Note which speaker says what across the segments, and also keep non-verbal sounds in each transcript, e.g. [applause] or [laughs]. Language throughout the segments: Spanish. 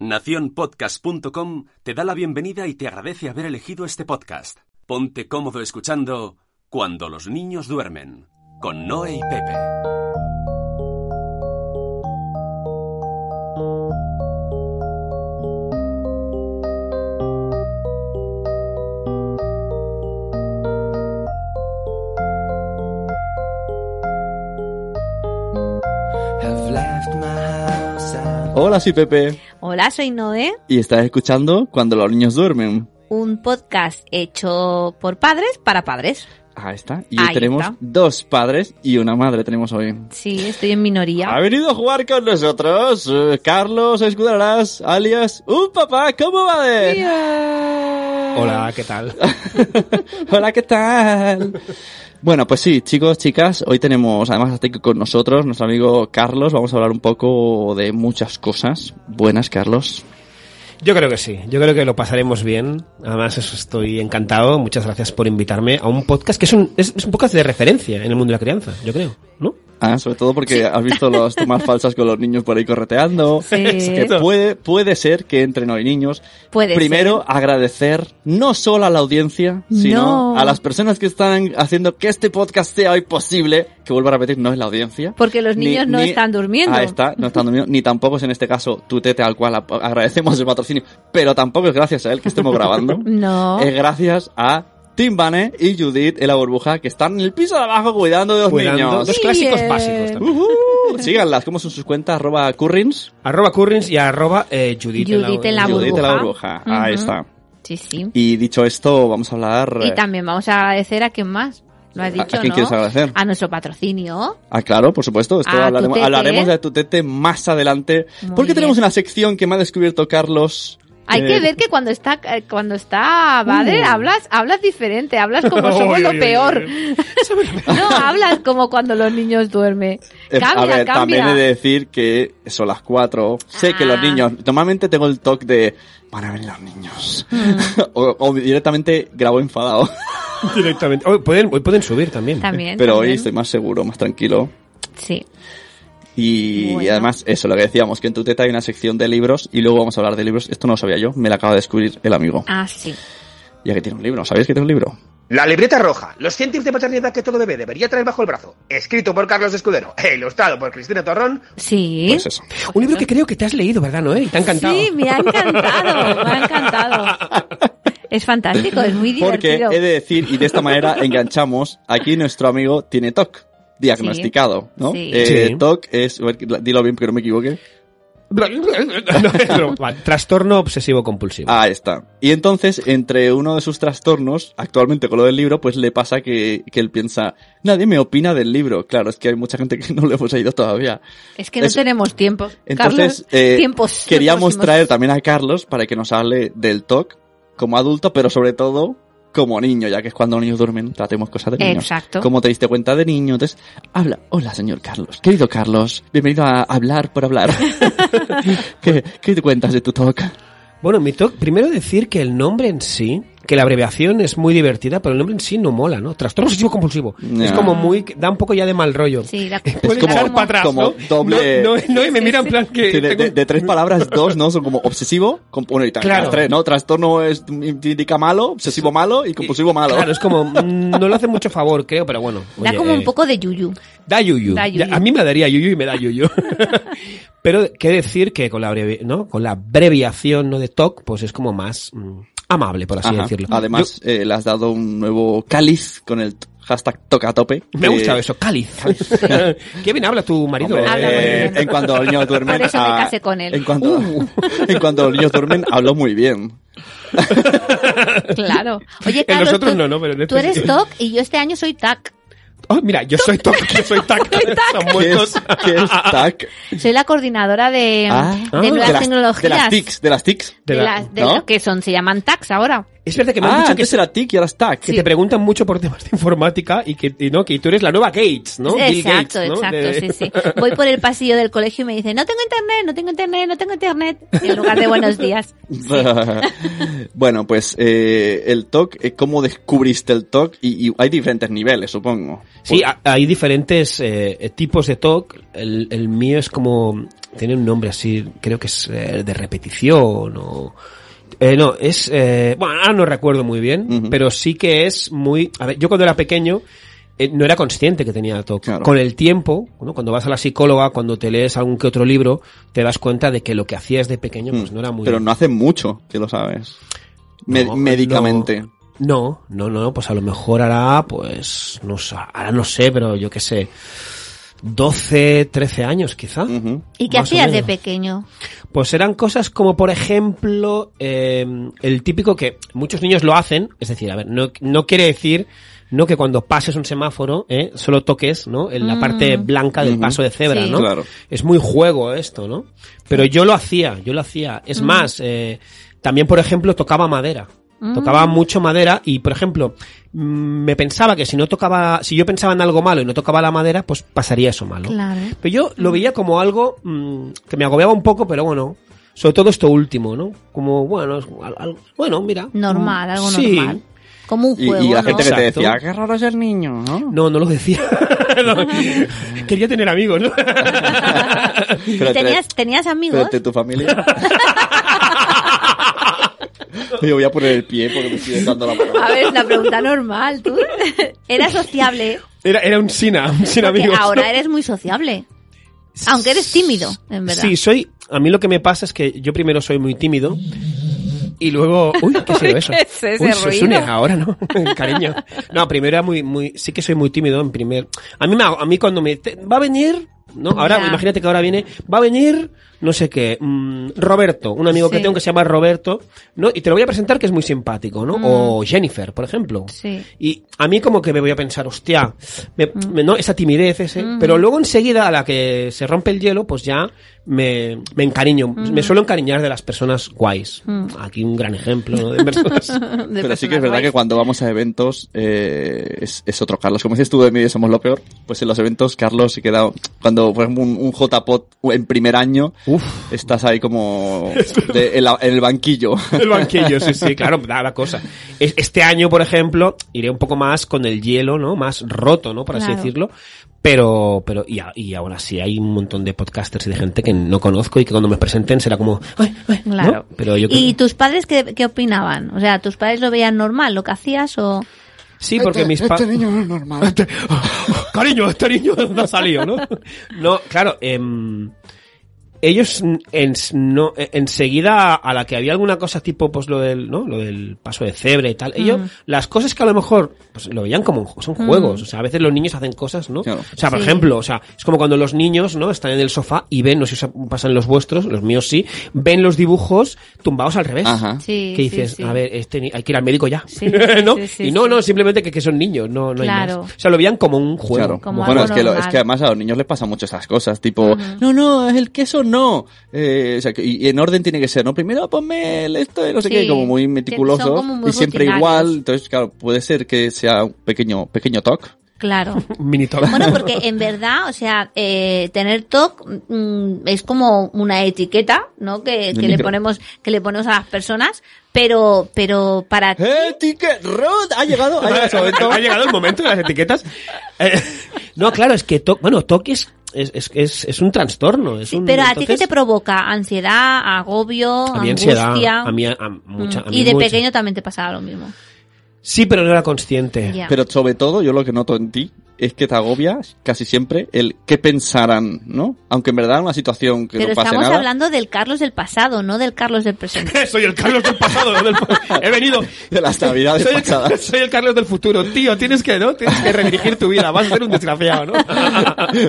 Speaker 1: Naciónpodcast.com te da la bienvenida y te agradece haber elegido este podcast. Ponte cómodo escuchando Cuando los niños duermen, con Noé y Pepe.
Speaker 2: Hola, soy Pepe
Speaker 3: Hola, soy Noé,
Speaker 2: y estás escuchando Cuando los niños duermen.
Speaker 3: un podcast hecho por padres para padres.
Speaker 2: Ahí está. Y
Speaker 3: Ahí
Speaker 2: tenemos
Speaker 3: está.
Speaker 2: dos padres y una madre tenemos hoy.
Speaker 3: Sí, estoy en
Speaker 2: Ha
Speaker 3: minoría.
Speaker 2: venido a jugar con nosotros eh, Carlos Escudarás, alias Un Papá, ¿cómo va de?
Speaker 4: Hola, ¿qué tal?
Speaker 2: Hola, ¿qué tal? Bueno, pues sí, chicos, chicas, hoy tenemos además aquí con nosotros nuestro amigo Carlos. Vamos a hablar un poco de muchas cosas. Buenas, Carlos.
Speaker 4: Yo creo que sí, yo creo que lo pasaremos bien. Además, eso, estoy encantado. Muchas gracias por invitarme a un podcast que es un, es, es un podcast de referencia en el mundo de la crianza, yo creo, ¿no?
Speaker 2: Ah, sobre todo porque has visto
Speaker 3: [laughs]
Speaker 2: las tomas falsas con los niños por ahí correteando.
Speaker 3: Sí.
Speaker 2: Que puede, puede ser que entren hoy niños.
Speaker 3: Puede
Speaker 2: Primero, agradecer no solo a la audiencia, sino
Speaker 3: No.
Speaker 2: a las personas que están haciendo que este podcast sea hoy posible. Que vuelvo a repetir, no es la audiencia.
Speaker 3: Porque Pues los
Speaker 2: Ni-
Speaker 3: niños no
Speaker 2: ni-
Speaker 3: están durmiendo.
Speaker 2: Ahí está, no están durmiendo. Ni tampoco es en este caso tu tete al cual ap- agradecemos el patrocinio. Pero tampoco es gracias a él que estemos grabando.
Speaker 3: [laughs]
Speaker 2: Eh,
Speaker 3: No.
Speaker 2: Es gracias a Tim Bane y Judith en la burbuja que están en el piso de abajo cuidando de los
Speaker 4: Cuidando
Speaker 2: niños.
Speaker 4: los clásicos
Speaker 3: Bien.
Speaker 4: básicos también.
Speaker 2: Ujú. Síganlas, ¿cómo son sus cuentas? Arroba currins.
Speaker 4: Arroba Currins y arroba eh, Judith,
Speaker 3: Judith en la
Speaker 2: Judith en la burbuja.
Speaker 3: burbuja.
Speaker 2: Ahí
Speaker 3: Ujú.
Speaker 2: está.
Speaker 3: Sí, sí.
Speaker 2: Y dicho esto, vamos a hablar. eh,
Speaker 3: Y también vamos a agradecer a quien más. Lo has
Speaker 2: ¿A- a
Speaker 3: dicho,
Speaker 2: quién
Speaker 3: ¿no?
Speaker 2: quieres agradecer?
Speaker 3: A nuestro patrocinio.
Speaker 2: Ah, claro, por supuesto. Esto
Speaker 3: A
Speaker 2: hablaremos,
Speaker 3: Tutete.
Speaker 2: hablaremos de Tutete más adelante.
Speaker 3: Muy
Speaker 2: porque tenemos
Speaker 3: bien.
Speaker 2: una sección que me ha descubierto Carlos.
Speaker 3: Hay
Speaker 2: eh, Uh.
Speaker 3: que ver que cuando está eh, cuando está padre hablas hablas diferente, hablas
Speaker 2: [laughs]
Speaker 3: como somos
Speaker 4: Uy,
Speaker 3: lo
Speaker 4: uy, uy,
Speaker 3: peor.
Speaker 4: uy.
Speaker 3: [laughs] No hablas como cuando los niños duermen.
Speaker 2: eh,
Speaker 3: Cambia,
Speaker 2: a ver,
Speaker 3: cambia.
Speaker 2: también he de decir que son las cuatro. Sé que
Speaker 3: Ah.
Speaker 2: los niños. Normalmente tengo el toque de. Van a venir los niños.
Speaker 3: Mm.
Speaker 2: [laughs] o, o directamente grabo enfadado.
Speaker 4: [laughs] Directamente. Hoy pueden, hoy pueden subir también.
Speaker 3: También.
Speaker 2: Pero hoy
Speaker 3: también.
Speaker 2: estoy más seguro, más tranquilo.
Speaker 3: Sí.
Speaker 2: Y
Speaker 3: Bueno.
Speaker 2: además, eso, lo que decíamos, que en tu teta hay una sección de libros y luego vamos a hablar de libros. Esto no lo sabía yo, me lo acaba de descubrir el amigo.
Speaker 3: Ah, sí.
Speaker 2: Ya que tiene un libro, ¿sabéis que tiene un libro?
Speaker 5: La libreta roja, los 100 tips de paternidad que todo bebé debería traer bajo el brazo. Escrito por Carlos Escudero e ilustrado por Cristina Torrón.
Speaker 3: Sí.
Speaker 2: Pues eso.
Speaker 4: Un libro que creo que te has leído, ¿verdad, Noé? Y te ha encantado.
Speaker 3: Sí, me ha encantado, me
Speaker 2: [laughs]
Speaker 3: ha encantado. Es fantástico, es muy
Speaker 2: Porque
Speaker 3: divertido.
Speaker 2: he de decir, y de esta
Speaker 3: [laughs]
Speaker 2: manera enganchamos, aquí nuestro amigo tiene TOC, diagnosticado, ¿no?
Speaker 3: Sí.
Speaker 2: Eh,
Speaker 4: Sí.
Speaker 2: TOC es, a ver, dilo bien que no me equivoque.
Speaker 4: [laughs] No, no, vale. Trastorno obsesivo compulsivo.
Speaker 2: Ah, está. Y entonces, entre uno de sus trastornos, actualmente con lo del libro, pues le pasa que, que él piensa, nadie me opina del libro. Claro, es que hay mucha gente que [laughs] no lo hemos leído todavía.
Speaker 3: es que no
Speaker 2: es-
Speaker 3: tenemos tiempo.
Speaker 2: Entonces,
Speaker 3: Carlos,
Speaker 2: eh,
Speaker 3: tiempos.
Speaker 2: [laughs] queríamos
Speaker 3: tiempos.
Speaker 2: traer también a Carlos para que nos hable del TOC como adulto, pero sobre todo como niño, ya que es cuando los niños duermen, tratemos cosas de niños.
Speaker 3: Exacto.
Speaker 2: ¿Cómo te diste cuenta de niño? Entonces, habla. Hola, señor Carlos. Querido Carlos, bienvenido a Hablar por Hablar. ¿Qué, ¿Qué te cuentas de tu TOC?
Speaker 4: Bueno, mi toc, primero decir que el nombre en sí, que la abreviación es muy divertida, pero el nombre en sí no mola, ¿no? Trastorno obsesivo compulsivo.
Speaker 2: Ya.
Speaker 4: Es como muy, da un poco ya de mal rollo.
Speaker 3: Sí, la-
Speaker 4: Puede
Speaker 2: como-
Speaker 4: echar para atrás,
Speaker 2: como
Speaker 4: ¿no?
Speaker 2: doble-
Speaker 4: No, no, no, y me mira en plan que...
Speaker 2: Sí, de,
Speaker 4: tengo-
Speaker 2: de- de tres palabras, dos, ¿no? Son como obsesivo, comp- bueno, y tal,
Speaker 4: Claro.
Speaker 2: las tres, ¿no? Trastorno es, indica malo, obsesivo malo y compulsivo malo.
Speaker 4: Claro, es como, mm, no le hace mucho favor, creo, pero bueno.
Speaker 3: Da
Speaker 4: oye,
Speaker 3: como un
Speaker 4: eh,
Speaker 3: poco
Speaker 2: [laughs]
Speaker 3: de yuyu.
Speaker 4: Da yuyu.
Speaker 3: Da yuyu.
Speaker 4: Ya, A mí me daría yuyu y me da yuyu. [laughs] Pero qué decir que con la, abrevi- ¿no? con la abreviación ¿no? de TOC, pues es como más mm, amable, por así
Speaker 2: Ajá.
Speaker 4: decirlo.
Speaker 2: Además, eh, le has dado un nuevo cáliz con el t- hashtag tocatope.
Speaker 4: Yo- me
Speaker 2: Eh,
Speaker 4: gusta eso,
Speaker 2: [laughs]
Speaker 4: cáliz. Kevin, habla tu marido.
Speaker 2: hombre,
Speaker 3: Habla
Speaker 2: eh,
Speaker 3: muy bien.
Speaker 2: en cuanto los niños duermen.
Speaker 3: Por eso me
Speaker 2: ah,
Speaker 3: casé con él. Uh.
Speaker 2: En cuanto, [laughs] en cuanto los niños duermen, hablo muy bien.
Speaker 4: [laughs]
Speaker 3: Claro. Oye,
Speaker 4: En
Speaker 3: Carlos,
Speaker 4: nosotros
Speaker 3: tú,
Speaker 4: no, ¿no? Pero en
Speaker 3: tú
Speaker 4: estos
Speaker 3: eres
Speaker 4: sí.
Speaker 3: TOC y yo este año este soy TAC.
Speaker 4: Ah, mira, yo soy TOC, yo soy TAC. [laughs] Son
Speaker 2: ¿Qué
Speaker 4: muertos.
Speaker 2: [laughs] es, qué es TAC?
Speaker 3: Soy la coordinadora de,
Speaker 2: Ah,
Speaker 3: de
Speaker 4: ah,
Speaker 3: nuevas
Speaker 2: de las,
Speaker 3: tecnologías.
Speaker 2: De las TICs, de las TICs.
Speaker 3: De
Speaker 4: la-
Speaker 3: las- de
Speaker 2: ¿no?
Speaker 3: lo que son, se llaman tax ahora.
Speaker 4: Es verdad que me han
Speaker 2: Ah,
Speaker 4: dicho que,
Speaker 2: antes era TIC y ahora es TAC. [laughs]
Speaker 4: que te preguntan mucho por temas de informática y que, y no, que tú eres la nueva Gates, ¿no? Bill
Speaker 3: exacto,
Speaker 4: Gates, ¿no?
Speaker 3: exacto,
Speaker 4: De-
Speaker 3: sí, sí. Voy por el pasillo del colegio y me dicen, no tengo internet, no tengo internet, no tengo internet,
Speaker 4: [laughs]
Speaker 3: en lugar de buenos días.
Speaker 2: bueno, pues eh, el TOC, eh, ¿cómo descubriste el TOC? Y, y hay diferentes niveles, supongo.
Speaker 4: Sí, ha- hay diferentes eh, tipos de TOC. El, el mío es como. Tiene un nombre así, creo que es eh, de repetición o. eh, no, es. eh, bueno, ahora no recuerdo muy bien,
Speaker 2: Ujú.
Speaker 4: pero sí que es muy. A ver, yo cuando era pequeño. eh, No era consciente que tenía TOC.
Speaker 2: Claro.
Speaker 4: Con el tiempo, ¿no? cuando vas a la psicóloga, cuando te lees algún que otro libro, te das cuenta de que lo que hacías de pequeño pues,
Speaker 2: Mm,
Speaker 4: no era muy...
Speaker 2: Pero no hace mucho que lo sabes. Me-
Speaker 4: No,
Speaker 2: médicamente.
Speaker 4: No, no, no, pues a lo mejor hará, pues, no sé, ahora no sé, pero yo qué sé, 12, 13 años quizá.
Speaker 2: Ujú.
Speaker 3: ¿Y qué
Speaker 4: Más o
Speaker 3: hacías de
Speaker 4: menos.
Speaker 3: pequeño?
Speaker 4: Pues eran cosas como, por ejemplo, eh, el típico que muchos niños lo hacen, es decir, a ver, no, no quiere decir, no que cuando pases un semáforo, eh, solo toques, ¿no? En la
Speaker 3: Mm.
Speaker 4: parte blanca del
Speaker 2: Ujú.
Speaker 4: paso de cebra,
Speaker 3: Sí.
Speaker 4: ¿no?
Speaker 2: Claro.
Speaker 4: Es muy juego esto, ¿no? Pero yo lo hacía, yo lo hacía. Es más, eh, también, por ejemplo, tocaba madera.
Speaker 3: Mm.
Speaker 4: Tocaba mucho madera y, por ejemplo, mm, me pensaba que si no tocaba, si yo pensaba en algo malo y no tocaba la madera, pues pasaría eso malo.
Speaker 3: Claro.
Speaker 4: Pero yo lo veía como algo mm, que me agobiaba un poco, pero bueno, sobre todo esto último, ¿no? Como, bueno, es al- al- bueno, mira.
Speaker 3: Normal,
Speaker 4: Mm,
Speaker 3: algo
Speaker 4: sí.
Speaker 3: normal. Como un
Speaker 2: Y,
Speaker 3: juego,
Speaker 2: y la
Speaker 3: ¿no?
Speaker 2: gente que te
Speaker 4: Exacto.
Speaker 2: decía, "Ah, qué raro es el niño, ¿no?
Speaker 4: No, no lo decía. [laughs]
Speaker 3: [laughs]
Speaker 4: No. Quería tener amigos, ¿no? [laughs]
Speaker 2: Pero te-
Speaker 3: ¿Tenías, tenías amigos?
Speaker 2: pero te- tu familia. [laughs] Yo voy a poner el pie porque me estoy dando la palabra.
Speaker 3: A ver, es la pregunta normal, tú. [laughs] Eras
Speaker 4: [laughs]
Speaker 3: sociable.
Speaker 4: Era, era un Sina, un Sina
Speaker 3: Porque
Speaker 4: amigos.
Speaker 3: ahora eres muy sociable. [laughs] Aunque eres tímido, en verdad.
Speaker 4: Sí, soy. A mí lo que me pasa es que yo primero soy muy tímido y luego. Uy, ¿qué ha
Speaker 3: [laughs]
Speaker 4: sido eso?
Speaker 3: ¿Qué es ese
Speaker 4: Uy, se- Sune,
Speaker 3: ruido?
Speaker 4: ahora no, [laughs] cariño. No, primero era muy, muy. Sí que soy muy tímido en primer. A mí, me, hago- a mí cuando me. te- va a venir. No, ahora
Speaker 3: Ya.
Speaker 4: imagínate que ahora viene, va a venir, no sé qué, mm, Roberto, un amigo que
Speaker 3: Sí.
Speaker 4: tengo que se llama Roberto, ¿no? Y te lo voy a presentar que es muy simpático, ¿no?
Speaker 3: Mm.
Speaker 4: O Jennifer, por ejemplo.
Speaker 3: Sí. Mm.
Speaker 4: Y a mí como que me voy a pensar, hostia, me- me- no, esa timidez, ese.
Speaker 3: Ujú.
Speaker 4: Pero luego enseguida, a la que se rompe el hielo, pues ya me, me encariño.
Speaker 3: Mm.
Speaker 4: Me suelo encariñar de las personas guays. Aquí un gran ejemplo ¿no? de
Speaker 3: [laughs]
Speaker 4: personas.
Speaker 3: [laughs] De
Speaker 2: Pero sí que es
Speaker 3: personas
Speaker 2: verdad
Speaker 3: guays.
Speaker 2: que cuando vamos a eventos eh, es, es otro Carlos. Como dices tú, de mí somos lo peor. Pues en los eventos, Carlos se queda. Cuando, por ejemplo, un, un JPOT en primer año,
Speaker 4: Uf.
Speaker 2: estás ahí
Speaker 4: [laughs]
Speaker 2: como de- en, la- en el banquillo.
Speaker 4: El banquillo, sí, sí, claro, da la cosa. Es- Este año, por ejemplo, iré un poco más con el hielo, ¿no? Más roto, ¿no? Por así
Speaker 3: Claro.
Speaker 4: decirlo. Pero, pero, y, a- y aún así hay un montón de podcasters y de gente que no conozco y que cuando me presenten será como, ay, ay, ¿no?
Speaker 3: Claro.
Speaker 4: Pero yo creo-
Speaker 3: ¿Y tus padres qué, qué opinaban? O sea, ¿tus padres lo veían normal lo que hacías o...?
Speaker 4: Sí, porque mis padres. Este niño no es normal. cariño, este niño no ha salido, ¿no? No, claro, em, ellos en- en- no, en- enseguida a la que había alguna cosa tipo pues lo del, ¿no? lo del paso de cebra y tal, ellos las cosas que a lo mejor pues, lo veían como un ju- son juegos, o sea, a veces los niños hacen cosas, ¿no?
Speaker 2: Claro.
Speaker 4: O sea, por
Speaker 3: Sí.
Speaker 4: ejemplo, o sea, es como cuando los niños, ¿no? están en el sofá y ven, no sé si os pasan los vuestros, los míos sí, ven los dibujos tumbados al revés.
Speaker 2: Ajá.
Speaker 3: Sí,
Speaker 4: que dices,
Speaker 3: sí, sí.
Speaker 4: a ver, este, ni- hay que ir al médico ya. [laughs]
Speaker 3: Sí, sí,
Speaker 4: ¿no?
Speaker 3: sí, sí,
Speaker 4: y no,
Speaker 3: sí.
Speaker 4: no, simplemente que, que son niños, no, no hay
Speaker 3: Claro.
Speaker 4: más. O sea, lo veían como un juego.
Speaker 2: Claro.
Speaker 3: Como
Speaker 2: bueno,
Speaker 3: algo
Speaker 2: es que, lo- es
Speaker 3: normal.
Speaker 2: que además a los niños les pasa mucho esas cosas, tipo, no, no, es el queso, no. Eh, o sea, que- y, y en orden tiene que ser, ¿no? Primero ponme el esto, y no sé
Speaker 3: Sí,
Speaker 2: qué, como muy
Speaker 3: que
Speaker 2: meticuloso.
Speaker 3: son como muy
Speaker 2: y siempre
Speaker 3: rutinarios.
Speaker 2: igual. Entonces, claro, puede ser que sea un pequeño, pequeño toc.
Speaker 3: Claro.
Speaker 4: Mini toc.
Speaker 3: Bueno, porque en verdad, o sea, eh, tener TOC mm, es como una etiqueta, ¿no? Que, que le
Speaker 2: micro.
Speaker 3: ponemos, que le ponemos a las personas, pero, pero para ti,
Speaker 2: ¡Eh, ticket! ¡Rod! ¡Ha llegado! ¡Ha llegado su momento!
Speaker 4: [laughs] ha llegado el momento de las etiquetas. [laughs] Eh, no, claro, es que toc, bueno, toc es, es, es- es, es un trastorno. Es
Speaker 3: sí,
Speaker 4: un-
Speaker 3: pero a ti qué te
Speaker 4: entonces,
Speaker 3: provoca ansiedad, agobio,
Speaker 4: a mí
Speaker 3: angustia. Mm,
Speaker 4: ansiedad, a mí, a- a mucha, a mí
Speaker 3: y de
Speaker 4: mucha.
Speaker 3: pequeño también te pasaba lo mismo.
Speaker 4: Sí, pero no era consciente.
Speaker 3: [laughs] Ya.
Speaker 2: Pero sobre todo, yo lo que noto en ti es que te agobias casi siempre el qué pensarán, ¿no? Aunque en verdad en una situación que
Speaker 3: Pero
Speaker 2: no pase
Speaker 3: estamos
Speaker 2: nada. [laughs]
Speaker 3: hablando del Carlos del pasado, no del Carlos del presente.
Speaker 4: [laughs] [laughs] Soy el Carlos del pasado. del- he venido.
Speaker 2: De [laughs] las
Speaker 3: [laughs]
Speaker 2: navidades
Speaker 4: Soy el,
Speaker 2: pasadas.
Speaker 4: soy el Carlos del futuro. Tío, tienes que, ¿no? Tienes que redirigir tu vida. Vas
Speaker 3: [laughs]
Speaker 4: a ser un desgraciado, ¿no?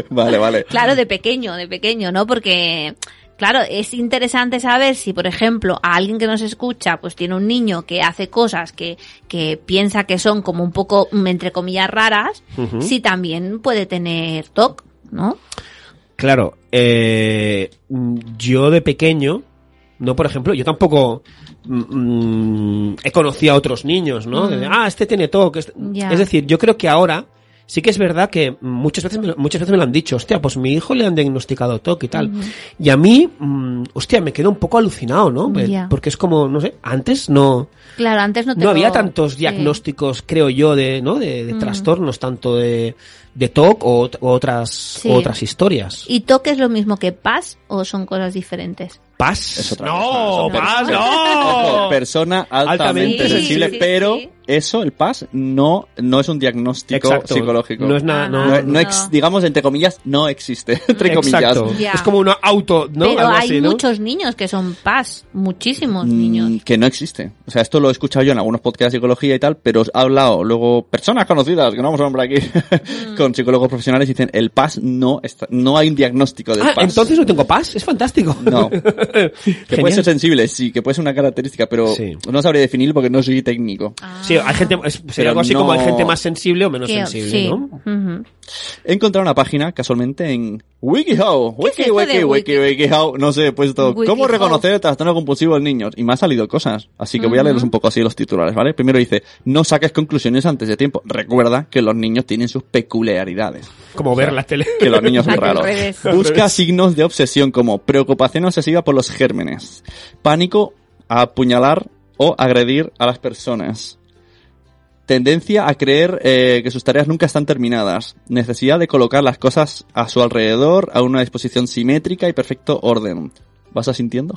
Speaker 2: vale, vale.
Speaker 3: Claro, de pequeño, de pequeño, ¿no? Porque claro, es interesante saber si, por ejemplo, a alguien que nos escucha, pues tiene un niño que hace cosas que, que piensa que son como un poco, mm, entre comillas, raras,
Speaker 4: Ujú.
Speaker 3: si también puede tener TOC, ¿no?
Speaker 4: Claro, eh, mm, yo de pequeño, no por ejemplo, yo tampoco mm, mm, he conocido a otros niños, ¿no? De, ah, este tiene TOC. este-".
Speaker 3: Mm. Ya.
Speaker 4: Es decir, yo creo que ahora sí que es verdad que muchas veces, me, lo- muchas veces me lo han dicho, hostia, pues mi hijo le han diagnosticado TOC y tal. Y a mí, mm, hostia, me quedo un poco alucinado, ¿no? Pues,
Speaker 3: Ya.
Speaker 4: Porque es como, no sé, antes no,
Speaker 3: Claro, antes no eh, te
Speaker 4: no
Speaker 3: lo-
Speaker 4: había tantos
Speaker 3: sí.
Speaker 4: diagnósticos, creo yo, de, ¿no? de, de
Speaker 3: Mm.
Speaker 4: trastornos, tanto de, de TOC o, ot- o otras, o otras historias.
Speaker 3: ¿Y TOC es lo mismo que PAS o son cosas diferentes?
Speaker 4: Paz.
Speaker 2: Es otra
Speaker 4: no,
Speaker 3: cosa,
Speaker 4: paz,
Speaker 3: no.
Speaker 4: no.
Speaker 2: [laughs] Ojo, persona altamente
Speaker 4: Altamente
Speaker 3: Sí,
Speaker 2: sensible,
Speaker 3: Oh. sí, sí.
Speaker 2: pero eso, el PAS, no, no es un diagnóstico
Speaker 4: Exacto.
Speaker 2: psicológico.
Speaker 4: No es nada,
Speaker 3: Ah,
Speaker 4: no.
Speaker 2: No-
Speaker 3: nada.
Speaker 2: no ex- digamos, entre comillas, no existe. [laughs] entre comillas.
Speaker 4: Exacto.
Speaker 3: Ya.
Speaker 4: Es como una auto, ¿no?
Speaker 3: Pero
Speaker 4: Algo
Speaker 3: hay
Speaker 4: así, ¿no?
Speaker 3: muchos niños que son PAS, muchísimos
Speaker 2: Mm,
Speaker 3: niños.
Speaker 2: Que no existe. O sea, esto lo he escuchado yo en algunos podcasts de psicología y tal, pero ha hablado luego personas conocidas, que no vamos a nombrar aquí,
Speaker 3: Mm.
Speaker 2: [laughs] con psicólogos profesionales y dicen, el PAS no está, no hay un diagnóstico del
Speaker 4: Ah,
Speaker 2: PAS.
Speaker 4: entonces no tengo paz, es fantástico.
Speaker 2: No.
Speaker 4: [laughs]
Speaker 2: Que puede ser
Speaker 4: Genial.
Speaker 2: sensible, sí, que puede ser una característica, pero
Speaker 4: Sí.
Speaker 2: no sabría definirlo porque no soy técnico.
Speaker 3: Ah,
Speaker 4: Sí, hay gente, es- sería
Speaker 2: Pero
Speaker 4: algo así
Speaker 2: no-
Speaker 4: como hay gente más sensible o menos
Speaker 3: que-
Speaker 4: sensible,
Speaker 3: sí.
Speaker 4: ¿no?
Speaker 3: Ujú.
Speaker 2: He encontrado una página casualmente en WikiHow.
Speaker 3: ¿Qué es
Speaker 2: Wiki,
Speaker 3: esto
Speaker 2: wiki,
Speaker 3: de
Speaker 2: wiki, WikiHow. No sé, he puesto
Speaker 3: Wiki
Speaker 2: cómo
Speaker 3: How?
Speaker 2: reconocer el trastorno compulsivo en niños. Y me han salido cosas. Así que voy a
Speaker 3: Ujú.
Speaker 2: leerles un poco así los titulares, ¿vale? Primero dice, no saques conclusiones antes de tiempo. Recuerda que los niños tienen sus peculiaridades.
Speaker 4: Como ver
Speaker 2: [laughs]
Speaker 4: la tele.
Speaker 2: Que los niños son
Speaker 3: Al
Speaker 2: raros.
Speaker 3: revés.
Speaker 2: Busca signos de obsesión como preocupación obsesiva por los gérmenes, pánico a apuñalar o agredir a las personas, tendencia a creer eh, que sus tareas nunca están terminadas, necesidad de colocar las cosas a su alrededor a una disposición simétrica y perfecto orden. ¿Vas asintiendo?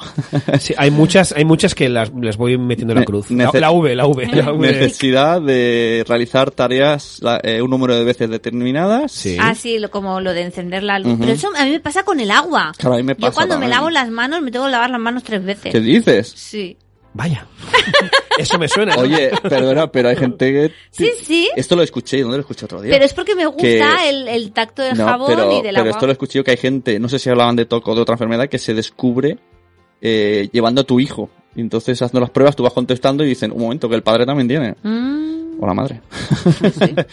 Speaker 4: Sí, hay muchas, hay muchas que las, les voy metiendo la
Speaker 2: Ne-
Speaker 4: cruz. La,
Speaker 2: nece-
Speaker 4: la V, la V, la V.
Speaker 2: Necesidad de realizar tareas la- eh, un número de veces determinadas.
Speaker 4: Sí.
Speaker 3: Ah, sí, lo, como lo de encender la luz.
Speaker 2: Ujú.
Speaker 3: Pero eso a mí me pasa con el agua.
Speaker 2: Claro, a mí me pasa
Speaker 3: Yo cuando
Speaker 2: también.
Speaker 3: me lavo las manos me tengo que lavar las manos tres veces.
Speaker 2: ¿Qué dices?
Speaker 3: Sí.
Speaker 4: Vaya. [laughs] Eso me suena. ¿no?
Speaker 2: Oye, perdona, pero hay gente que...
Speaker 3: Sí, sí.
Speaker 2: Esto lo escuché, ¿dónde lo escuché otro día?
Speaker 3: Pero es porque me gusta
Speaker 2: Que-
Speaker 3: el, el tacto del
Speaker 2: No,
Speaker 3: jabón
Speaker 2: pero,
Speaker 3: y del
Speaker 2: pero
Speaker 3: agua.
Speaker 2: esto lo he escuchado que hay gente, no sé si hablaban de toco o de otra enfermedad, que se descubre eh, llevando a tu hijo. Y entonces haciendo las pruebas, tú vas contestando y dicen, un momento, que el padre también tiene.
Speaker 3: Mm,
Speaker 2: O la madre. [laughs]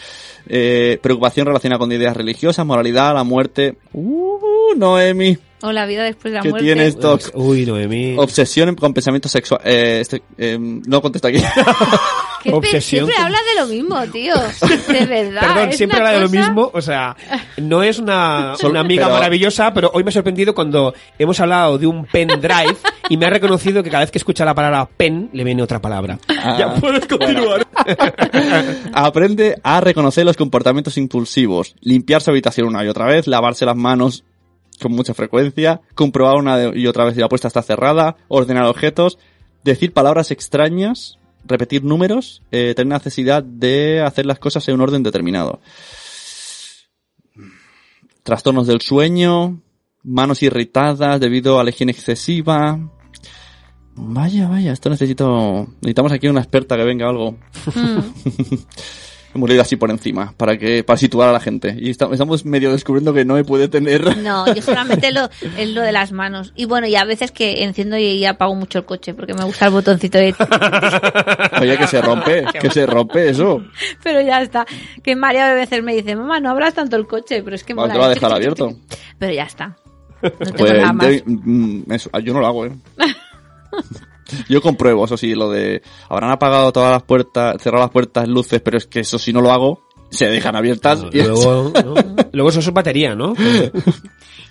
Speaker 2: Eh, preocupación relacionada con ideas religiosas, moralidad, la muerte. Uh, Noemi,
Speaker 3: o la vida después de la
Speaker 2: ¿qué
Speaker 3: muerte.
Speaker 2: tienes, Toc?
Speaker 4: Uy, Noemí.
Speaker 2: Obsesión con pensamiento sexual. Eh, este, eh, no contesta aquí.
Speaker 3: Qué pe-
Speaker 4: Obsesión
Speaker 3: Siempre
Speaker 4: con-
Speaker 3: hablas de lo mismo,
Speaker 2: [laughs]
Speaker 3: tío. De verdad.
Speaker 4: Perdón,
Speaker 3: es
Speaker 4: siempre
Speaker 3: una
Speaker 4: habla de lo
Speaker 3: cosa-
Speaker 4: mismo. O sea, no es [laughs] una, una amiga
Speaker 2: pero-
Speaker 4: maravillosa, pero hoy me ha sorprendido cuando hemos hablado de un
Speaker 3: [laughs]
Speaker 4: pendrive y me ha reconocido que cada vez que escucha la palabra pen le viene otra palabra.
Speaker 2: Ah,
Speaker 4: ya puedes continuar.
Speaker 2: Aprende a reconocer los comportamientos impulsivos, limpiar su habitación una y otra vez, lavarse las manos con mucha frecuencia, comprobar una y otra vez si la puesta está cerrada, ordenar objetos, decir palabras extrañas, repetir números, eh, tener necesidad de hacer las cosas en un orden determinado. Trastornos del sueño, manos irritadas debido a la higiene excesiva. Vaya, vaya, esto necesito... Necesitamos aquí una experta que venga o algo.
Speaker 3: Mm,
Speaker 2: [laughs] Hemos leído así por encima, para que para situar a la gente. Y esta- estamos medio descubriendo que no me puede tener...
Speaker 3: No, yo solamente lo, es lo de las manos. Y bueno, y a veces que enciendo y, y apago mucho el coche porque me gusta el botoncito de...
Speaker 2: Oye, que se rompe, que se rompe eso.
Speaker 3: Pero ya está. Que María a veces me dice, mamá, no abras tanto el coche, pero es que...
Speaker 2: Va,
Speaker 3: mola".
Speaker 2: te va a dejar abierto.
Speaker 3: Pero ya está. No tengo
Speaker 2: Pues
Speaker 3: nada más.
Speaker 2: de- mm, eso, yo no lo hago, ¿eh? [laughs] Yo compruebo, eso sí, lo de... Habrán apagado todas las puertas, cerrado las puertas, luces, pero es que eso si no lo hago, se dejan abiertas. y-
Speaker 4: [laughs] Luego, ¿no? Luego eso es batería, ¿no?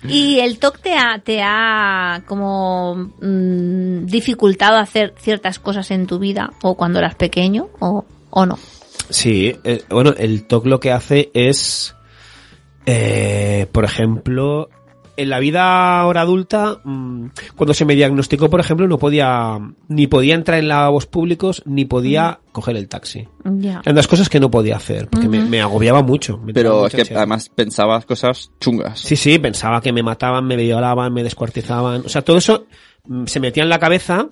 Speaker 3: Y el TOC te ha, te ha como mm, dificultado hacer ciertas cosas en tu vida o cuando eras pequeño o, o no.
Speaker 4: [gasps] Sí, eh, bueno, el TOC lo que hace es, eh, por ejemplo, en la vida ahora adulta, mm, cuando se me diagnosticó, por ejemplo, no podía, ni podía entrar en lavabos públicos, ni podía coger el taxi.
Speaker 3: Ya.
Speaker 4: Eran las cosas que no podía hacer, porque me, me agobiaba mucho.
Speaker 2: [laughs]
Speaker 4: me daba
Speaker 2: pero es
Speaker 4: mucha
Speaker 2: que
Speaker 4: ansiedad.
Speaker 2: además pensabas cosas chungas.
Speaker 4: Sí, sí, pensaba que me mataban, me violaban, me descuartizaban. O sea, todo eso mm, se metía en la cabeza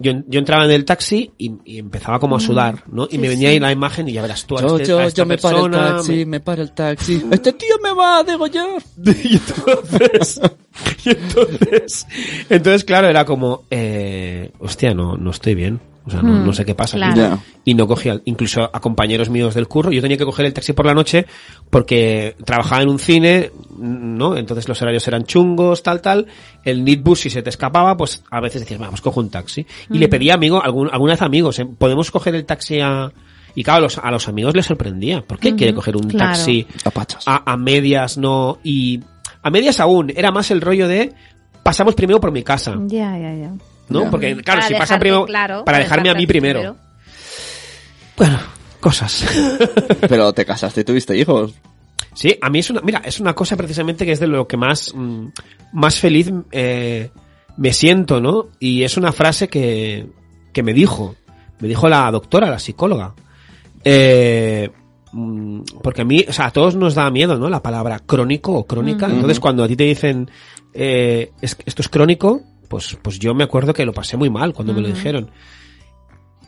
Speaker 4: yo, yo entraba en el taxi y, y empezaba como a sudar, ¿no? Y
Speaker 3: Sí,
Speaker 4: me venía
Speaker 3: sí.
Speaker 4: ahí la imagen y ya verás tú a,
Speaker 2: Yo,
Speaker 4: este- a
Speaker 2: yo,
Speaker 4: esta
Speaker 2: yo me paro el
Speaker 4: persona,
Speaker 2: taxi, me paro el taxi. Este tío me va a degollar.
Speaker 4: y entonces, [laughs] y entonces, entonces, claro, era como, eh, hostia, no, no estoy bien. O sea, no,
Speaker 3: Mm,
Speaker 4: no sé qué pasa. aquí.
Speaker 3: claro.
Speaker 2: Ya.
Speaker 4: Y no cogía, incluso a compañeros míos del curro. Yo tenía que coger el taxi por la noche porque trabajaba en un cine, ¿no? Entonces los horarios eran chungos, tal, tal. El Nitbus, si se te escapaba, pues a veces decías, vamos, cojo un taxi. Y le pedía amigo, algún, alguna vez amigos, ¿eh? ¿podemos coger el taxi a...? Y claro, a los, a los amigos les sorprendía. ¿Por qué quiere
Speaker 3: Ujú,
Speaker 4: coger un
Speaker 3: claro.
Speaker 4: taxi
Speaker 2: Apachas.
Speaker 4: a, a medias no y a medias aún era más el rollo de pasamos primero por mi casa no
Speaker 3: Ya, ya, ya.
Speaker 2: Ya.
Speaker 4: porque claro
Speaker 3: Para
Speaker 4: si
Speaker 3: dejarte,
Speaker 4: pasan primero
Speaker 3: claro,
Speaker 4: para dejarme a
Speaker 3: dejarte
Speaker 4: mí primero, bueno cosas
Speaker 2: Pero te casaste y tuviste hijos.
Speaker 4: sí a mí es una mira es una cosa precisamente que es de lo que más mm, más feliz eh, me siento no y es una frase que que me dijo me dijo la doctora la psicóloga Eh, mm, porque a mí, o sea, a todos nos da miedo, ¿no? La palabra crónico o crónica.
Speaker 2: Ujú.
Speaker 4: Entonces, cuando a ti te dicen, eh, es- esto es crónico, pues, pues yo me acuerdo que lo pasé muy mal cuando me lo
Speaker 3: Ujú.
Speaker 4: dijeron.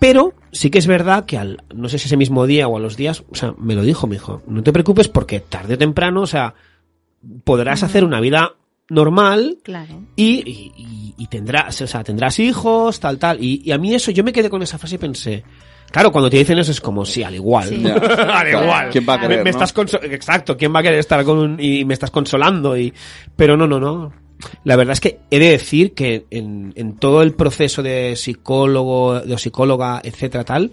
Speaker 4: Pero sí que es verdad que al, no sé si ese mismo día o a los días, o sea, me lo dijo, me dijo, no te preocupes porque tarde o temprano, o sea, podrás hacer una vida normal,
Speaker 3: Claro.
Speaker 4: y, y- y- y tendrás, o sea, tendrás hijos, tal, tal. Y, y a mí eso, yo me quedé con esa frase y pensé, claro, cuando te dicen eso es como, sí, al igual.
Speaker 3: Sí.
Speaker 2: Ya.
Speaker 4: [laughs] al
Speaker 3: Claro.
Speaker 4: igual.
Speaker 2: ¿Quién va a
Speaker 4: Me-
Speaker 2: querer, no?
Speaker 4: me estás conso- Exacto, ¿quién va a querer estar con un- y me estás consolando? Y, pero no, no, no. La verdad es que he de decir que en, en todo el proceso de psicólogo, de psicóloga, etcétera, tal,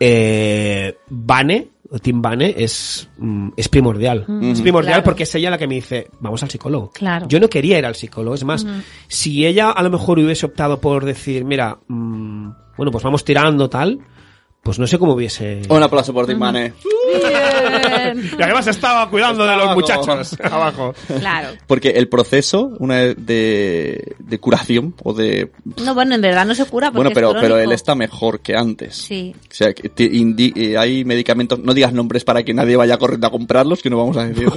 Speaker 4: eh, Vane, o Tim Vane, es, mm, es primordial.
Speaker 3: Mm,
Speaker 4: Es primordial
Speaker 3: claro.
Speaker 4: porque es ella la que me dice, vamos al psicólogo.
Speaker 3: Claro.
Speaker 4: Yo no quería ir al psicólogo, es más, si ella a lo mejor hubiese optado por decir, mira, mm, bueno, pues vamos tirando tal, pues no sé cómo hubiese...
Speaker 2: Un aplauso por ti, Mané.
Speaker 3: Bien.
Speaker 4: Y además estaba cuidando de los
Speaker 2: Estaba como-
Speaker 4: muchachos
Speaker 2: [laughs]
Speaker 4: abajo.
Speaker 3: claro.
Speaker 2: Porque el proceso, una de, de, de curación o de...
Speaker 3: No, bueno, en verdad no se cura porque
Speaker 2: Bueno, pero,
Speaker 3: es
Speaker 2: pero él
Speaker 3: crónico.
Speaker 2: está mejor que antes.
Speaker 3: Sí.
Speaker 2: O sea, que te indi- eh, hay medicamentos, no digas nombres para que nadie vaya corriendo a comprarlos, que no vamos a
Speaker 3: [laughs]
Speaker 2: decir.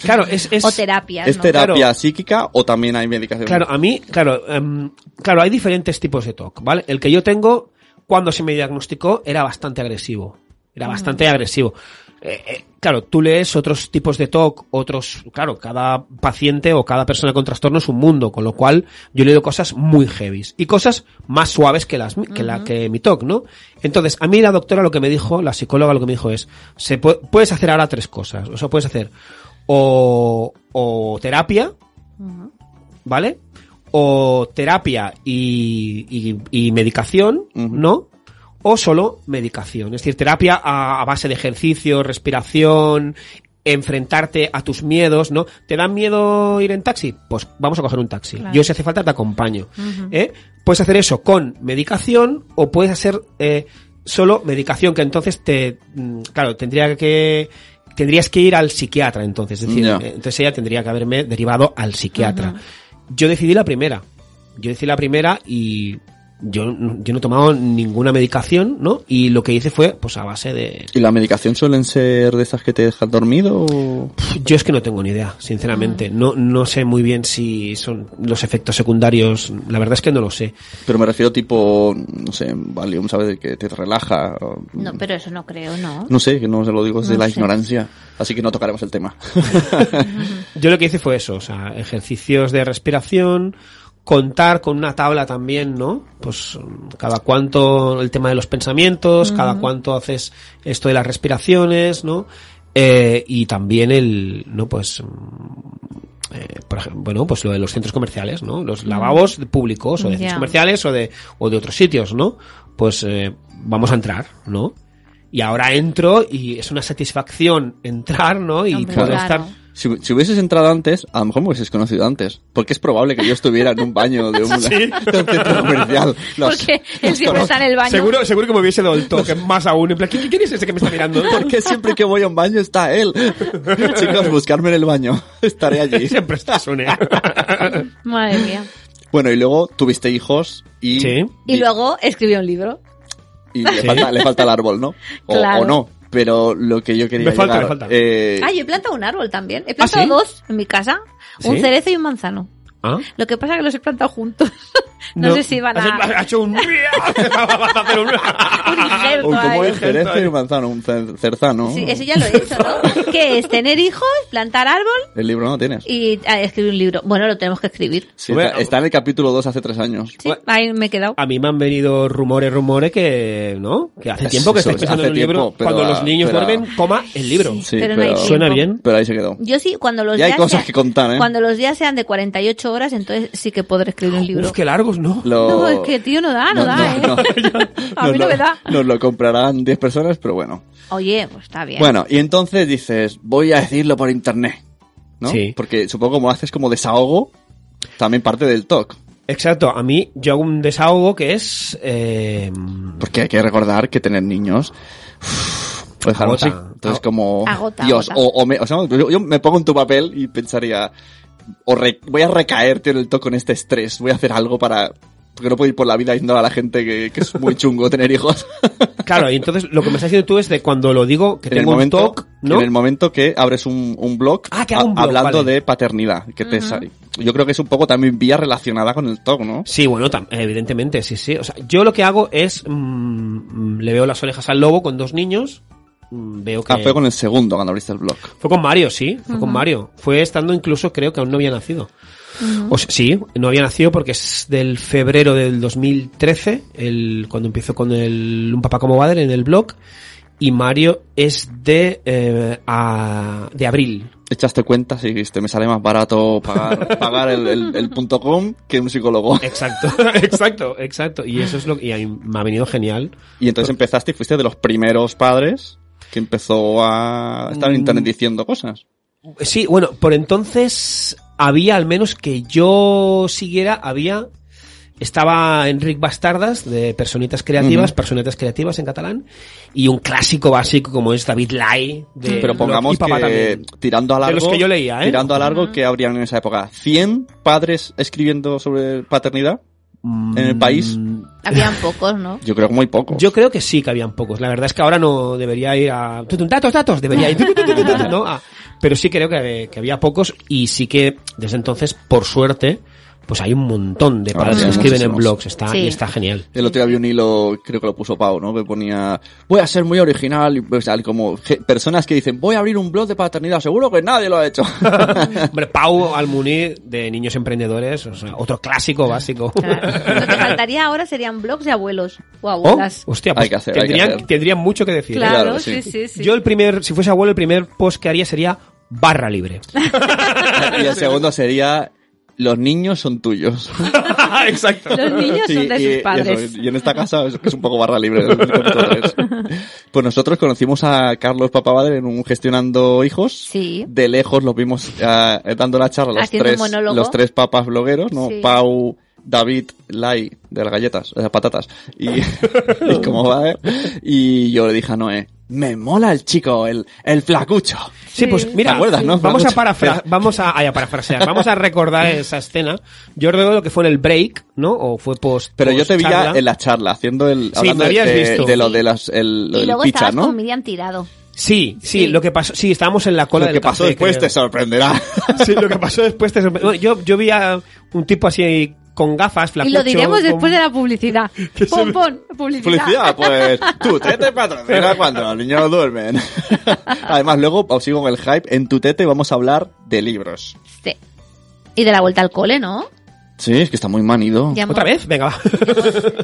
Speaker 4: Claro, es... es-
Speaker 3: O terapias,
Speaker 2: es
Speaker 3: ¿no?
Speaker 2: terapia
Speaker 4: Claro.
Speaker 2: psíquica o también hay medicación.
Speaker 4: Claro, a mí, claro, em, claro, hay diferentes tipos de TOC, ¿vale? El que yo tengo, cuando se me diagnosticó, era bastante agresivo. Era bastante agresivo. Eh, eh, claro, tú lees otros tipos de TOC, otros, claro, cada paciente o cada persona con trastorno es un mundo, con lo cual yo he leído cosas muy heavies y cosas más suaves que las mi- que la que mi TOC, ¿no? Entonces, a mí la doctora lo que me dijo, la psicóloga lo que me dijo es, se pu- puedes hacer ahora tres cosas, o sea, puedes hacer o, o terapia,
Speaker 3: Ujú.
Speaker 4: ¿vale? O terapia y, y- y medicación,
Speaker 2: Ujú.
Speaker 4: ¿no? O solo medicación. Es decir, terapia a, a base de ejercicio, respiración, enfrentarte a tus miedos, ¿no? ¿Te da miedo ir en taxi? Pues vamos a coger un taxi.
Speaker 3: Claro.
Speaker 4: Yo si hace falta te acompaño.
Speaker 3: Ujú.
Speaker 4: ¿eh? Puedes hacer eso con medicación o puedes hacer eh, solo medicación, que entonces te... mm, Claro, tendría que... Tendrías que ir al psiquiatra entonces, es decir,
Speaker 2: Ya.
Speaker 4: eh, entonces ella tendría que haberme derivado al psiquiatra. Yo decidí la primera. Yo decidí la primera y yo, yo no he tomado ninguna medicación, ¿no? Y lo que hice fue, pues a base de...
Speaker 2: ¿Y la medicación suelen ser de esas que te dejan dormido? o-
Speaker 4: Yo es que no tengo ni idea, sinceramente. No, no sé muy bien si son los efectos secundarios. La verdad es que no lo sé.
Speaker 2: Pero me refiero tipo, no sé, Valium, ¿sabes? De Que te relaja. o-
Speaker 3: No, pero eso no creo, ¿no?
Speaker 2: No sé, que no se lo digo desde
Speaker 3: No
Speaker 2: la
Speaker 3: sé.
Speaker 2: ignorancia. Así que no tocaremos el tema. [laughs]
Speaker 4: Yo lo que hice fue eso, o sea, ejercicios de respiración, contar con una tabla también, ¿no? Pues mm, cada cuánto el tema de los pensamientos, cada cuánto haces esto de las respiraciones, ¿no? Eh, y también el, no, pues, mm, eh, por ejemplo, bueno, pues lo de los centros comerciales, ¿no? Los lavabos de públicos o de centros
Speaker 3: Ya.
Speaker 4: comerciales o de, o de otros sitios, ¿no? Pues eh, vamos a entrar, ¿no? Y ahora entro y es una satisfacción entrar, ¿no? Y
Speaker 3: Hombre,
Speaker 4: puedo
Speaker 3: claro.
Speaker 4: estar
Speaker 2: Si, si hubieses entrado antes, a lo mejor me hubieses conocido antes. Porque es probable que yo estuviera en un baño de un,
Speaker 3: [laughs]
Speaker 2: de un centro comercial. Los-
Speaker 3: Porque él siempre está en el baño.
Speaker 4: Seguro, seguro que me hubiese dado el toque más aún. En plan, ¿quién, quién es ese que me
Speaker 3: [laughs]
Speaker 4: está mirando?
Speaker 2: Porque siempre que voy a un baño está
Speaker 4: [laughs]
Speaker 2: él. Chicos, buscarme en el baño. [laughs] Estaré allí.
Speaker 4: Siempre estás un
Speaker 3: Madre mía.
Speaker 2: Bueno, y luego tuviste hijos y...
Speaker 4: Sí.
Speaker 3: Y luego escribió un libro.
Speaker 2: y le, falta, le falta el árbol, ¿no? O,
Speaker 3: Claro.
Speaker 2: o no. Pero lo que yo quería
Speaker 4: Me falta,
Speaker 2: llegar,
Speaker 4: me falta.
Speaker 2: eh,
Speaker 3: Ah, yo he plantado un árbol también. He plantado
Speaker 4: sí?
Speaker 3: dos en mi casa. Un
Speaker 4: ¿Sí?
Speaker 3: cerezo y un manzano.
Speaker 4: ¿Ah?
Speaker 3: Lo que pasa es que los he plantado juntos. [laughs] No, sé si van a...
Speaker 4: Ha hecho
Speaker 3: [laughs]
Speaker 4: un... Vas a hacer [laughs] un...
Speaker 3: Un injerto
Speaker 2: O como
Speaker 3: ahí.
Speaker 2: el cerezo y el manzano, un cer- cerzano.
Speaker 3: Sí, eso ya lo he hecho, ¿no? ¿Qué es? ¿Tener hijos? ¿Plantar árbol?
Speaker 2: El libro no lo tienes.
Speaker 3: Y ah, escribir un libro. Bueno, lo tenemos que escribir.
Speaker 2: Sí,
Speaker 4: Hombre,
Speaker 2: está, está en el capítulo 2 hace tres años.
Speaker 3: Sí, ahí me he quedado.
Speaker 4: A mí me han venido rumores, rumores que, ¿no? Que hace
Speaker 2: Es-
Speaker 4: tiempo que
Speaker 2: eso
Speaker 4: estáis
Speaker 2: es,
Speaker 4: pensando
Speaker 2: hace
Speaker 4: en un libro.
Speaker 2: tiempo, pero
Speaker 4: Cuando
Speaker 2: la-
Speaker 4: los niños
Speaker 2: pero la-
Speaker 4: duermen, coma el libro.
Speaker 2: Sí,
Speaker 3: pero,
Speaker 2: pero-
Speaker 3: no hay tiempo.
Speaker 4: Suena bien.
Speaker 2: Pero ahí se quedó.
Speaker 3: Yo sí, cuando los
Speaker 2: Ya hay
Speaker 3: días
Speaker 2: cosas
Speaker 3: sean-
Speaker 2: que contar, ¿eh?
Speaker 3: Cuando los días sean de 48 horas, entonces sí que podré escribir un libro.
Speaker 4: Uf, qué largos, ¿no?
Speaker 2: Lo-
Speaker 3: No, es que tío, no da, no, da, ¿eh? [laughs] a
Speaker 2: Nos
Speaker 3: mí no
Speaker 2: lo-
Speaker 3: me da.
Speaker 2: Nos lo comprarán 10 personas, pero bueno.
Speaker 3: Oye, pues está bien.
Speaker 2: Bueno, y entonces dices, voy a decirlo por internet. ¿No?
Speaker 4: Sí.
Speaker 2: Porque supongo como haces como desahogo, también parte del TOC.
Speaker 4: Exacto, a mí yo hago un desahogo que es... Eh,
Speaker 2: Porque hay que recordar que tener niños. uff, puede dejarlo
Speaker 4: Agota. Ah,
Speaker 2: así. Entonces, como.
Speaker 3: Agota,
Speaker 2: Dios,
Speaker 3: agota.
Speaker 2: O, o me, o sea, yo, yo me pongo en tu papel y pensaría. O re- voy a recaerte en el toque con este estrés. Voy a hacer algo para. Porque no puedo ir por la vida diciendo a la gente que, que es muy chungo tener hijos.
Speaker 4: claro, y entonces lo que me estás diciendo tú es de cuando lo digo, que
Speaker 2: en, el
Speaker 4: tengo un
Speaker 2: momento,
Speaker 4: TOC, ¿no?
Speaker 2: en el momento que abres un, un blog,
Speaker 4: Ah, que hago un blog,
Speaker 2: hablando
Speaker 4: vale.
Speaker 2: de paternidad. Que te sale. Yo creo que es un poco también vía relacionada con el TOC, ¿no?
Speaker 4: Sí, bueno, tam- evidentemente, sí, sí. O sea, yo lo que hago es... mm, mm, le veo las orejas al lobo con dos niños. mm, Veo que...
Speaker 2: Ah, fue con el segundo cuando abriste el blog.
Speaker 4: Fue con Mario, sí, fue con Mario. Fue estando incluso, creo que aún no había nacido. O sea, sí, no había nacido porque es del febrero del 2013, el, cuando empiezo con el Un Papá como Padre en el blog. Y Mario es de, eh, a- de abril.
Speaker 2: [laughs] echaste cuentas y dijiste, me sale más barato
Speaker 4: [laughs]
Speaker 2: pagar, pagar el, el, el punto com que un psicólogo.
Speaker 4: Exacto, [laughs] exacto, exacto. Y eso es lo que y a mí me ha venido genial.
Speaker 2: Y entonces empezaste y fuiste de los primeros padres que empezó a estar en
Speaker 4: Mm.
Speaker 2: internet diciendo cosas.
Speaker 4: Sí, bueno, por entonces había, al menos que yo siguiera, había. Estaba Enric Bastardas de Personitas Creativas,
Speaker 2: Ujú.
Speaker 4: Personetas Creativas en catalán, y un clásico básico como es David Lai de
Speaker 2: Pero pongamos
Speaker 4: y papá
Speaker 2: que
Speaker 4: Eh, también.
Speaker 2: tirando a
Speaker 4: De
Speaker 2: largo,
Speaker 4: los que yo leía, ¿eh?
Speaker 2: tirando a largo, que habrían en esa época? ¿100 padres escribiendo sobre paternidad? en el país.
Speaker 4: Mm,
Speaker 3: Habían pocos, ¿no?
Speaker 2: [laughs] Yo creo que muy poco.
Speaker 4: Yo creo que sí que habían pocos. La verdad es que ahora no debería ir a. "Tutum, Datos, datos, debería ir. "Tutum, tutum, tutum, tutum", ¿no? Ah, pero sí creo que, que había pocos y sí que desde entonces, por suerte, pues hay un montón de
Speaker 2: Ahora
Speaker 4: padres
Speaker 2: Ah, sí,
Speaker 4: que escriben en
Speaker 2: muchísimos.
Speaker 4: blogs. Está,
Speaker 3: Sí.
Speaker 4: Y está genial.
Speaker 2: El otro día había un hilo, creo que lo puso Pau, ¿no? Que ponía, voy a ser muy original, y, o sea, como ge- personas que dicen, voy a abrir un blog de paternidad, seguro que nadie lo ha
Speaker 3: [laughs]
Speaker 2: hecho.
Speaker 4: Hombre, Pau Almuní de Niños Emprendedores, o sea, otro clásico básico.
Speaker 3: Claro. Lo que faltaría ahora serían blogs de abuelos o
Speaker 4: Oh,
Speaker 3: abuelas.
Speaker 4: hostia, pues
Speaker 2: Hay que hacer, hay que
Speaker 4: tendrían,
Speaker 2: hacer.
Speaker 4: tendrían mucho que decir. ¿eh?
Speaker 3: claro,
Speaker 2: claro,
Speaker 3: sí,
Speaker 2: sí.
Speaker 3: sí, sí.
Speaker 4: Yo el primer, si fuese abuelo, el primer post que haría sería
Speaker 3: [laughs]
Speaker 4: barra libre.
Speaker 2: y el segundo sería, los niños son tuyos.
Speaker 4: Exacto.
Speaker 2: [laughs]
Speaker 3: Los niños
Speaker 2: Sí,
Speaker 3: son de
Speaker 2: y- y
Speaker 3: sus
Speaker 2: eso,
Speaker 3: padres.
Speaker 2: y en esta casa es, es un poco barra libre. el conductor
Speaker 3: [laughs]
Speaker 2: es. Pues nosotros conocimos a Carlos Papabadre en un gestionando hijos.
Speaker 3: Sí.
Speaker 2: De lejos los vimos ah, dando la charla los
Speaker 3: Haciendo un
Speaker 2: tres,
Speaker 3: monólogo.
Speaker 2: los tres papas blogueros, ¿no?
Speaker 3: Sí.
Speaker 2: Pau, David, Lai, de las galletas, de las patatas. Y, [laughs] y cómo va, ¿eh? Y yo le dije a Noé, me mola el chico, el, el flacucho.
Speaker 4: Sí, pues mira,
Speaker 2: ¿Te acuerdas, no?
Speaker 4: vamos a
Speaker 2: Flacucho.
Speaker 4: parafra vamos a, ay, a parafrasear, vamos a
Speaker 2: [laughs]
Speaker 4: recordar esa escena. Yo recuerdo lo que fue en el break, ¿no? O fue post.
Speaker 2: Pero yo
Speaker 4: post
Speaker 2: te vi ya
Speaker 4: Pues, charla.
Speaker 2: en la charla, haciendo el,
Speaker 4: Sí,
Speaker 2: hablando
Speaker 4: me habías
Speaker 2: de,
Speaker 4: visto.
Speaker 2: de lo de las, el, lo
Speaker 3: Y
Speaker 2: del
Speaker 3: luego
Speaker 2: picha,
Speaker 3: estabas
Speaker 2: ¿no?
Speaker 3: con Miriam tirado.
Speaker 4: Sí, sí,
Speaker 3: Sí.
Speaker 4: lo que pasó, sí, estábamos en la cola
Speaker 2: Lo
Speaker 4: del
Speaker 2: que pasó
Speaker 4: café,
Speaker 2: después
Speaker 4: creo.
Speaker 2: te sorprenderá.
Speaker 4: [laughs] Sí, lo que pasó después te sorpre- Bueno, Yo, yo vi a un tipo así con gafas,
Speaker 3: y
Speaker 4: flacucho.
Speaker 3: lo diremos
Speaker 4: con-
Speaker 3: después de la
Speaker 2: [laughs]
Speaker 3: publicidad. Pon, pon, publicidad.
Speaker 2: Publicidad, pues tu tete patrocina cuando los niños duermen. [laughs] Además, luego os sigo con el hype. En tu tete vamos a hablar de libros.
Speaker 3: Sí. Y de la vuelta al cole, ¿no?
Speaker 2: Sí, es que está muy manido.
Speaker 3: Ya hemos-
Speaker 4: ¿Otra vez? Venga, va.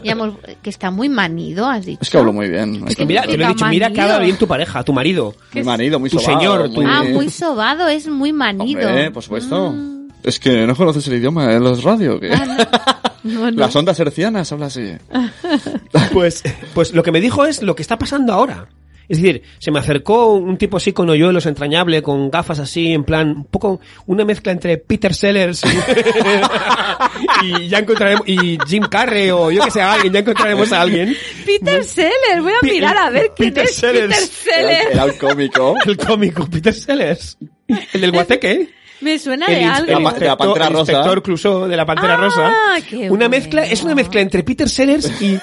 Speaker 3: ya hemos- que está muy manido, has dicho.
Speaker 2: Es que hablo muy bien.
Speaker 3: Es que
Speaker 4: [laughs] Mira, te lo he dicho, mira que habla bien tu pareja, tu marido.
Speaker 2: Muy manido, muy
Speaker 4: Tu
Speaker 2: sobado,
Speaker 4: señor, tu-
Speaker 3: Ah, muy sobado, es muy manido.
Speaker 2: Hombre, por supuesto.
Speaker 3: Mm.
Speaker 2: Es que no conoces el idioma de los radio. que
Speaker 3: Ah, No, no.
Speaker 2: Las ondas hercianas habla así.
Speaker 4: Pues, pues lo que me dijo es lo que está pasando ahora. Es decir, se me acercó un tipo así con hoyuelos entrañable, con gafas así, en plan, un poco una mezcla entre Peter Sellers y- [laughs] y ya encontraremos, y Jim Carrey o yo que sé, alguien, ya encontraremos a alguien.
Speaker 3: Peter Sellers, voy a
Speaker 4: Pi-
Speaker 3: mirar a ver quién
Speaker 4: Peter
Speaker 3: es Peter
Speaker 4: Sellers.
Speaker 3: Sellers.
Speaker 2: Era un
Speaker 3: [laughs]
Speaker 2: cómico.
Speaker 4: El cómico Peter Sellers. El del guateque.
Speaker 3: Me suena
Speaker 4: El,
Speaker 3: de
Speaker 4: ins-
Speaker 3: algo.
Speaker 4: el
Speaker 2: La ma- de la
Speaker 4: inspector-
Speaker 2: Pantera
Speaker 4: el
Speaker 2: Rosa.
Speaker 4: inspector Clouseau de la Pantera
Speaker 3: Ah,
Speaker 4: Rosa.
Speaker 3: qué
Speaker 4: una mezcla,
Speaker 3: bueno. [laughs]
Speaker 4: es una mezcla entre Peter Sellers y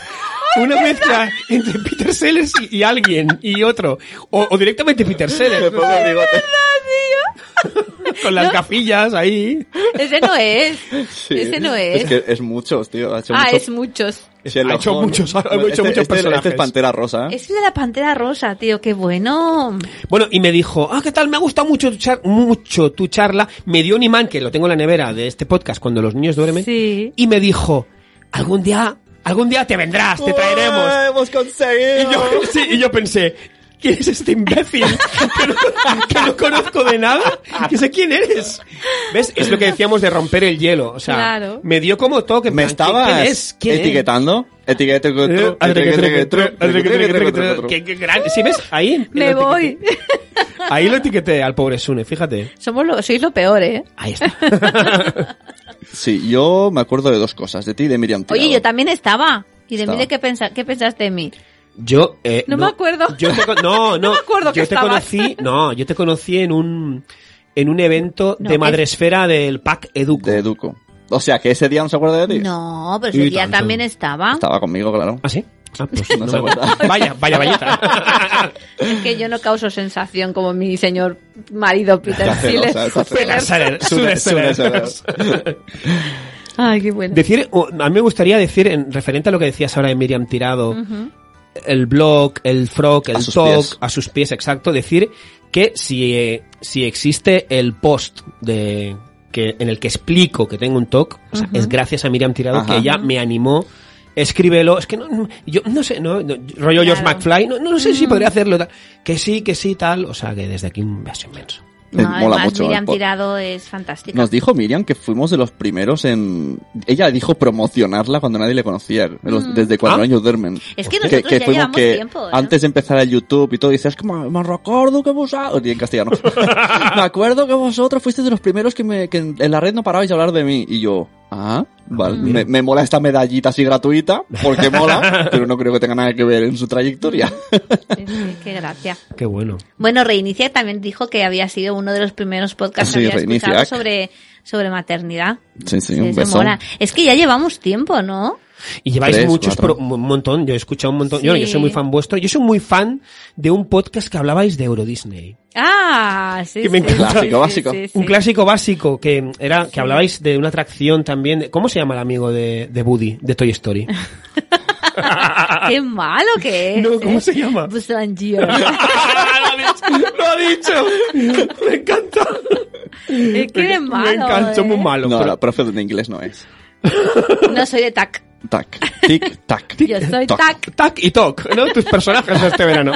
Speaker 4: Una mezcla entre Peter Sellers y, y alguien, y otro. O, o directamente Peter
Speaker 2: Me
Speaker 4: Sellers,
Speaker 2: pongo el bigote.
Speaker 4: con las gafillas ahí.
Speaker 3: Ese no es.
Speaker 2: Sí.
Speaker 3: Ese no es.
Speaker 2: Es que es muchos, tío. Ha hecho
Speaker 3: ah,
Speaker 2: muchos.
Speaker 3: es muchos.
Speaker 4: Ha hecho muchos- ha hecho muchos
Speaker 2: este, este- Este
Speaker 4: personajes.
Speaker 2: es Pantera Rosa. ¿eh?
Speaker 3: Es el de la pantera rosa, tío, qué bueno.
Speaker 4: Bueno, y me dijo, ah, ¿qué tal? Me ha gustado mucho tu, char- mucho tu charla. Me dio un imán, que lo tengo en la nevera de este podcast cuando los niños duermen.
Speaker 3: Sí.
Speaker 4: Y me dijo, algún día, algún día te vendrás, te traeremos.
Speaker 2: ¡Ué, ¡Hemos
Speaker 4: Y
Speaker 2: conseguido!
Speaker 4: yo, sí, y yo pensé, ¿quién es este imbécil? Que no, que no conozco de nada. Que sé quién eres. ¿Ves? Es lo que decíamos de romper el hielo. O sea,
Speaker 3: Claro.
Speaker 4: me dio como toque. en
Speaker 2: ¿Me
Speaker 4: plan,
Speaker 2: estabas
Speaker 4: ¿Quién es? ¿Quién es?
Speaker 2: etiquetando? Etiquete-
Speaker 4: Eh,
Speaker 2: etiquete- etiquete-
Speaker 4: Qué- qué gran- ¿Sí ves? Ahí.
Speaker 3: Me
Speaker 4: lo
Speaker 3: voy. [laughs]
Speaker 4: etiqueté. Ahí lo etiqueté al pobre Sune, fíjate.
Speaker 3: Somos lo, sois lo peor, ¿eh?
Speaker 4: Ahí está.
Speaker 2: Sí, yo me acuerdo de dos cosas, de ti y de Miriam.
Speaker 3: Oye,
Speaker 2: Tirado.
Speaker 3: yo también estaba. Y de mí
Speaker 2: Estaba.
Speaker 3: de qué, pensa- qué pensaste de mí.
Speaker 4: [laughs] Yo eh,
Speaker 3: No me acuerdo.
Speaker 4: Yo te con-
Speaker 3: [laughs]
Speaker 4: no, no,
Speaker 3: me acuerdo que
Speaker 4: yo te
Speaker 3: estabas.
Speaker 4: conocí, no, yo te conocí en un en un evento
Speaker 3: No,
Speaker 4: de
Speaker 3: es-
Speaker 4: madresfera del PAC Educo.
Speaker 2: De Educo. O sea, que ese día no se acuerda de ti.
Speaker 3: No, pero
Speaker 4: Y
Speaker 3: ese día
Speaker 4: tanto.
Speaker 3: también estaba.
Speaker 2: Estaba conmigo, [laughs] claro.
Speaker 4: ¿Ah, sí? Ah, pues
Speaker 2: No se
Speaker 4: me-
Speaker 2: acuerda.
Speaker 4: Vaya, vaya,
Speaker 2: [laughs]
Speaker 4: vaya.
Speaker 3: Es que yo no causo sensación como mi señor marido Peter
Speaker 2: Cacerosa,
Speaker 3: Siles.
Speaker 2: cacerosa. Sune- Sune Sellers.
Speaker 3: Ay, qué bueno.
Speaker 4: Decir, o- a mí me gustaría decir, en referente a lo que decías ahora de Miriam Tirado,
Speaker 3: Ujú.
Speaker 4: el blog, el frog, el
Speaker 2: A sus
Speaker 4: talk,
Speaker 2: pies.
Speaker 4: a sus pies, exacto, decir que si, eh, si existe el post de que en el que explico que tengo un talk, o sea, es gracias a Miriam Tirado
Speaker 2: Ajá.
Speaker 4: que ella me animó. Escríbelo, es que no, no- yo no sé, no, no,
Speaker 3: Claro.
Speaker 4: rollo George McFly, no, no sé si
Speaker 2: Mm.
Speaker 4: podría hacerlo, tal. que sí, que sí, tal, o sea, que desde aquí un beso inmenso.
Speaker 3: No,
Speaker 2: Mola
Speaker 3: además,
Speaker 2: mucho,
Speaker 3: Miriam
Speaker 2: eh, po-
Speaker 3: Tirado es fantástica.
Speaker 2: Nos dijo Miriam que fuimos de los primeros en... Ella dijo promocionarla cuando nadie le conocía, de los- desde cuando
Speaker 4: Ah.
Speaker 2: años duermen.
Speaker 3: Mm. Es que nosotros ya llevamos
Speaker 2: que
Speaker 3: tiempo, ¿eh?
Speaker 2: antes de empezar el YouTube y todo, dices, como, me recuerdo que vosotros... Y en castellano. me acuerdo que vosotros fuisteis de los primeros que, me, que en en la red no parabais de hablar de mí. Y yo, ah, vale,
Speaker 3: Mm.
Speaker 2: me, me mola esta medallita así gratuita, porque mola, pero no creo que tenga nada que ver en su trayectoria.
Speaker 3: Sí, sí, qué gracia.
Speaker 4: Qué bueno.
Speaker 3: Bueno, Reinicia también dijo que había sido uno de los primeros podcasts que
Speaker 2: Ah, Sí,
Speaker 3: había escuchado
Speaker 2: Reinicia.
Speaker 3: sobre, sobre maternidad.
Speaker 2: sí, sí,
Speaker 3: Sí,
Speaker 2: un
Speaker 3: eso
Speaker 2: beso.
Speaker 3: mola. Es que ya llevamos tiempo, ¿no?
Speaker 4: Y lleváis
Speaker 2: Tres,
Speaker 4: muchos,
Speaker 2: cuatro.
Speaker 4: pro- un montón, yo he escuchado un montón, yo,
Speaker 3: Sí.
Speaker 4: yo soy muy fan vuestro, yo soy muy fan de un podcast que hablabais de Euro Disney.
Speaker 3: Ah, sí.
Speaker 4: Que me
Speaker 3: sí, sí,
Speaker 4: encanta.
Speaker 3: sí,
Speaker 2: Clásico, básico.
Speaker 3: sí, sí.
Speaker 4: Un clásico básico que era que hablabais de una atracción también. de- ¿Cómo se llama el amigo de, de Woody, de
Speaker 3: [laughs]
Speaker 4: Toy Story? [laughs]
Speaker 3: Qué malo que es.
Speaker 4: ah, No, ¿cómo
Speaker 3: ¿eh?
Speaker 4: se llama?
Speaker 3: Buslangio.
Speaker 4: ¡Lo ha dicho! [laughs] ¡Me encanta!
Speaker 3: Es que eres malo.
Speaker 4: [laughs] Me encanta,
Speaker 3: ¿eh?
Speaker 4: muy malo.
Speaker 2: No,
Speaker 4: pero-
Speaker 2: la profe de inglés no es.
Speaker 3: No soy de TAC. [laughs]
Speaker 2: Tac, tic, tac.
Speaker 3: Yo soy
Speaker 2: toc.
Speaker 3: TAC.
Speaker 4: Tac y Toc, ¿no? Tus personajes de
Speaker 2: [laughs]
Speaker 4: este verano.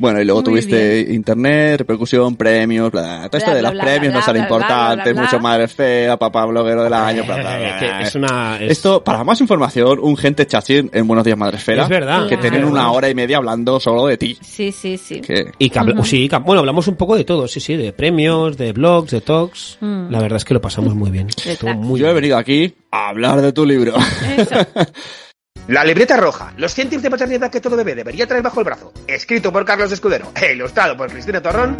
Speaker 2: Bueno, y luego
Speaker 3: Muy
Speaker 2: tuviste internet, repercusión, premios, bla, bla. Todo esto
Speaker 3: Bla,
Speaker 2: de
Speaker 3: bla,
Speaker 2: los
Speaker 3: bla,
Speaker 2: premios
Speaker 3: bla,
Speaker 2: no será
Speaker 3: bla, bla,
Speaker 2: importante,
Speaker 3: bla, bla,
Speaker 2: mucho
Speaker 3: bla.
Speaker 2: madre fea, papá bloguero del año, bla, bla,
Speaker 4: Eh,
Speaker 2: bla.
Speaker 4: que [laughs] es una... es-
Speaker 2: Esto, para más información, un gente chachín en Buenos Días Madresfera.
Speaker 4: Es verdad.
Speaker 2: Que
Speaker 3: Claro.
Speaker 2: tienen una hora y media hablando solo de ti.
Speaker 3: Sí, sí, sí.
Speaker 2: Que,
Speaker 4: Y que habla- sí, que- bueno, hablamos un poco de todo, sí, sí, de premios, de blogs, de talks.
Speaker 3: Mm.
Speaker 4: La verdad es que lo pasamos muy bien. Estuvo
Speaker 3: tac.
Speaker 4: muy
Speaker 2: yo he
Speaker 4: bien.
Speaker 2: venido aquí a hablar de tu libro. [laughs]
Speaker 3: Eso.
Speaker 5: La libreta roja, los 100 tips de paternidad que todo bebé debería traer bajo el brazo. Escrito por Carlos Escudero e ilustrado por Cristina Torrón.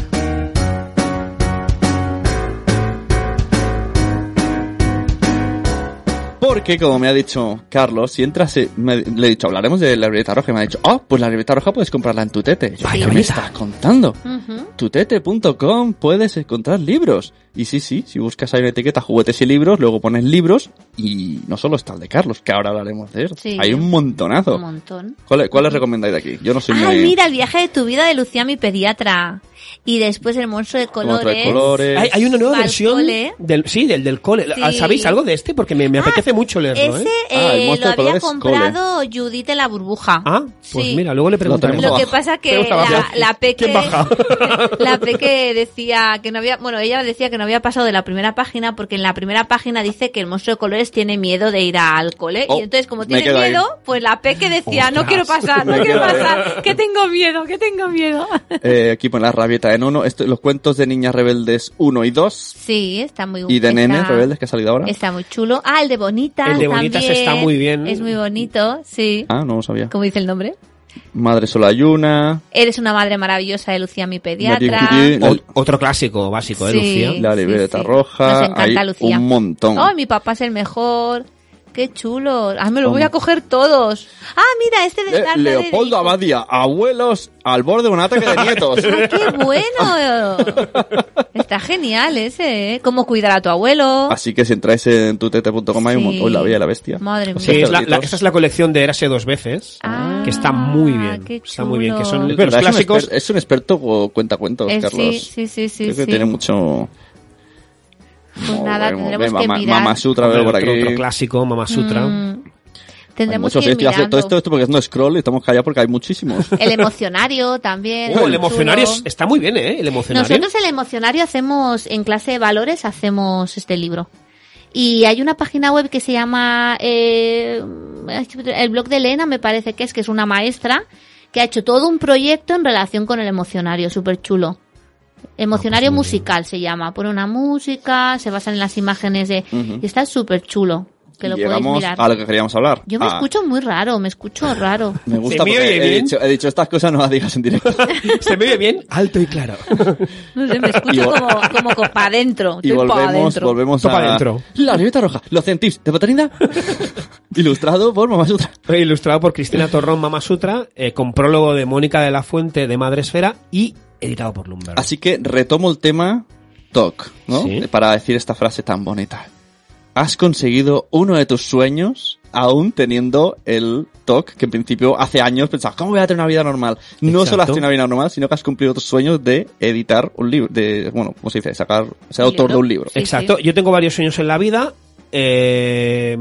Speaker 2: Porque, como me ha dicho Carlos, si entras, eh, me- le he dicho, hablaremos de la libreta roja. Y me ha dicho, oh, pues la libreta roja puedes comprarla en tu tete. Yo,
Speaker 4: Vaya
Speaker 2: ¿qué me
Speaker 4: meta.
Speaker 2: estás contando?
Speaker 3: Ujú.
Speaker 2: tutete.com puedes encontrar libros. Y sí, sí, si buscas ahí una etiqueta juguetes y libros, luego pones libros y no solo está el de Carlos, que ahora hablaremos de él.
Speaker 3: Sí.
Speaker 2: Hay un montonazo.
Speaker 3: Un montón.
Speaker 2: ¿Cuál, cuál os recomendáis de aquí? Yo no soy muy...
Speaker 3: Ay, mira, el viaje de tu vida de Lucía, mi pediatra. Y después el monstruo de colores.
Speaker 2: Monstruo de colores.
Speaker 4: Hay, hay una nueva
Speaker 3: Val
Speaker 4: versión
Speaker 3: Cole.
Speaker 4: del, sí, del del cole.
Speaker 3: Sí. Ah,
Speaker 4: ¿Sabéis algo de este? Porque me, me apetece mucho leerlo,
Speaker 3: Ese
Speaker 4: ¿eh?
Speaker 2: Ah, el
Speaker 3: eh,
Speaker 2: monstruo
Speaker 3: lo
Speaker 2: de
Speaker 3: había
Speaker 2: colores,
Speaker 3: comprado Judith en la burbuja.
Speaker 4: Ah, pues
Speaker 3: Sí.
Speaker 4: mira, luego le preguntaremos.
Speaker 3: Lo
Speaker 2: Abajo.
Speaker 3: que pasa que
Speaker 4: Tenemos abajo.
Speaker 3: la, la Peque
Speaker 4: ¿Quién baja?
Speaker 3: [laughs] la Peque decía que no había, bueno, ella decía que no había pasado de la primera página porque en la primera página dice que el monstruo de colores tiene miedo de ir al cole
Speaker 2: Oh,
Speaker 3: y entonces como
Speaker 2: me
Speaker 3: tiene
Speaker 2: quedo ahí.
Speaker 3: miedo, pues la Peque decía,
Speaker 4: Ostras.
Speaker 3: "No quiero pasar, no
Speaker 2: Me
Speaker 3: quiero
Speaker 2: quedo ahí.
Speaker 3: pasar, que tengo miedo, que tengo miedo." [laughs]
Speaker 2: Eh, aquí pon la rabieta en uno. Esto, los cuentos de niñas rebeldes 1 y 2.
Speaker 3: Sí, está muy
Speaker 2: Y de
Speaker 3: está-
Speaker 2: nenes rebeldes que ha salido ahora.
Speaker 3: Está muy chulo. Ah, el de Bonitas
Speaker 4: El de Bonitas
Speaker 3: también.
Speaker 4: está muy bien.
Speaker 3: Es muy bonito, sí.
Speaker 2: Ah, no lo sabía.
Speaker 3: Como dice el nombre.
Speaker 2: Madre sola hay una.
Speaker 3: Eres una madre maravillosa de Lucía, mi pediatra.
Speaker 2: Marie Curie,
Speaker 4: O- otro clásico básico, ¿eh,
Speaker 3: Sí.
Speaker 4: Lucía?
Speaker 2: La
Speaker 3: Sí,
Speaker 2: libreta
Speaker 3: sí.
Speaker 2: roja.
Speaker 3: Nos encanta
Speaker 2: hay
Speaker 3: Lucía.
Speaker 2: un montón.
Speaker 3: Oh, mi papá es el mejor. Qué chulo. Ah, me lo voy a coger todos. Ah, mira, este de
Speaker 2: Eh,
Speaker 3: Darth Vader
Speaker 2: Leopoldo
Speaker 3: dijo-
Speaker 2: Abadia, abuelos al borde de un ataque de
Speaker 3: [laughs]
Speaker 2: nietos.
Speaker 3: ¡Ah, qué
Speaker 2: [laughs]
Speaker 3: bueno! Está genial ese, ¿eh? Cómo cuidar a tu abuelo.
Speaker 2: Así que si entráis en tutete.com hay un
Speaker 3: Sí.
Speaker 2: montón. Uy, la bella y la bestia.
Speaker 3: Madre mía.
Speaker 2: O sea,
Speaker 4: Sí, es la- la-
Speaker 2: cerditos.
Speaker 4: esa es la colección de Érase dos veces,
Speaker 3: Ah,
Speaker 4: que está muy bien.
Speaker 3: qué
Speaker 4: Está muy bien, que son
Speaker 3: chulo.
Speaker 4: los
Speaker 2: Es verdad, es un
Speaker 4: clásicos.
Speaker 2: exper- es un experto cu- cuentacuentos,
Speaker 3: Eh,
Speaker 2: Carlos.
Speaker 3: sí, sí, sí, sí.
Speaker 2: Creo que
Speaker 3: sí.
Speaker 2: tiene mucho.
Speaker 3: Pues nada, tendremos que mirar.
Speaker 2: Mamá Sutra, veo
Speaker 4: Hombre,
Speaker 2: por
Speaker 4: otro,
Speaker 2: aquí.
Speaker 4: otro clásico, Mamá Sutra.
Speaker 3: Mm.
Speaker 2: Hay
Speaker 3: Tendremos
Speaker 2: muchos,
Speaker 3: que ir
Speaker 2: estoy haciendo
Speaker 3: mirando.
Speaker 2: todo esto, esto porque es no scroll y estamos callados porque hay muchísimos.
Speaker 3: El
Speaker 2: [laughs]
Speaker 3: emocionario también.
Speaker 4: Uh, el
Speaker 3: chulo.
Speaker 4: emocionario es- está muy bien, ¿eh? El emocionario.
Speaker 3: Nosotros el emocionario hacemos, en clase de valores, hacemos este libro. Y hay una página web que se llama eh, el blog de Elena, me parece que es, que es una maestra que ha hecho todo un proyecto en relación con el emocionario, súper chulo.
Speaker 2: Ah, pues
Speaker 3: Emocionario musical se llama. Pone una música, se basa en las imágenes de...
Speaker 2: Ujú.
Speaker 3: Y está súper chulo, [laughs] que lo
Speaker 2: Y
Speaker 3: podéis
Speaker 2: llegamos
Speaker 3: mirar.
Speaker 2: a lo que queríamos hablar.
Speaker 3: Yo me
Speaker 2: Ah,
Speaker 3: escucho muy raro, me escucho raro.
Speaker 2: [laughs] Me gusta
Speaker 4: Se me
Speaker 2: porque
Speaker 4: oye
Speaker 2: he
Speaker 4: bien.
Speaker 2: dicho, he dicho estas cosas no las digas en
Speaker 3: [laughs]
Speaker 2: directo.
Speaker 4: Se me ve bien, alto y claro.
Speaker 3: No sé, me
Speaker 2: Y
Speaker 3: escucho
Speaker 2: vol-
Speaker 3: como, como co- pa' adentro.
Speaker 2: Y
Speaker 3: estoy pa'
Speaker 2: volvemos,
Speaker 3: adentro.
Speaker 2: volvemos
Speaker 4: Topa
Speaker 2: a
Speaker 4: adentro.
Speaker 2: la libreta roja, los centis de
Speaker 4: [laughs]
Speaker 2: botanidad, ilustrado por Mamá Sutra.
Speaker 4: Ilustrado por Cristina Torrón, Mamá Sutra, eh, con prólogo de Mónica de la Fuente de Madre Esfera y editado por Lumber.
Speaker 2: Así que retomo el tema TOC, ¿no?
Speaker 4: Sí.
Speaker 2: Para decir esta frase tan bonita. Has conseguido uno de tus sueños aún teniendo el TOC, que en principio hace años pensabas, ¿cómo voy a tener una vida normal? No
Speaker 4: Exacto.
Speaker 2: solo has tenido una vida normal, sino que has cumplido tus sueños de editar un libro, de, bueno, ¿cómo se dice? Sacar, ser
Speaker 3: ¿Un
Speaker 2: autor de
Speaker 3: libro?
Speaker 2: un libro.
Speaker 3: Sí,
Speaker 4: Exacto. Yo tengo varios sueños en la vida. eh,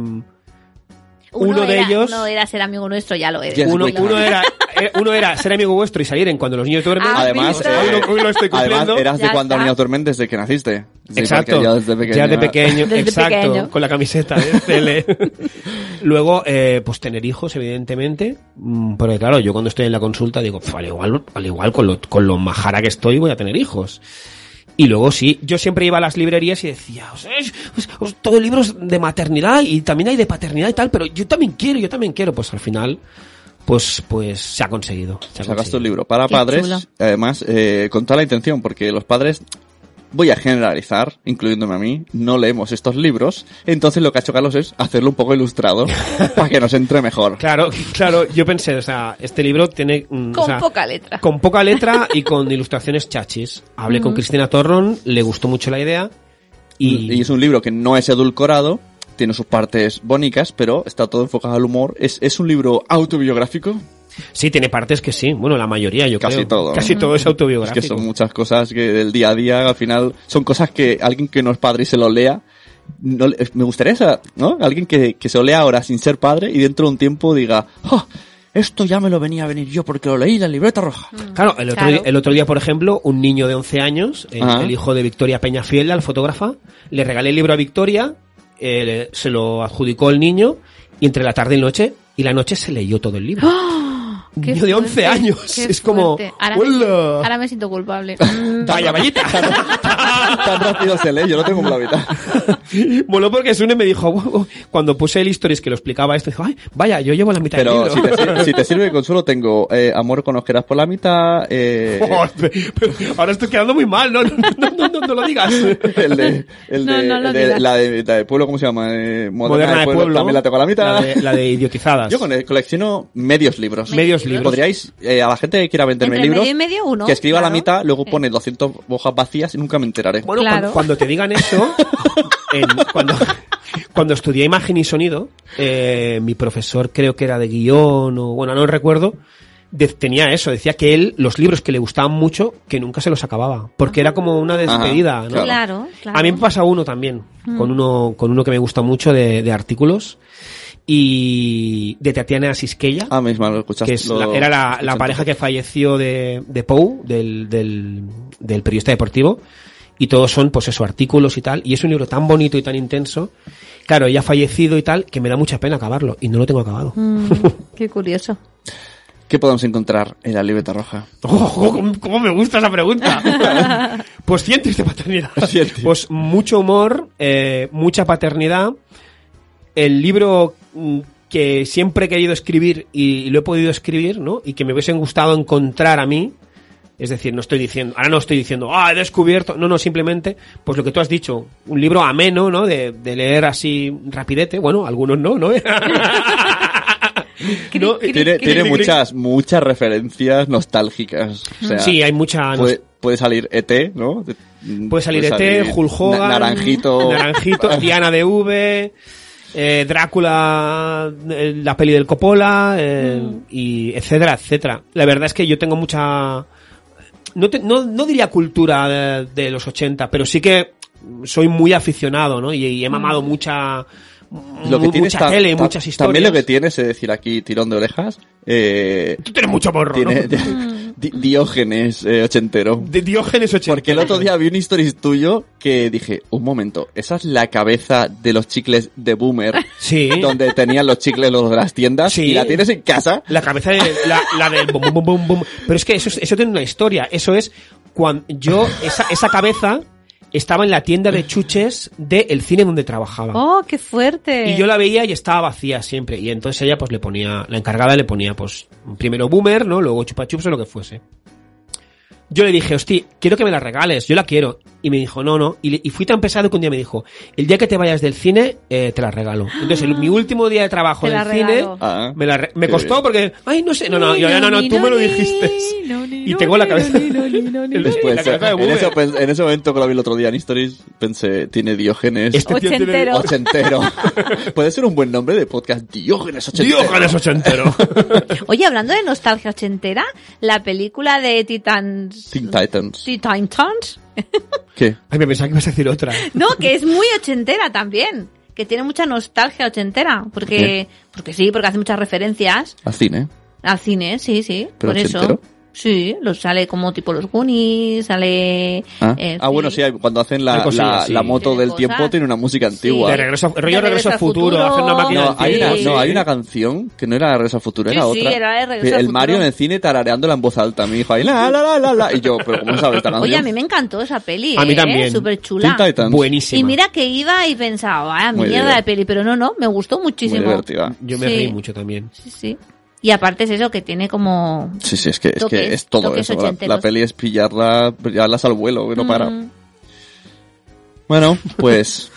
Speaker 4: Uno de
Speaker 3: era-
Speaker 4: ellos-
Speaker 3: Uno era ser amigo nuestro, ya lo eres.
Speaker 2: Ya Es
Speaker 4: uno,
Speaker 2: muy claro.
Speaker 4: uno era, eh, uno era ser amigo vuestro y salir en cuando los niños duermen.
Speaker 3: Ah,
Speaker 2: Además, eh,
Speaker 3: visto?
Speaker 4: hoy, lo, hoy lo estoy
Speaker 2: Además,
Speaker 4: cumpliendo.
Speaker 2: eras de
Speaker 3: Ya
Speaker 2: cuando
Speaker 3: está.
Speaker 2: niño duermen desde que naciste. Sí,
Speaker 4: exacto.
Speaker 2: porque Ya desde pequeño.
Speaker 4: de pequeño,
Speaker 3: Desde
Speaker 4: exacto.
Speaker 3: pequeño.
Speaker 4: Con la camiseta de CL. [laughs] Luego, eh, pues tener hijos, evidentemente. Mm, Porque claro, yo cuando estoy en la consulta digo, "Pf, al igual, al igual con lo, con lo majara que estoy voy a tener hijos. Y luego sí, yo siempre iba a las librerías y decía, "Os- es- os- os- todo libros de maternidad y también hay de paternidad y tal, pero yo también quiero, yo también quiero. Pues al final, pues, pues se ha conseguido. se ha
Speaker 2: Sacaste
Speaker 4: conseguido.
Speaker 2: un libro para
Speaker 3: Qué
Speaker 2: padres,
Speaker 3: chulo.
Speaker 2: además, eh, con toda la intención, porque los padres, voy a generalizar, incluyéndome a mí, no leemos estos libros, entonces lo que ha hecho Carlos es hacerlo un poco
Speaker 4: [laughs]
Speaker 2: ilustrado para que nos entre mejor.
Speaker 4: Claro, [laughs] claro, yo pensé, o sea, este libro tiene... mm, o
Speaker 3: Con
Speaker 4: sea,
Speaker 3: poca letra.
Speaker 4: [laughs] Con poca letra y con ilustraciones chachis. Hablé
Speaker 3: Mm.
Speaker 4: con Cristina Torrón, le gustó mucho la idea y...
Speaker 2: Mm, Y es un libro que no es edulcorado, tiene sus partes bonitas, pero está todo enfocado al humor. Es, es un libro autobiográfico,
Speaker 4: Sí, tiene partes que sí. Bueno, la mayoría, yo
Speaker 2: Casi
Speaker 4: creo.
Speaker 2: todo, ¿no?
Speaker 4: Casi todo es
Speaker 2: es
Speaker 4: autobiográfico.
Speaker 2: que son muchas cosas que del día a día, al final, son cosas que alguien que no es padre y se lo lea, no le- me gustaría esa, ¿no? Alguien que, que se lo lea ahora sin ser padre y dentro de un tiempo diga, "Oh, esto ya me lo venía a venir yo porque lo leí en la libreta
Speaker 3: [laughs]
Speaker 2: roja.
Speaker 4: Claro, el otro, Día, el otro día, por ejemplo, un niño de 11 años, el,
Speaker 2: Ajá.
Speaker 4: el hijo de Victoria Peñafiel, la fotógrafa, le regalé el libro a Victoria, eh, le- se lo adjudicó el niño y entre la tarde y noche, y la noche se leyó todo
Speaker 3: [gasps]
Speaker 4: el libro. Un
Speaker 3: ¡Ah! Qué
Speaker 4: niño de 11
Speaker 3: fuerte,
Speaker 4: años.
Speaker 3: qué
Speaker 4: Es como...
Speaker 3: fuerte. Ahora me,
Speaker 4: ¡Hola!
Speaker 3: ahora me siento culpable.
Speaker 4: [laughs]
Speaker 3: Mm,
Speaker 4: Vaya, vallita.
Speaker 3: [laughs]
Speaker 2: Tan rápido se lee, yo lo tengo por la mitad.
Speaker 4: [laughs] Voló porque Sune me dijo, "Guau, guau". cuando puse el stories que lo explicaba esto, dijo, ay, vaya, yo llevo la mitad del
Speaker 2: Pero
Speaker 4: libro".
Speaker 2: si
Speaker 4: [laughs]
Speaker 2: te, sir- si te sirve de consuelo, tengo eh, Amor conocerás por la mitad, eh,
Speaker 4: Oh, pe- pe- ahora estoy quedando muy mal, no, no, no, no, no, no lo digas.
Speaker 2: el de, el
Speaker 3: No,
Speaker 2: de-
Speaker 3: no lo
Speaker 2: el de-
Speaker 3: digas.
Speaker 2: la, de, la de pueblo, ¿cómo se llama? Eh, Moderna, de pueblo, también la tengo a la mitad.
Speaker 4: La de, la de idiotizadas.
Speaker 2: Yo con colecciono medios libros.
Speaker 4: Medios libros.
Speaker 2: Podríais, eh, a la gente que quiera venderme
Speaker 3: Entre
Speaker 2: libros,
Speaker 3: medio y medio, uno,
Speaker 2: que escriba
Speaker 3: claro.
Speaker 2: la mitad, luego
Speaker 3: Sí.
Speaker 2: pone 200 hojas vacías y nunca me enteraré.
Speaker 4: Bueno,
Speaker 3: Claro.
Speaker 4: cuando, cuando te
Speaker 3: [laughs]
Speaker 4: digan eso, en- cuando, cuando estudié imagen y sonido, eh, mi profesor creo que era de guión o bueno, no recuerdo, de- tenía eso, decía que él, los libros que le gustaban mucho, que nunca se los acababa, porque era como una despedida. ¿no?
Speaker 3: Claro, claro. Mm.
Speaker 4: A mí me pasa uno también, con uno con uno que me gusta mucho de, de artículos y de Tatiana Sisquella,
Speaker 2: Ah, misma lo escuchaste.
Speaker 4: que es
Speaker 2: lo-
Speaker 4: la- era la, la
Speaker 2: escuchaste.
Speaker 4: pareja que falleció de, de Pou, del, del, del periodista deportivo, y todos son, pues eso, artículos y tal, y es un libro tan bonito y tan intenso, claro, ella ha fallecido y tal, que me da mucha pena acabarlo, y no lo tengo acabado.
Speaker 3: Mm, qué curioso.
Speaker 2: ¿Qué podemos encontrar en la libreta roja?
Speaker 4: ¡Oh, cómo- cómo me gusta esa pregunta! pues cientos de paternidad.
Speaker 2: Cientos.
Speaker 4: Pues mucho humor, eh, mucha paternidad. El libro mm, que siempre he querido escribir y, y lo he podido escribir, ¿no? Y que me hubiesen gustado encontrar a mí, Es decir, no estoy diciendo, ahora no estoy diciendo, ah, he descubierto. No, no, simplemente, pues lo que tú has dicho, un libro ameno, ¿no? De, de leer así rapidete. Bueno, algunos no, [laughs] ¿no? No,
Speaker 2: Tiene, tiene muchas, muchas referencias nostálgicas. O
Speaker 3: Ah.
Speaker 2: sea,
Speaker 4: Sí, hay mucha.
Speaker 2: puede, puede salir ET, ¿no? Mm,
Speaker 4: Puede salir E ET, Hulk Hogan,
Speaker 2: Na-
Speaker 4: [laughs]
Speaker 2: Naranjito.
Speaker 4: Naranjito, Diana de V, eh, Drácula, eh, la peli del Coppola, eh, y etcétera, etcétera. La verdad es que yo tengo mucha... No, te- no, no diría cultura de, de los 80, pero sí que soy muy aficionado, ¿no? Y, y he mamado mucha...
Speaker 2: Lo que
Speaker 4: mu-
Speaker 2: tienes
Speaker 4: mucha
Speaker 2: ta-
Speaker 4: tele,
Speaker 2: ta-
Speaker 4: muchas historias.
Speaker 2: También lo que tienes, es decir, aquí tirón de orejas. Eh,
Speaker 4: Tú tienes mucho morro, ¿no?
Speaker 2: tiene [laughs]
Speaker 3: Mm.
Speaker 2: Di- Diógenes eh, ochentero.
Speaker 4: De Diógenes 80.
Speaker 2: Porque el otro día vi un stories tuyo que dije, un momento, esa es la cabeza de los chicles de Boomer,
Speaker 4: Sí.
Speaker 2: donde tenían los chicles los de las tiendas,
Speaker 4: Sí.
Speaker 2: y la tienes en casa.
Speaker 4: La cabeza de la, la del bum, bum, bum, bum, bum. Pero es que eso, es- eso tiene una historia. Eso es cuando yo, esa, esa cabeza estaba en la tienda de chuches del cine donde trabajaba.
Speaker 6: Oh, qué fuerte.
Speaker 4: Y yo la veía y estaba vacía siempre. Y entonces ella pues le ponía, la encargada le ponía pues primero boomer, ¿no? Luego chupa chups o lo que fuese. Yo le dije, hosti, quiero que me la regales, yo la quiero. Y me dijo, no, no. Y, le- y fui tan pesado que un día me dijo, el día que te vayas del cine, eh, te la regalo. Entonces, el- mi último día de trabajo
Speaker 6: Te la
Speaker 4: del cine,
Speaker 6: regalo.
Speaker 2: Ah,
Speaker 4: me, la re- me
Speaker 2: Qué
Speaker 4: costó
Speaker 2: bien.
Speaker 4: porque, ay, no sé, no, no, yo, no, no, tú me lo dijiste. Y tengo la cabeza.
Speaker 2: Después,
Speaker 4: la cabeza
Speaker 2: pues
Speaker 4: de
Speaker 2: en,
Speaker 4: Boomer.
Speaker 2: ese, pues, en ese momento que lo vi el otro día en stories, pensé, tiene Diógenes
Speaker 4: Este tío tiene-
Speaker 6: Ochentero.
Speaker 4: [laughs]
Speaker 2: ochentero. Puede ser un buen nombre de podcast, Diógenes ochentero.
Speaker 4: Diógenes ochentero.
Speaker 3: Oye, hablando de nostalgia ochentera, la película de Titans...
Speaker 2: Teen Titans.
Speaker 3: Titan Titans.
Speaker 2: ¿Qué?
Speaker 4: Ay, me pensaba que ibas a decir otra.
Speaker 3: No, que es muy ochentera también. Que tiene mucha nostalgia ochentera. Porque, porque sí, porque hace muchas referencias
Speaker 2: Al cine.
Speaker 3: al cine, sí, sí.
Speaker 2: ¿Pero
Speaker 3: por eso.
Speaker 2: ochentero?
Speaker 3: Sí, los sale como tipo los Goonies, sale...
Speaker 2: Ah,
Speaker 3: eh,
Speaker 2: Ah, bueno, sí, hay- cuando hacen
Speaker 4: Hay
Speaker 2: la,
Speaker 4: cosillas,
Speaker 2: la-
Speaker 4: sí.
Speaker 2: la moto
Speaker 3: Tiene
Speaker 2: del
Speaker 3: cosas.
Speaker 2: tiempo tiene una música antigua.
Speaker 4: De regreso, rollo
Speaker 3: De
Speaker 4: regreso al futuro, hacer una máquina
Speaker 2: No,
Speaker 4: del
Speaker 2: hay
Speaker 4: tiempo.
Speaker 2: una,
Speaker 3: Sí.
Speaker 2: no, hay una canción que no era Regreso al Futuro, era
Speaker 3: Sí, sí,
Speaker 2: otra.
Speaker 3: era de Regreso
Speaker 2: el
Speaker 3: al Futuro.
Speaker 2: Mario en el cine tarareándola en voz alta, mi hijo. Ahí, la, la, la, la, la. Y yo, pero ¿cómo sabes esta canción?
Speaker 3: Oye, a mí me encantó esa peli.
Speaker 4: A mí
Speaker 3: ¿eh?
Speaker 4: también.
Speaker 3: Súper chula.
Speaker 2: Teen Titans.
Speaker 4: Buenísima.
Speaker 3: Y mira que iba y pensaba, vaya
Speaker 2: Muy
Speaker 3: mierda de
Speaker 2: divertida.
Speaker 3: peli, pero no, no, me gustó
Speaker 2: Muy
Speaker 3: muchísimo.
Speaker 2: divertida.
Speaker 4: Yo me
Speaker 3: Sí.
Speaker 4: reí mucho también.
Speaker 3: Sí, sí. Y aparte es eso que tiene como...
Speaker 2: Sí, sí, es que es,
Speaker 3: Toques,
Speaker 2: que es todo
Speaker 3: toques
Speaker 2: eso. La,
Speaker 3: ochenteros.
Speaker 2: la peli es pillarla, pillarlas al vuelo, que no para.
Speaker 3: Mm,
Speaker 2: Bueno,
Speaker 4: [laughs]
Speaker 2: pues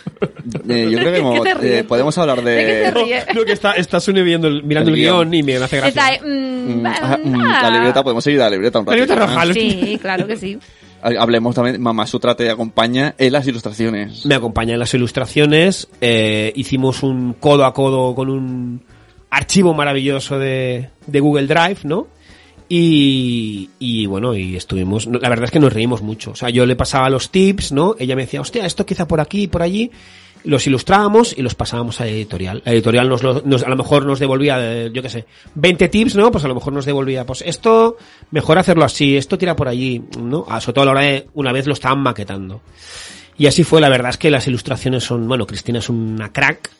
Speaker 2: eh, yo creo que, como,
Speaker 6: te ríes?
Speaker 2: eh, podemos hablar de...
Speaker 6: ¿De qué te ríes? Oye.
Speaker 4: No, que está, estás un- viendo el- mirando el,
Speaker 2: El
Speaker 4: guión
Speaker 2: guión.
Speaker 4: y me hace
Speaker 3: está ahí,
Speaker 4: gracia.
Speaker 3: mm,
Speaker 2: Mm, ah, mm,
Speaker 3: ah.
Speaker 2: la libreta, podemos seguir a la libreta un
Speaker 4: La
Speaker 2: ratito.
Speaker 4: libreta roja. Al-
Speaker 3: Sí, claro que sí.
Speaker 2: Ah, Hablemos también, Mamá Sutra te acompaña en las ilustraciones.
Speaker 4: Me acompaña en las ilustraciones. eh, hicimos un codo a codo con un archivo maravilloso de, de Google Drive, ¿no? Y, y bueno, y estuvimos, no, la verdad es que nos reímos mucho. O sea, yo le pasaba los tips, ¿no? Ella me decía, hostia, esto quizá por aquí, por allí. Los ilustrábamos y los pasábamos a la editorial. La editorial nos, lo- nos- a lo mejor nos devolvía, eh, yo qué sé, 20 tips, ¿no? Pues a lo mejor nos devolvía, pues esto, mejor hacerlo así, esto tira por allí, ¿no? Ah, Sobre todo a la hora de, una vez lo estaban maquetando. Y así fue, la verdad es que las ilustraciones son, bueno, Cristina es una crack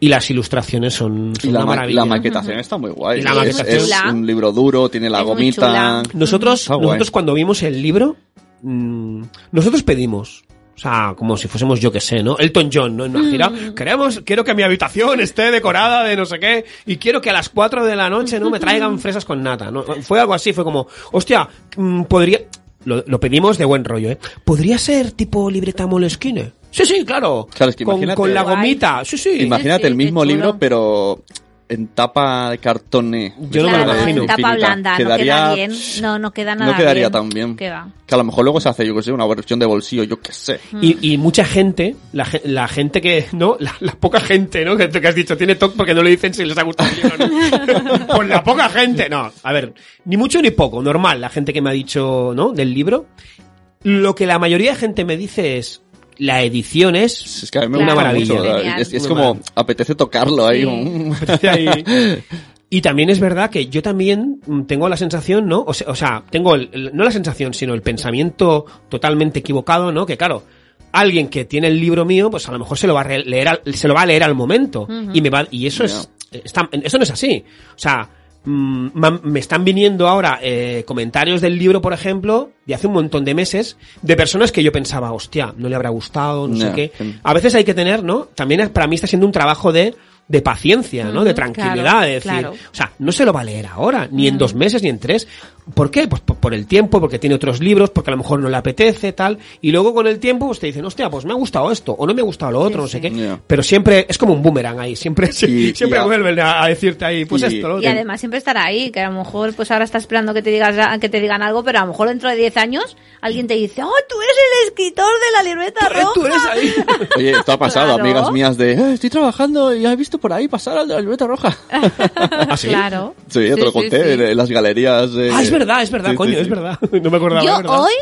Speaker 4: y las ilustraciones son,
Speaker 2: Y
Speaker 4: son
Speaker 2: la,
Speaker 4: una
Speaker 2: ma-
Speaker 4: maravilla.
Speaker 2: la maquetación está muy guay.
Speaker 4: Y la
Speaker 2: Es-
Speaker 4: maquetación-
Speaker 2: es,
Speaker 3: Chula.
Speaker 2: un libro duro, tiene la
Speaker 3: Es muy chula.
Speaker 2: gomita.
Speaker 4: Nosotros,
Speaker 2: Está guay.
Speaker 4: nosotros cuando vimos el libro, mm, nosotros pedimos. O sea, como si fuésemos, yo que sé, ¿no? Elton John, ¿no? En una gira. Queremos, quiero que mi habitación esté decorada de no sé qué. Y quiero que a las 4 de la noche, ¿no? Me traigan fresas con nata, ¿no? Fue algo así, fue como, hostia, mm, podría... Lo, lo pedimos de buen rollo, ¿eh? ¿Podría ser tipo libreta Moleskine? Sí, sí, claro.
Speaker 2: Claro, es que
Speaker 4: con,
Speaker 2: imagínate.
Speaker 4: con la
Speaker 3: Guay.
Speaker 4: gomita. Sí, sí.
Speaker 2: Imagínate
Speaker 3: Sí,
Speaker 2: el
Speaker 3: qué
Speaker 2: mismo
Speaker 3: chulo.
Speaker 2: libro, pero en tapa de cartone.
Speaker 4: Yo no me lo
Speaker 3: Claro,
Speaker 4: imagino.
Speaker 3: en tapa
Speaker 2: Infinita.
Speaker 3: blanda,
Speaker 2: Quedaría-
Speaker 3: no queda bien. No, no queda nada
Speaker 2: no quedaría
Speaker 3: bien.
Speaker 2: tan bien.
Speaker 3: ¿Qué va?
Speaker 2: Que a lo mejor luego se hace, yo que sé, una versión de bolsillo, yo qué sé.
Speaker 4: Y, y mucha gente, la, ge- la gente que, ¿no? [laughs] La, la poca gente, ¿no? Que, que has dicho, tiene TOC porque no le dicen si les ha gustado el libro o no. Pues la poca gente, no. A ver, ni mucho ni poco, normal, la gente que me ha dicho, ¿no? Del libro. Lo que la mayoría de gente me dice es, la edición es...
Speaker 2: Es que a mí me
Speaker 3: Claro,
Speaker 2: gusta
Speaker 4: maravilla.
Speaker 2: mucho. ¿verdad?
Speaker 3: Genial.
Speaker 2: Es, es
Speaker 4: Muy
Speaker 2: como,
Speaker 4: maravilla.
Speaker 2: apetece tocarlo ahí. mm.
Speaker 4: Y también es verdad que yo también mm, tengo la sensación, ¿no? O se- o sea, tengo el- el- no la sensación, sino el pensamiento totalmente equivocado, ¿no? Que claro, alguien que tiene el libro mío, pues a lo mejor se lo va a re- leer al, se lo va a leer al momento y me va y eso es está- eso no es así. O sea, mm, ma- me están viniendo ahora eh, comentarios del libro, por ejemplo, de hace un montón de meses, de personas que yo pensaba, hostia, no le habrá gustado, no sé
Speaker 2: Ya.
Speaker 4: qué. A veces hay que tener, ¿no? También es- para mí está siendo un trabajo de de paciencia, ¿no?
Speaker 3: Ujú,
Speaker 4: De tranquilidad,
Speaker 3: claro,
Speaker 4: de decir,
Speaker 3: claro. Mm.
Speaker 4: o sea, no se lo va a leer ahora, ni en dos meses, ni en tres. ¿Por qué? Pues por, por el tiempo, porque tiene otros libros, porque a lo mejor no le apetece, tal. Y luego con el tiempo, pues te dicen, hostia, pues me ha gustado esto, o no me ha gustado lo otro, no sé
Speaker 3: sí.
Speaker 4: qué.
Speaker 2: Ya.
Speaker 4: Pero siempre, es como un boomerang ahí, [laughs] siempre,
Speaker 2: Y-
Speaker 4: siempre
Speaker 2: y a-
Speaker 4: vuelven a, a decirte ahí, pues
Speaker 2: y-
Speaker 4: esto, lo
Speaker 3: Y
Speaker 4: otro.
Speaker 3: además siempre estará ahí, que a lo mejor pues ahora está esperando que te digas a- que te digan algo, pero a lo mejor dentro de 10 años alguien te dice, "Oh, tú eres el escritor de la libreta
Speaker 4: Tú eres-
Speaker 3: roja."
Speaker 4: tú eres
Speaker 3: [laughs]
Speaker 4: ahí.
Speaker 2: [laughs] [laughs] Oye, esto ha pasado,
Speaker 3: Claro.
Speaker 2: amigas mías de "Eh, estoy trabajando y he visto por ahí pasar al de la libreta
Speaker 3: [laughs]
Speaker 2: roja. [laughs]
Speaker 4: sí?
Speaker 3: Claro.
Speaker 2: Ah, Sí, ya te
Speaker 3: Sí,
Speaker 2: lo
Speaker 3: sí,
Speaker 2: conté
Speaker 3: sí.
Speaker 2: en- en las galerías. eh.
Speaker 4: Ah, es verdad, es verdad,
Speaker 2: Sí,
Speaker 4: coño,
Speaker 2: sí,
Speaker 4: es
Speaker 2: sí.
Speaker 4: verdad. [laughs] No me acordaba, es
Speaker 3: Yo
Speaker 4: verdad.
Speaker 3: hoy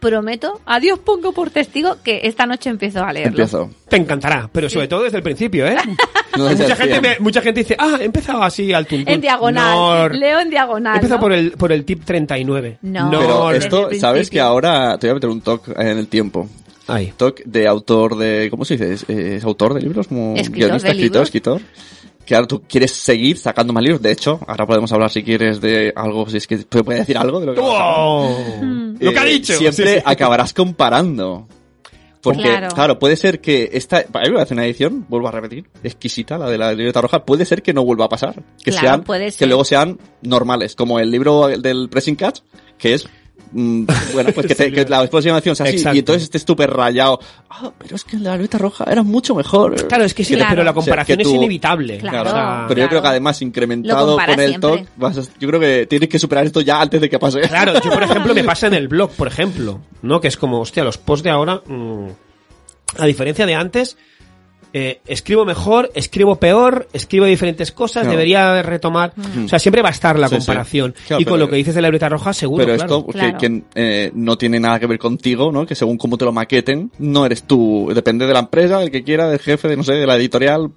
Speaker 3: prometo, a Dios pongo por testigo que esta noche empiezo a leerlo.
Speaker 2: Empiezo.
Speaker 4: Te encantará, pero sobre todo desde el principio, ¿eh?
Speaker 2: [laughs] No desde
Speaker 4: mucha,
Speaker 2: el
Speaker 4: gente
Speaker 2: cien.
Speaker 4: me- mucha gente dice, ah, he empezado así al tuntún.
Speaker 3: En diagonal,
Speaker 4: No,
Speaker 3: leo en diagonal.
Speaker 4: he empezado
Speaker 3: ¿no?
Speaker 4: por el, por el tip 39.
Speaker 3: No.
Speaker 2: Pero
Speaker 3: no.
Speaker 2: esto,
Speaker 3: Desde el
Speaker 2: sabes que
Speaker 3: principio.
Speaker 2: ahora te voy a meter un toque en el tiempo.
Speaker 4: Ay.
Speaker 2: TikTok de autor de. ¿Cómo se dice? ¿Es, eh, es autor de libros? Como
Speaker 3: Escritor
Speaker 2: guionista,
Speaker 3: de
Speaker 2: escritor,
Speaker 3: libros.
Speaker 2: escritor. Que ahora tú quieres seguir sacando más libros. De hecho, ahora podemos hablar si quieres de algo, si es que te puede decir algo de lo que. vas a hablar.
Speaker 4: ¡Wow!
Speaker 3: Mm.
Speaker 4: Lo que ha
Speaker 2: Eh,
Speaker 4: dicho.
Speaker 2: Siempre
Speaker 4: Sí, sí.
Speaker 2: acabarás comparando. Porque, claro.
Speaker 3: Claro.
Speaker 2: puede ser que esta. A mí me hace una edición, vuelvo a repetir, exquisita, la de la libreta roja. Puede ser que no vuelva a pasar. Que
Speaker 3: Claro,
Speaker 2: sean.
Speaker 3: puede
Speaker 2: Que
Speaker 3: ser.
Speaker 2: luego sean normales. Como el libro del Pressing Catch, que es. mm, bueno, pues que, te-
Speaker 4: [laughs] Sí,
Speaker 2: que la próxima edición sea así.
Speaker 4: Exacto.
Speaker 2: Y entonces estés tú súper rayado. Ah, pero es que la libreta roja era mucho mejor.
Speaker 4: Claro, es que sí,
Speaker 3: Claro.
Speaker 4: pero la
Speaker 2: O sea,
Speaker 4: comparación
Speaker 2: que tú-
Speaker 4: es inevitable.
Speaker 3: Claro.
Speaker 4: O sea,
Speaker 2: Pero yo creo
Speaker 3: claro.
Speaker 2: que además
Speaker 3: Lo
Speaker 2: incrementado
Speaker 3: comparas
Speaker 2: con el
Speaker 3: siempre.
Speaker 2: TOC, vas a- yo creo que tienes que superar esto ya antes de que
Speaker 4: [laughs]
Speaker 2: pase.
Speaker 4: Claro, yo por
Speaker 2: [laughs]
Speaker 4: ejemplo me pasa en el blog, por ejemplo, ¿no? Que es como, hostia, los posts de ahora, mm, a diferencia de antes, eh, escribo mejor, escribo peor, escribo diferentes cosas,
Speaker 2: Claro.
Speaker 4: debería retomar.
Speaker 3: Mm.
Speaker 4: O sea, siempre va a estar la
Speaker 2: Sí, sí.
Speaker 4: comparación.
Speaker 2: Claro,
Speaker 4: y con
Speaker 2: pero-
Speaker 4: lo que dices de la libreta roja, seguro.
Speaker 2: Pero
Speaker 4: claro.
Speaker 2: esto que-
Speaker 3: Claro.
Speaker 2: que, eh, no tiene nada que ver contigo, ¿no? Que según cómo te lo maqueten, no eres tú. Depende de la empresa, del que quiera, del jefe, de no sé, de la editorial,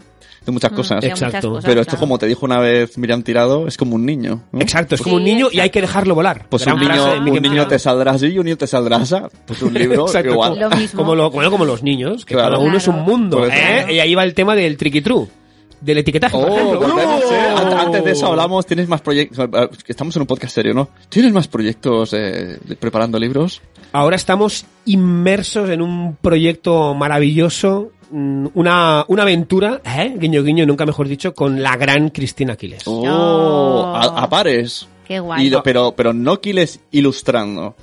Speaker 2: de muchas
Speaker 3: Mm,
Speaker 2: cosas.
Speaker 3: de
Speaker 4: Exacto.
Speaker 3: muchas cosas,
Speaker 2: Pero esto,
Speaker 3: claro.
Speaker 2: como te dijo una vez Miriam Tirado, es como un niño. ¿no?
Speaker 4: Exacto, es
Speaker 3: Sí,
Speaker 4: como un niño y
Speaker 3: exacto.
Speaker 4: hay que dejarlo volar.
Speaker 2: Pues
Speaker 4: Gran
Speaker 2: un
Speaker 4: frase
Speaker 2: niño,
Speaker 4: de Mickey
Speaker 2: un niño
Speaker 4: Mouse.
Speaker 2: te saldrá así y un niño te saldrá así. Pues un
Speaker 4: [laughs]
Speaker 2: libro
Speaker 4: Exacto,
Speaker 2: igual.
Speaker 3: [laughs] Lo mismo.
Speaker 4: Como, lo, bueno, como los niños, que
Speaker 2: Claro.
Speaker 4: cada uno es un
Speaker 3: Claro.
Speaker 4: mundo.
Speaker 2: Por eso.
Speaker 4: ¿eh? Y ahí va el tema del triqui-tru, del etiquetaje. por
Speaker 2: Oh,
Speaker 4: [laughs] ejemplo.
Speaker 2: volvemos,
Speaker 4: ¡No!
Speaker 2: eh. An- Antes de eso hablamos, tienes más proyectos, eh, estamos en un podcast serio, ¿no? ¿Tienes más proyectos eh, de- preparando libros?
Speaker 4: Ahora estamos inmersos en un proyecto maravilloso, mm, una, una aventura, ¿eh? guiño guiño, nunca mejor dicho, con la gran Cristina Aquiles.
Speaker 2: Oh,
Speaker 3: Oh.
Speaker 2: a, a pares.
Speaker 3: Qué guay.
Speaker 2: Y lo- pero, pero no Quiles ilustrando.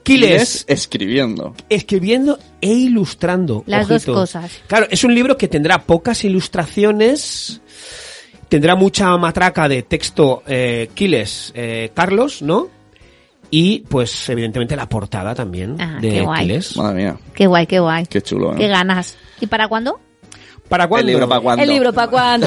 Speaker 4: Aquiles
Speaker 2: Quiles escribiendo.
Speaker 4: escribiendo e ilustrando.
Speaker 3: Las dos
Speaker 4: ojito.
Speaker 3: cosas.
Speaker 4: Claro, es un libro que tendrá pocas ilustraciones, tendrá mucha matraca de texto eh, Quiles eh, Carlos, ¿no? Y pues evidentemente la portada también
Speaker 3: Ah, qué
Speaker 4: de
Speaker 3: guay.
Speaker 4: Quiles.
Speaker 2: Madre mía,
Speaker 3: Qué guay, qué guay.
Speaker 2: qué chulo, ¿eh?
Speaker 3: Qué ganas. ¿Y para cuándo?
Speaker 4: ¿Para cuándo?
Speaker 2: El libro para cuándo.
Speaker 3: El libro para
Speaker 2: [laughs]
Speaker 3: cuándo.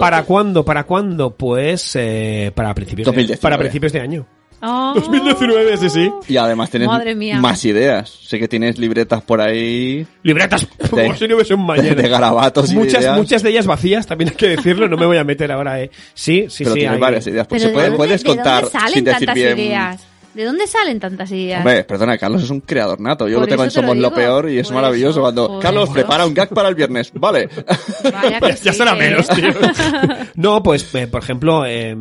Speaker 4: ¿Para cuándo? ¿Para cuándo? Pues eh, para principios
Speaker 2: 2019.
Speaker 4: de, para principios de año.
Speaker 3: Oh.
Speaker 4: 2019, sí, sí.
Speaker 2: Y además tienes
Speaker 3: Madre mía.
Speaker 2: más ideas. Sé que tienes libretas por ahí [laughs]
Speaker 4: Libretas, como si no hubiese un
Speaker 2: de,
Speaker 4: mañana.
Speaker 2: de garabatos y de
Speaker 4: Muchas,
Speaker 2: ideas.
Speaker 4: muchas de ellas vacías, también hay que decirlo, no me voy a meter ahora, eh. Sí, sí,
Speaker 2: pero
Speaker 4: sí.
Speaker 2: tienes
Speaker 4: hay-
Speaker 2: varias ideas. Pues
Speaker 3: Pero
Speaker 2: se
Speaker 3: ¿de
Speaker 2: puede-
Speaker 3: dónde-
Speaker 2: puedes
Speaker 3: de dónde
Speaker 2: contar
Speaker 3: salen
Speaker 2: sin decir
Speaker 3: tantas
Speaker 2: bien.
Speaker 3: ideas? ¿De dónde salen tantas ideas?
Speaker 2: Hombre, perdona, Carlos es un creador nato. Yo
Speaker 3: Por
Speaker 2: lo tengo en
Speaker 3: eso te lo
Speaker 2: Somos lo,
Speaker 3: digo.
Speaker 2: Peor y es
Speaker 3: Por
Speaker 2: maravilloso
Speaker 3: eso,
Speaker 2: cuando
Speaker 3: por
Speaker 2: Carlos
Speaker 3: eso.
Speaker 2: prepara un gag para el viernes. Vale. [laughs]
Speaker 3: Vaya que
Speaker 4: Pues [laughs] ya
Speaker 3: sí,
Speaker 4: será
Speaker 3: ¿eh?
Speaker 4: menos, tío. [laughs] no, pues, eh, por ejemplo, eh,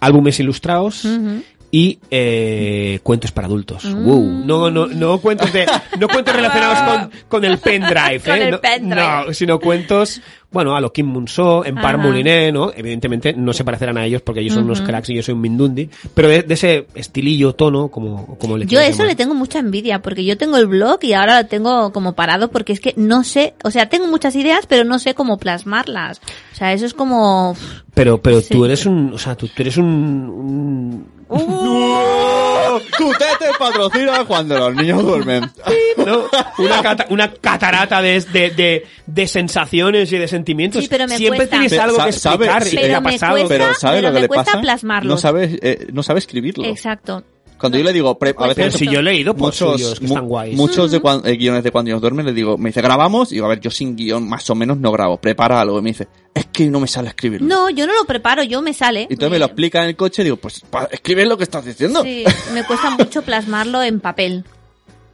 Speaker 4: álbumes ilustrados.
Speaker 3: Ujú.
Speaker 4: Y eh, cuentos para adultos.
Speaker 3: Mm.
Speaker 4: Wow. No, no, no cuentos de, no cuentos relacionados con, con el pendrive,
Speaker 3: Con
Speaker 4: ¿eh?
Speaker 3: el
Speaker 4: No-
Speaker 3: pendrive.
Speaker 4: No, sino cuentos, bueno, a lo Kim Munso, en
Speaker 3: Ajá.
Speaker 4: Par Mouliné, ¿no? Evidentemente no se parecerán a ellos porque ellos son unos
Speaker 3: Ujú.
Speaker 4: cracks y yo soy un mindundi. Pero de, de ese estilillo, tono, como, como le
Speaker 3: Yo
Speaker 4: quieras
Speaker 3: eso
Speaker 4: llamar.
Speaker 3: le tengo mucha envidia, porque yo tengo el blog y ahora lo tengo como parado, porque es que no sé, o sea, tengo muchas ideas, pero no sé cómo plasmarlas. O sea, eso es como... uf,
Speaker 4: Pero, pero
Speaker 3: Sí.
Speaker 4: tú eres un, o sea, tú, tú eres un, un-
Speaker 2: Tu tete patrocina cuando los niños duermen.
Speaker 4: ¿no? Una, cata- una catarata de, de, de, de sensaciones y de sentimientos.
Speaker 3: Sí, pero me
Speaker 4: Siempre
Speaker 3: cuesta.
Speaker 4: tienes algo
Speaker 2: Sa-
Speaker 4: que
Speaker 2: sabe-
Speaker 4: explicar y
Speaker 2: Pero
Speaker 4: que te ha
Speaker 3: me
Speaker 4: pasado. Ah,
Speaker 3: cuesta.
Speaker 2: Pero ¿sabes lo
Speaker 3: pero
Speaker 2: que
Speaker 3: me
Speaker 2: le
Speaker 3: cuesta
Speaker 2: pasa?
Speaker 3: plasmarlos.
Speaker 2: No sabe, eh, no sabe escribirlo.
Speaker 3: Exacto.
Speaker 2: Cuando yo le digo, pre- a
Speaker 3: Pues
Speaker 2: veces
Speaker 4: Pero si yo he leído por suyos que
Speaker 2: mu-
Speaker 4: están guays.
Speaker 2: muchos de cuan- eh, guiones de cuando ellos duermen, le digo, me dice, grabamos, y digo, a ver, yo sin guión más o menos no grabo, prepara algo, y me dice, es que no me sale escribirlo.
Speaker 3: No, yo no lo preparo, yo me sale.
Speaker 2: Y entonces me lo explica en el coche, digo, pues pa- escribe lo que estás diciendo.
Speaker 3: Sí, me cuesta mucho plasmarlo en papel.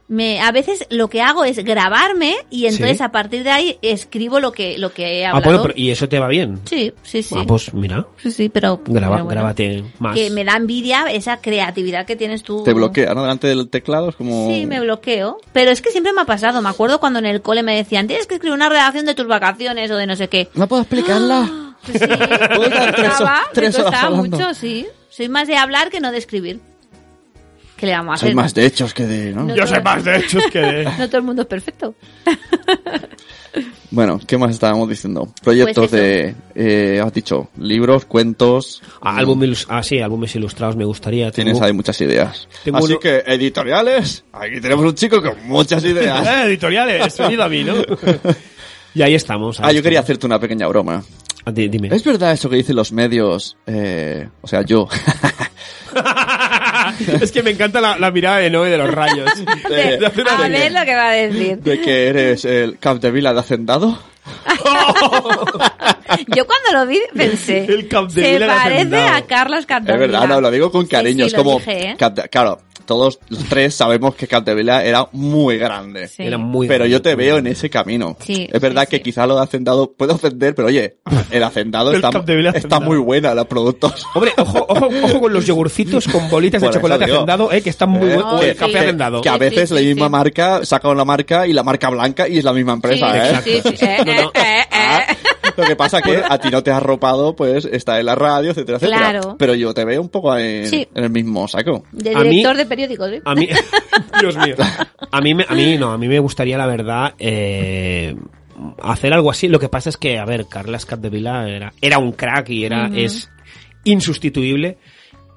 Speaker 3: me, a veces lo que hago es grabarme y entonces
Speaker 4: Sí.
Speaker 3: a partir de ahí escribo lo que, lo que he
Speaker 4: Ah,
Speaker 3: hablado.
Speaker 4: bueno, pero- y eso te va bien.
Speaker 3: Sí, sí, sí.
Speaker 4: Ah, pues mira,
Speaker 3: Sí, sí, pero.
Speaker 4: graba-
Speaker 3: pero bueno.
Speaker 4: grábate más.
Speaker 3: Que me da envidia esa creatividad que tienes tú.
Speaker 2: Te bloquea, ¿no? Delante del teclado es como...
Speaker 3: Sí, me bloqueo. Pero es que siempre me ha pasado. Me acuerdo cuando en el cole me decían, tienes que escribir una redacción de tus vacaciones o de no
Speaker 2: [laughs]
Speaker 3: sé qué.
Speaker 2: No puedo explicarla.
Speaker 3: Pues sí, me
Speaker 2: estar tres
Speaker 3: costaba,
Speaker 2: horas- tres
Speaker 3: me
Speaker 2: horas
Speaker 3: costaba
Speaker 2: hablando.
Speaker 3: mucho, sí. Soy más de hablar que no de escribir. ¿Qué le vamos a
Speaker 2: Soy
Speaker 3: hacer?
Speaker 2: Ah. más de hechos que de... ¿no?
Speaker 3: No
Speaker 4: Yo
Speaker 3: todo-
Speaker 4: sé más de hechos
Speaker 3: [laughs]
Speaker 4: que de...
Speaker 3: No todo el mundo
Speaker 2: [laughs]
Speaker 3: es perfecto.
Speaker 2: Bueno, ¿qué más estábamos diciendo? Proyectos
Speaker 3: Pues
Speaker 2: de... eh, has dicho, libros, cuentos...
Speaker 4: Ah, álbum ilus- ah, sí, álbumes ilustrados me gustaría.
Speaker 2: Tienes
Speaker 4: [laughs] tengo-
Speaker 2: ahí muchas ideas.
Speaker 4: Tengo
Speaker 2: Así
Speaker 4: uno-
Speaker 2: que, editoriales, aquí tenemos un chico con muchas
Speaker 4: [laughs]
Speaker 2: ideas.
Speaker 4: Eh, editoriales, venido a
Speaker 2: [laughs]
Speaker 4: mí, ¿no? y ahí estamos. ahí
Speaker 2: Ah, yo quería ¿Eh?
Speaker 4: estamos.
Speaker 2: hacerte una pequeña broma.
Speaker 4: Ah, di- Dime.
Speaker 2: ¿Es verdad eso que dicen los medios? eh, o sea, yo.
Speaker 4: [laughs]
Speaker 2: [laughs]
Speaker 4: es que me encanta la, la mirada de Noé de los
Speaker 3: [laughs]
Speaker 4: rayos.
Speaker 2: De-
Speaker 4: De hacer
Speaker 3: a
Speaker 4: así.
Speaker 3: ver lo que va
Speaker 2: [laughs]
Speaker 3: a decir.
Speaker 2: ¿De que eres el capdevila de hacendado?
Speaker 3: Yo cuando lo vi
Speaker 2: [laughs]
Speaker 3: pensé,
Speaker 4: El Capdevila
Speaker 3: se
Speaker 4: le ha
Speaker 3: parece
Speaker 4: sentado.
Speaker 3: a Carlos Capdevila.
Speaker 2: Es verdad, no, lo digo con
Speaker 3: Sí,
Speaker 2: cariño.
Speaker 3: sí,
Speaker 2: es
Speaker 3: lo
Speaker 2: como...
Speaker 3: dije, ¿eh?
Speaker 2: Capde- Claro, todos los tres sabemos que capdevila era muy grande.
Speaker 3: Sí.
Speaker 4: Era muy
Speaker 2: pero yo te
Speaker 4: muy
Speaker 2: veo en ese camino.
Speaker 3: Sí,
Speaker 2: es verdad
Speaker 3: sí,
Speaker 2: que
Speaker 3: sí.
Speaker 2: quizá lo de hacendado puede ofender, pero oye, el hacendado
Speaker 4: El
Speaker 2: está,
Speaker 4: Capdevila
Speaker 2: está
Speaker 4: Hacendado.
Speaker 2: muy buena, los productos.
Speaker 4: Hombre, ojo, ojo, ojo con los yogurcitos con bolitas
Speaker 2: Por
Speaker 4: de
Speaker 2: eso
Speaker 4: chocolate
Speaker 2: digo.
Speaker 4: hacendado, eh, que están muy
Speaker 2: Eh,
Speaker 4: buenos. O
Speaker 2: que-
Speaker 4: el café
Speaker 3: sí.
Speaker 4: hacendado.
Speaker 2: Que a
Speaker 3: Sí,
Speaker 2: veces
Speaker 3: sí,
Speaker 2: la
Speaker 3: sí,
Speaker 2: misma
Speaker 3: sí.
Speaker 2: marca saca la marca y la marca blanca y es la misma
Speaker 3: Sí,
Speaker 2: empresa, ¿eh?
Speaker 3: sí,
Speaker 4: [laughs]
Speaker 3: sí, sí. Eh, eh, eh, eh.
Speaker 2: Lo que pasa que
Speaker 3: Pues-
Speaker 2: a ti no te has ropado, pues está en la radio, etcétera, etcétera.
Speaker 3: Claro.
Speaker 2: Pero yo te veo un poco en,
Speaker 3: Sí.
Speaker 2: en el mismo saco.
Speaker 3: De
Speaker 4: A mí-
Speaker 3: director de periódicos. ¿eh?
Speaker 4: A mí, [laughs] Dios mío. A mí, me- a mí no, a mí me gustaría, la verdad, eh, hacer algo así. Lo que pasa es que, a ver, Carlas Capdevila era, era un crack y era, es insustituible.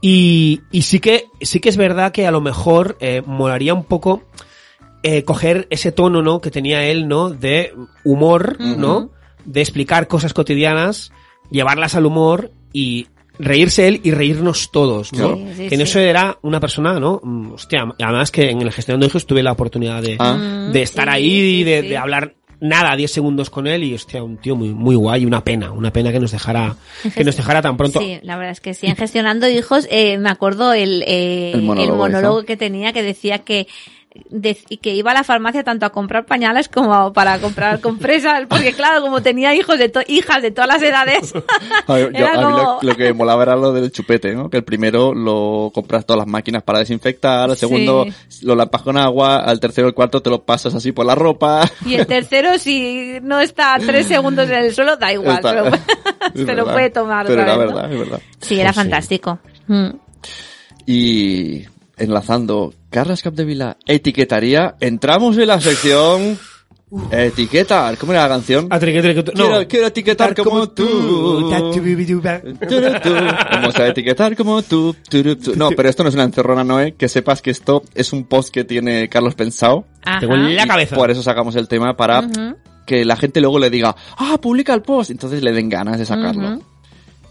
Speaker 4: Y, y sí que, sí que es verdad que a lo mejor eh, molaría un poco eh, coger ese tono, ¿no? Que tenía él, ¿no? De humor, ¿no? De explicar cosas cotidianas, llevarlas al humor y reírse él y reírnos todos, ¿no?
Speaker 3: Sí, sí,
Speaker 4: que en
Speaker 3: sí.
Speaker 4: eso era una persona, ¿no? Mm, Hostia, además que en el gestión de hijos tuve la oportunidad de,
Speaker 2: Ah.
Speaker 4: de estar
Speaker 3: Mm, Sí,
Speaker 4: ahí y
Speaker 3: sí,
Speaker 4: de,
Speaker 3: sí.
Speaker 4: de hablar nada 10 segundos con él y hostia, un tío muy muy guay, una pena, una pena que nos dejara que nos dejara tan pronto.
Speaker 3: Sí, la verdad es que sí. En Gestionando Hijos, eh, me acuerdo el, eh,
Speaker 2: El
Speaker 3: el monólogo,
Speaker 2: monólogo hizo.
Speaker 3: que tenía que decía que de- que iba a la farmacia tanto a comprar pañales como para comprar compresas, [laughs] porque claro, como tenía hijos de to- hijas de todas las
Speaker 4: [laughs]
Speaker 3: edades,
Speaker 2: A, ver, yo-
Speaker 3: [laughs] Era
Speaker 2: a mí lo,
Speaker 3: como-
Speaker 2: lo que molaba era lo del chupete, ¿no? Que el primero lo compras todas las máquinas para desinfectar, el
Speaker 3: Sí.
Speaker 2: segundo lo lampas con agua, al tercero el cuarto te lo pasas así por la
Speaker 3: [laughs]
Speaker 2: ropa.
Speaker 3: y el tercero si no está tres segundos en el suelo, da igual,
Speaker 2: Está-
Speaker 4: [laughs]
Speaker 3: pero,
Speaker 2: Es
Speaker 3: se lo
Speaker 2: verdad.
Speaker 3: puede tomar.
Speaker 2: Pero
Speaker 3: otra
Speaker 2: era
Speaker 3: vez, ¿no?
Speaker 2: verdad, es verdad.
Speaker 3: Sí, era
Speaker 4: Pues sí.
Speaker 3: fantástico. Mm.
Speaker 2: Y enlazando, Carlos Capdevila etiquetaría, entramos en la sección etiquetar. ¿Cómo era la canción?
Speaker 4: Ah, triqui, triqui, no.
Speaker 2: Quiero, quiero etiquetar como tú.
Speaker 4: Tatubibiduba.
Speaker 2: Turu, tu. Vamos a etiquetar como tú. turu, tu. No, pero esto no es una encerrona, Noé. Que sepas que esto es un post que tiene Carlos pensado.
Speaker 3: Ajá.
Speaker 4: Tengo el- La
Speaker 2: Y
Speaker 4: cabeza.
Speaker 2: Por eso sacamos el tema para
Speaker 3: Ujú.
Speaker 2: que la gente luego le diga, ah, publica el post. Entonces le den ganas de sacarlo.
Speaker 3: Ujú.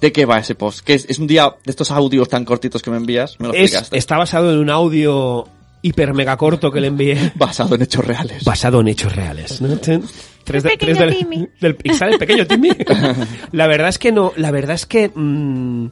Speaker 2: ¿De qué va ese post? Que es, es un día de estos audios tan cortitos que me envías. Me lo
Speaker 4: Es-
Speaker 2: explicaste.
Speaker 4: está basado en un audio hiper mega corto que le envié.
Speaker 2: Basado en hechos reales.
Speaker 4: Basado en hechos reales. ¿no? Ten- Tres,
Speaker 3: El
Speaker 4: de-
Speaker 3: pequeño
Speaker 4: tres del-
Speaker 3: Timmy.
Speaker 4: [laughs] del- y sale el pequeño
Speaker 2: [laughs]
Speaker 4: Timmy. la verdad es que no, la verdad es que mm,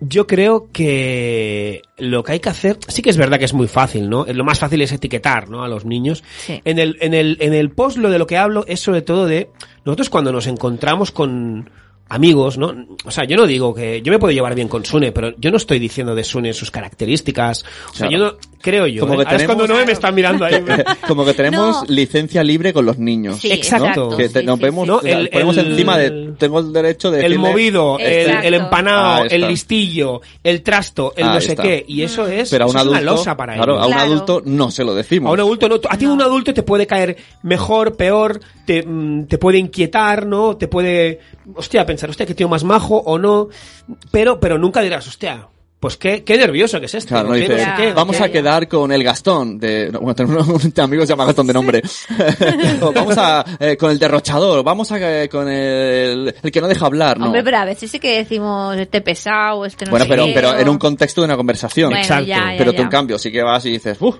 Speaker 4: yo creo que lo que hay que hacer, sí que es verdad que es muy fácil, ¿no? Lo más fácil es etiquetar, ¿no? A los niños.
Speaker 3: Sí.
Speaker 4: En el, en el, en el post lo de lo que hablo es sobre todo de nosotros cuando nos encontramos con amigos, ¿no? O sea, yo no digo que yo me puedo llevar bien con Sune, pero yo no estoy diciendo de Sune sus características. O sea,
Speaker 2: Claro.
Speaker 4: yo no creo yo.
Speaker 2: Como
Speaker 4: ¿eh?
Speaker 2: que
Speaker 4: Ahora es
Speaker 2: tenemos-
Speaker 4: cuando Noé me está mirando ahí.
Speaker 2: [laughs] Como que tenemos
Speaker 3: No.
Speaker 2: licencia libre con los niños.
Speaker 3: Sí,
Speaker 2: ¿no?
Speaker 4: exacto.
Speaker 2: Que te-
Speaker 3: Sí,
Speaker 2: nos
Speaker 3: sí,
Speaker 2: vemos,
Speaker 3: sí.
Speaker 4: No,
Speaker 2: o sea,
Speaker 4: el-
Speaker 2: ponemos
Speaker 4: el-
Speaker 2: encima de, tengo el derecho de
Speaker 4: el
Speaker 2: decirle- Ah,
Speaker 4: movido, el,
Speaker 3: Exacto.
Speaker 4: el empanado,
Speaker 2: Ahí está.
Speaker 4: el listillo, el trasto, el
Speaker 2: Ahí
Speaker 4: no sé
Speaker 2: está.
Speaker 4: qué. Y eso es,
Speaker 2: pero a un
Speaker 4: eso es
Speaker 2: adulto,
Speaker 4: una losa para
Speaker 2: claro,
Speaker 4: ellos.
Speaker 2: a un
Speaker 3: Claro.
Speaker 2: adulto no se lo decimos.
Speaker 4: A un adulto no. A ti un adulto te puede caer mejor, peor, te, mm, te puede inquietar, ¿no? Te puede, hostia, pensar, hostia, qué tío más majo o no. Pero, pero nunca dirás, hostia, pues qué, qué nervioso que es esto.
Speaker 2: Claro, no
Speaker 4: qué
Speaker 2: dice,
Speaker 4: no sé qué,
Speaker 2: vamos
Speaker 4: qué-
Speaker 2: a quedar con el Gastón de, no, bueno, tenemos un [laughs] amigo que se llama Gastón de nombre. [laughs] O vamos a, eh, con el derrochador, vamos a, eh, con el, el que no deja hablar, ¿no?
Speaker 3: Hombre, pero a veces sí que decimos este pesado, este no
Speaker 2: bueno,
Speaker 3: sé
Speaker 2: pero,
Speaker 3: qué,
Speaker 2: pero
Speaker 3: o-
Speaker 2: en un contexto de una conversación.
Speaker 3: Bueno,
Speaker 4: Exacto.
Speaker 3: ya, ya,
Speaker 2: pero tú
Speaker 3: ya.
Speaker 2: en cambio sí que vas y dices, uff,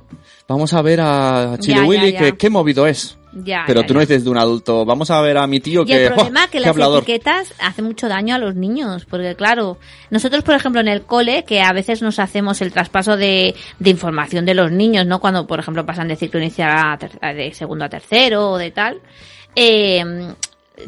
Speaker 2: vamos a ver a Chili
Speaker 3: Ya,
Speaker 2: Willy,
Speaker 3: ya, ya.
Speaker 2: que qué movido es.
Speaker 3: Ya,
Speaker 2: Pero
Speaker 3: ya,
Speaker 2: tú no
Speaker 3: ya.
Speaker 2: dices de un adulto, vamos a ver a mi tío
Speaker 3: Y
Speaker 2: que... [laughs]
Speaker 3: el problema
Speaker 2: ¡oh,
Speaker 3: es que
Speaker 2: qué
Speaker 3: las
Speaker 2: hablador!
Speaker 3: etiquetas hacen mucho daño a los niños, porque claro, nosotros por ejemplo en el cole, que a veces nos hacemos el traspaso de, de información de los niños, ¿no? Cuando por ejemplo pasan de ciclo inicial a ter- a de segundo a tercero o de tal, eh,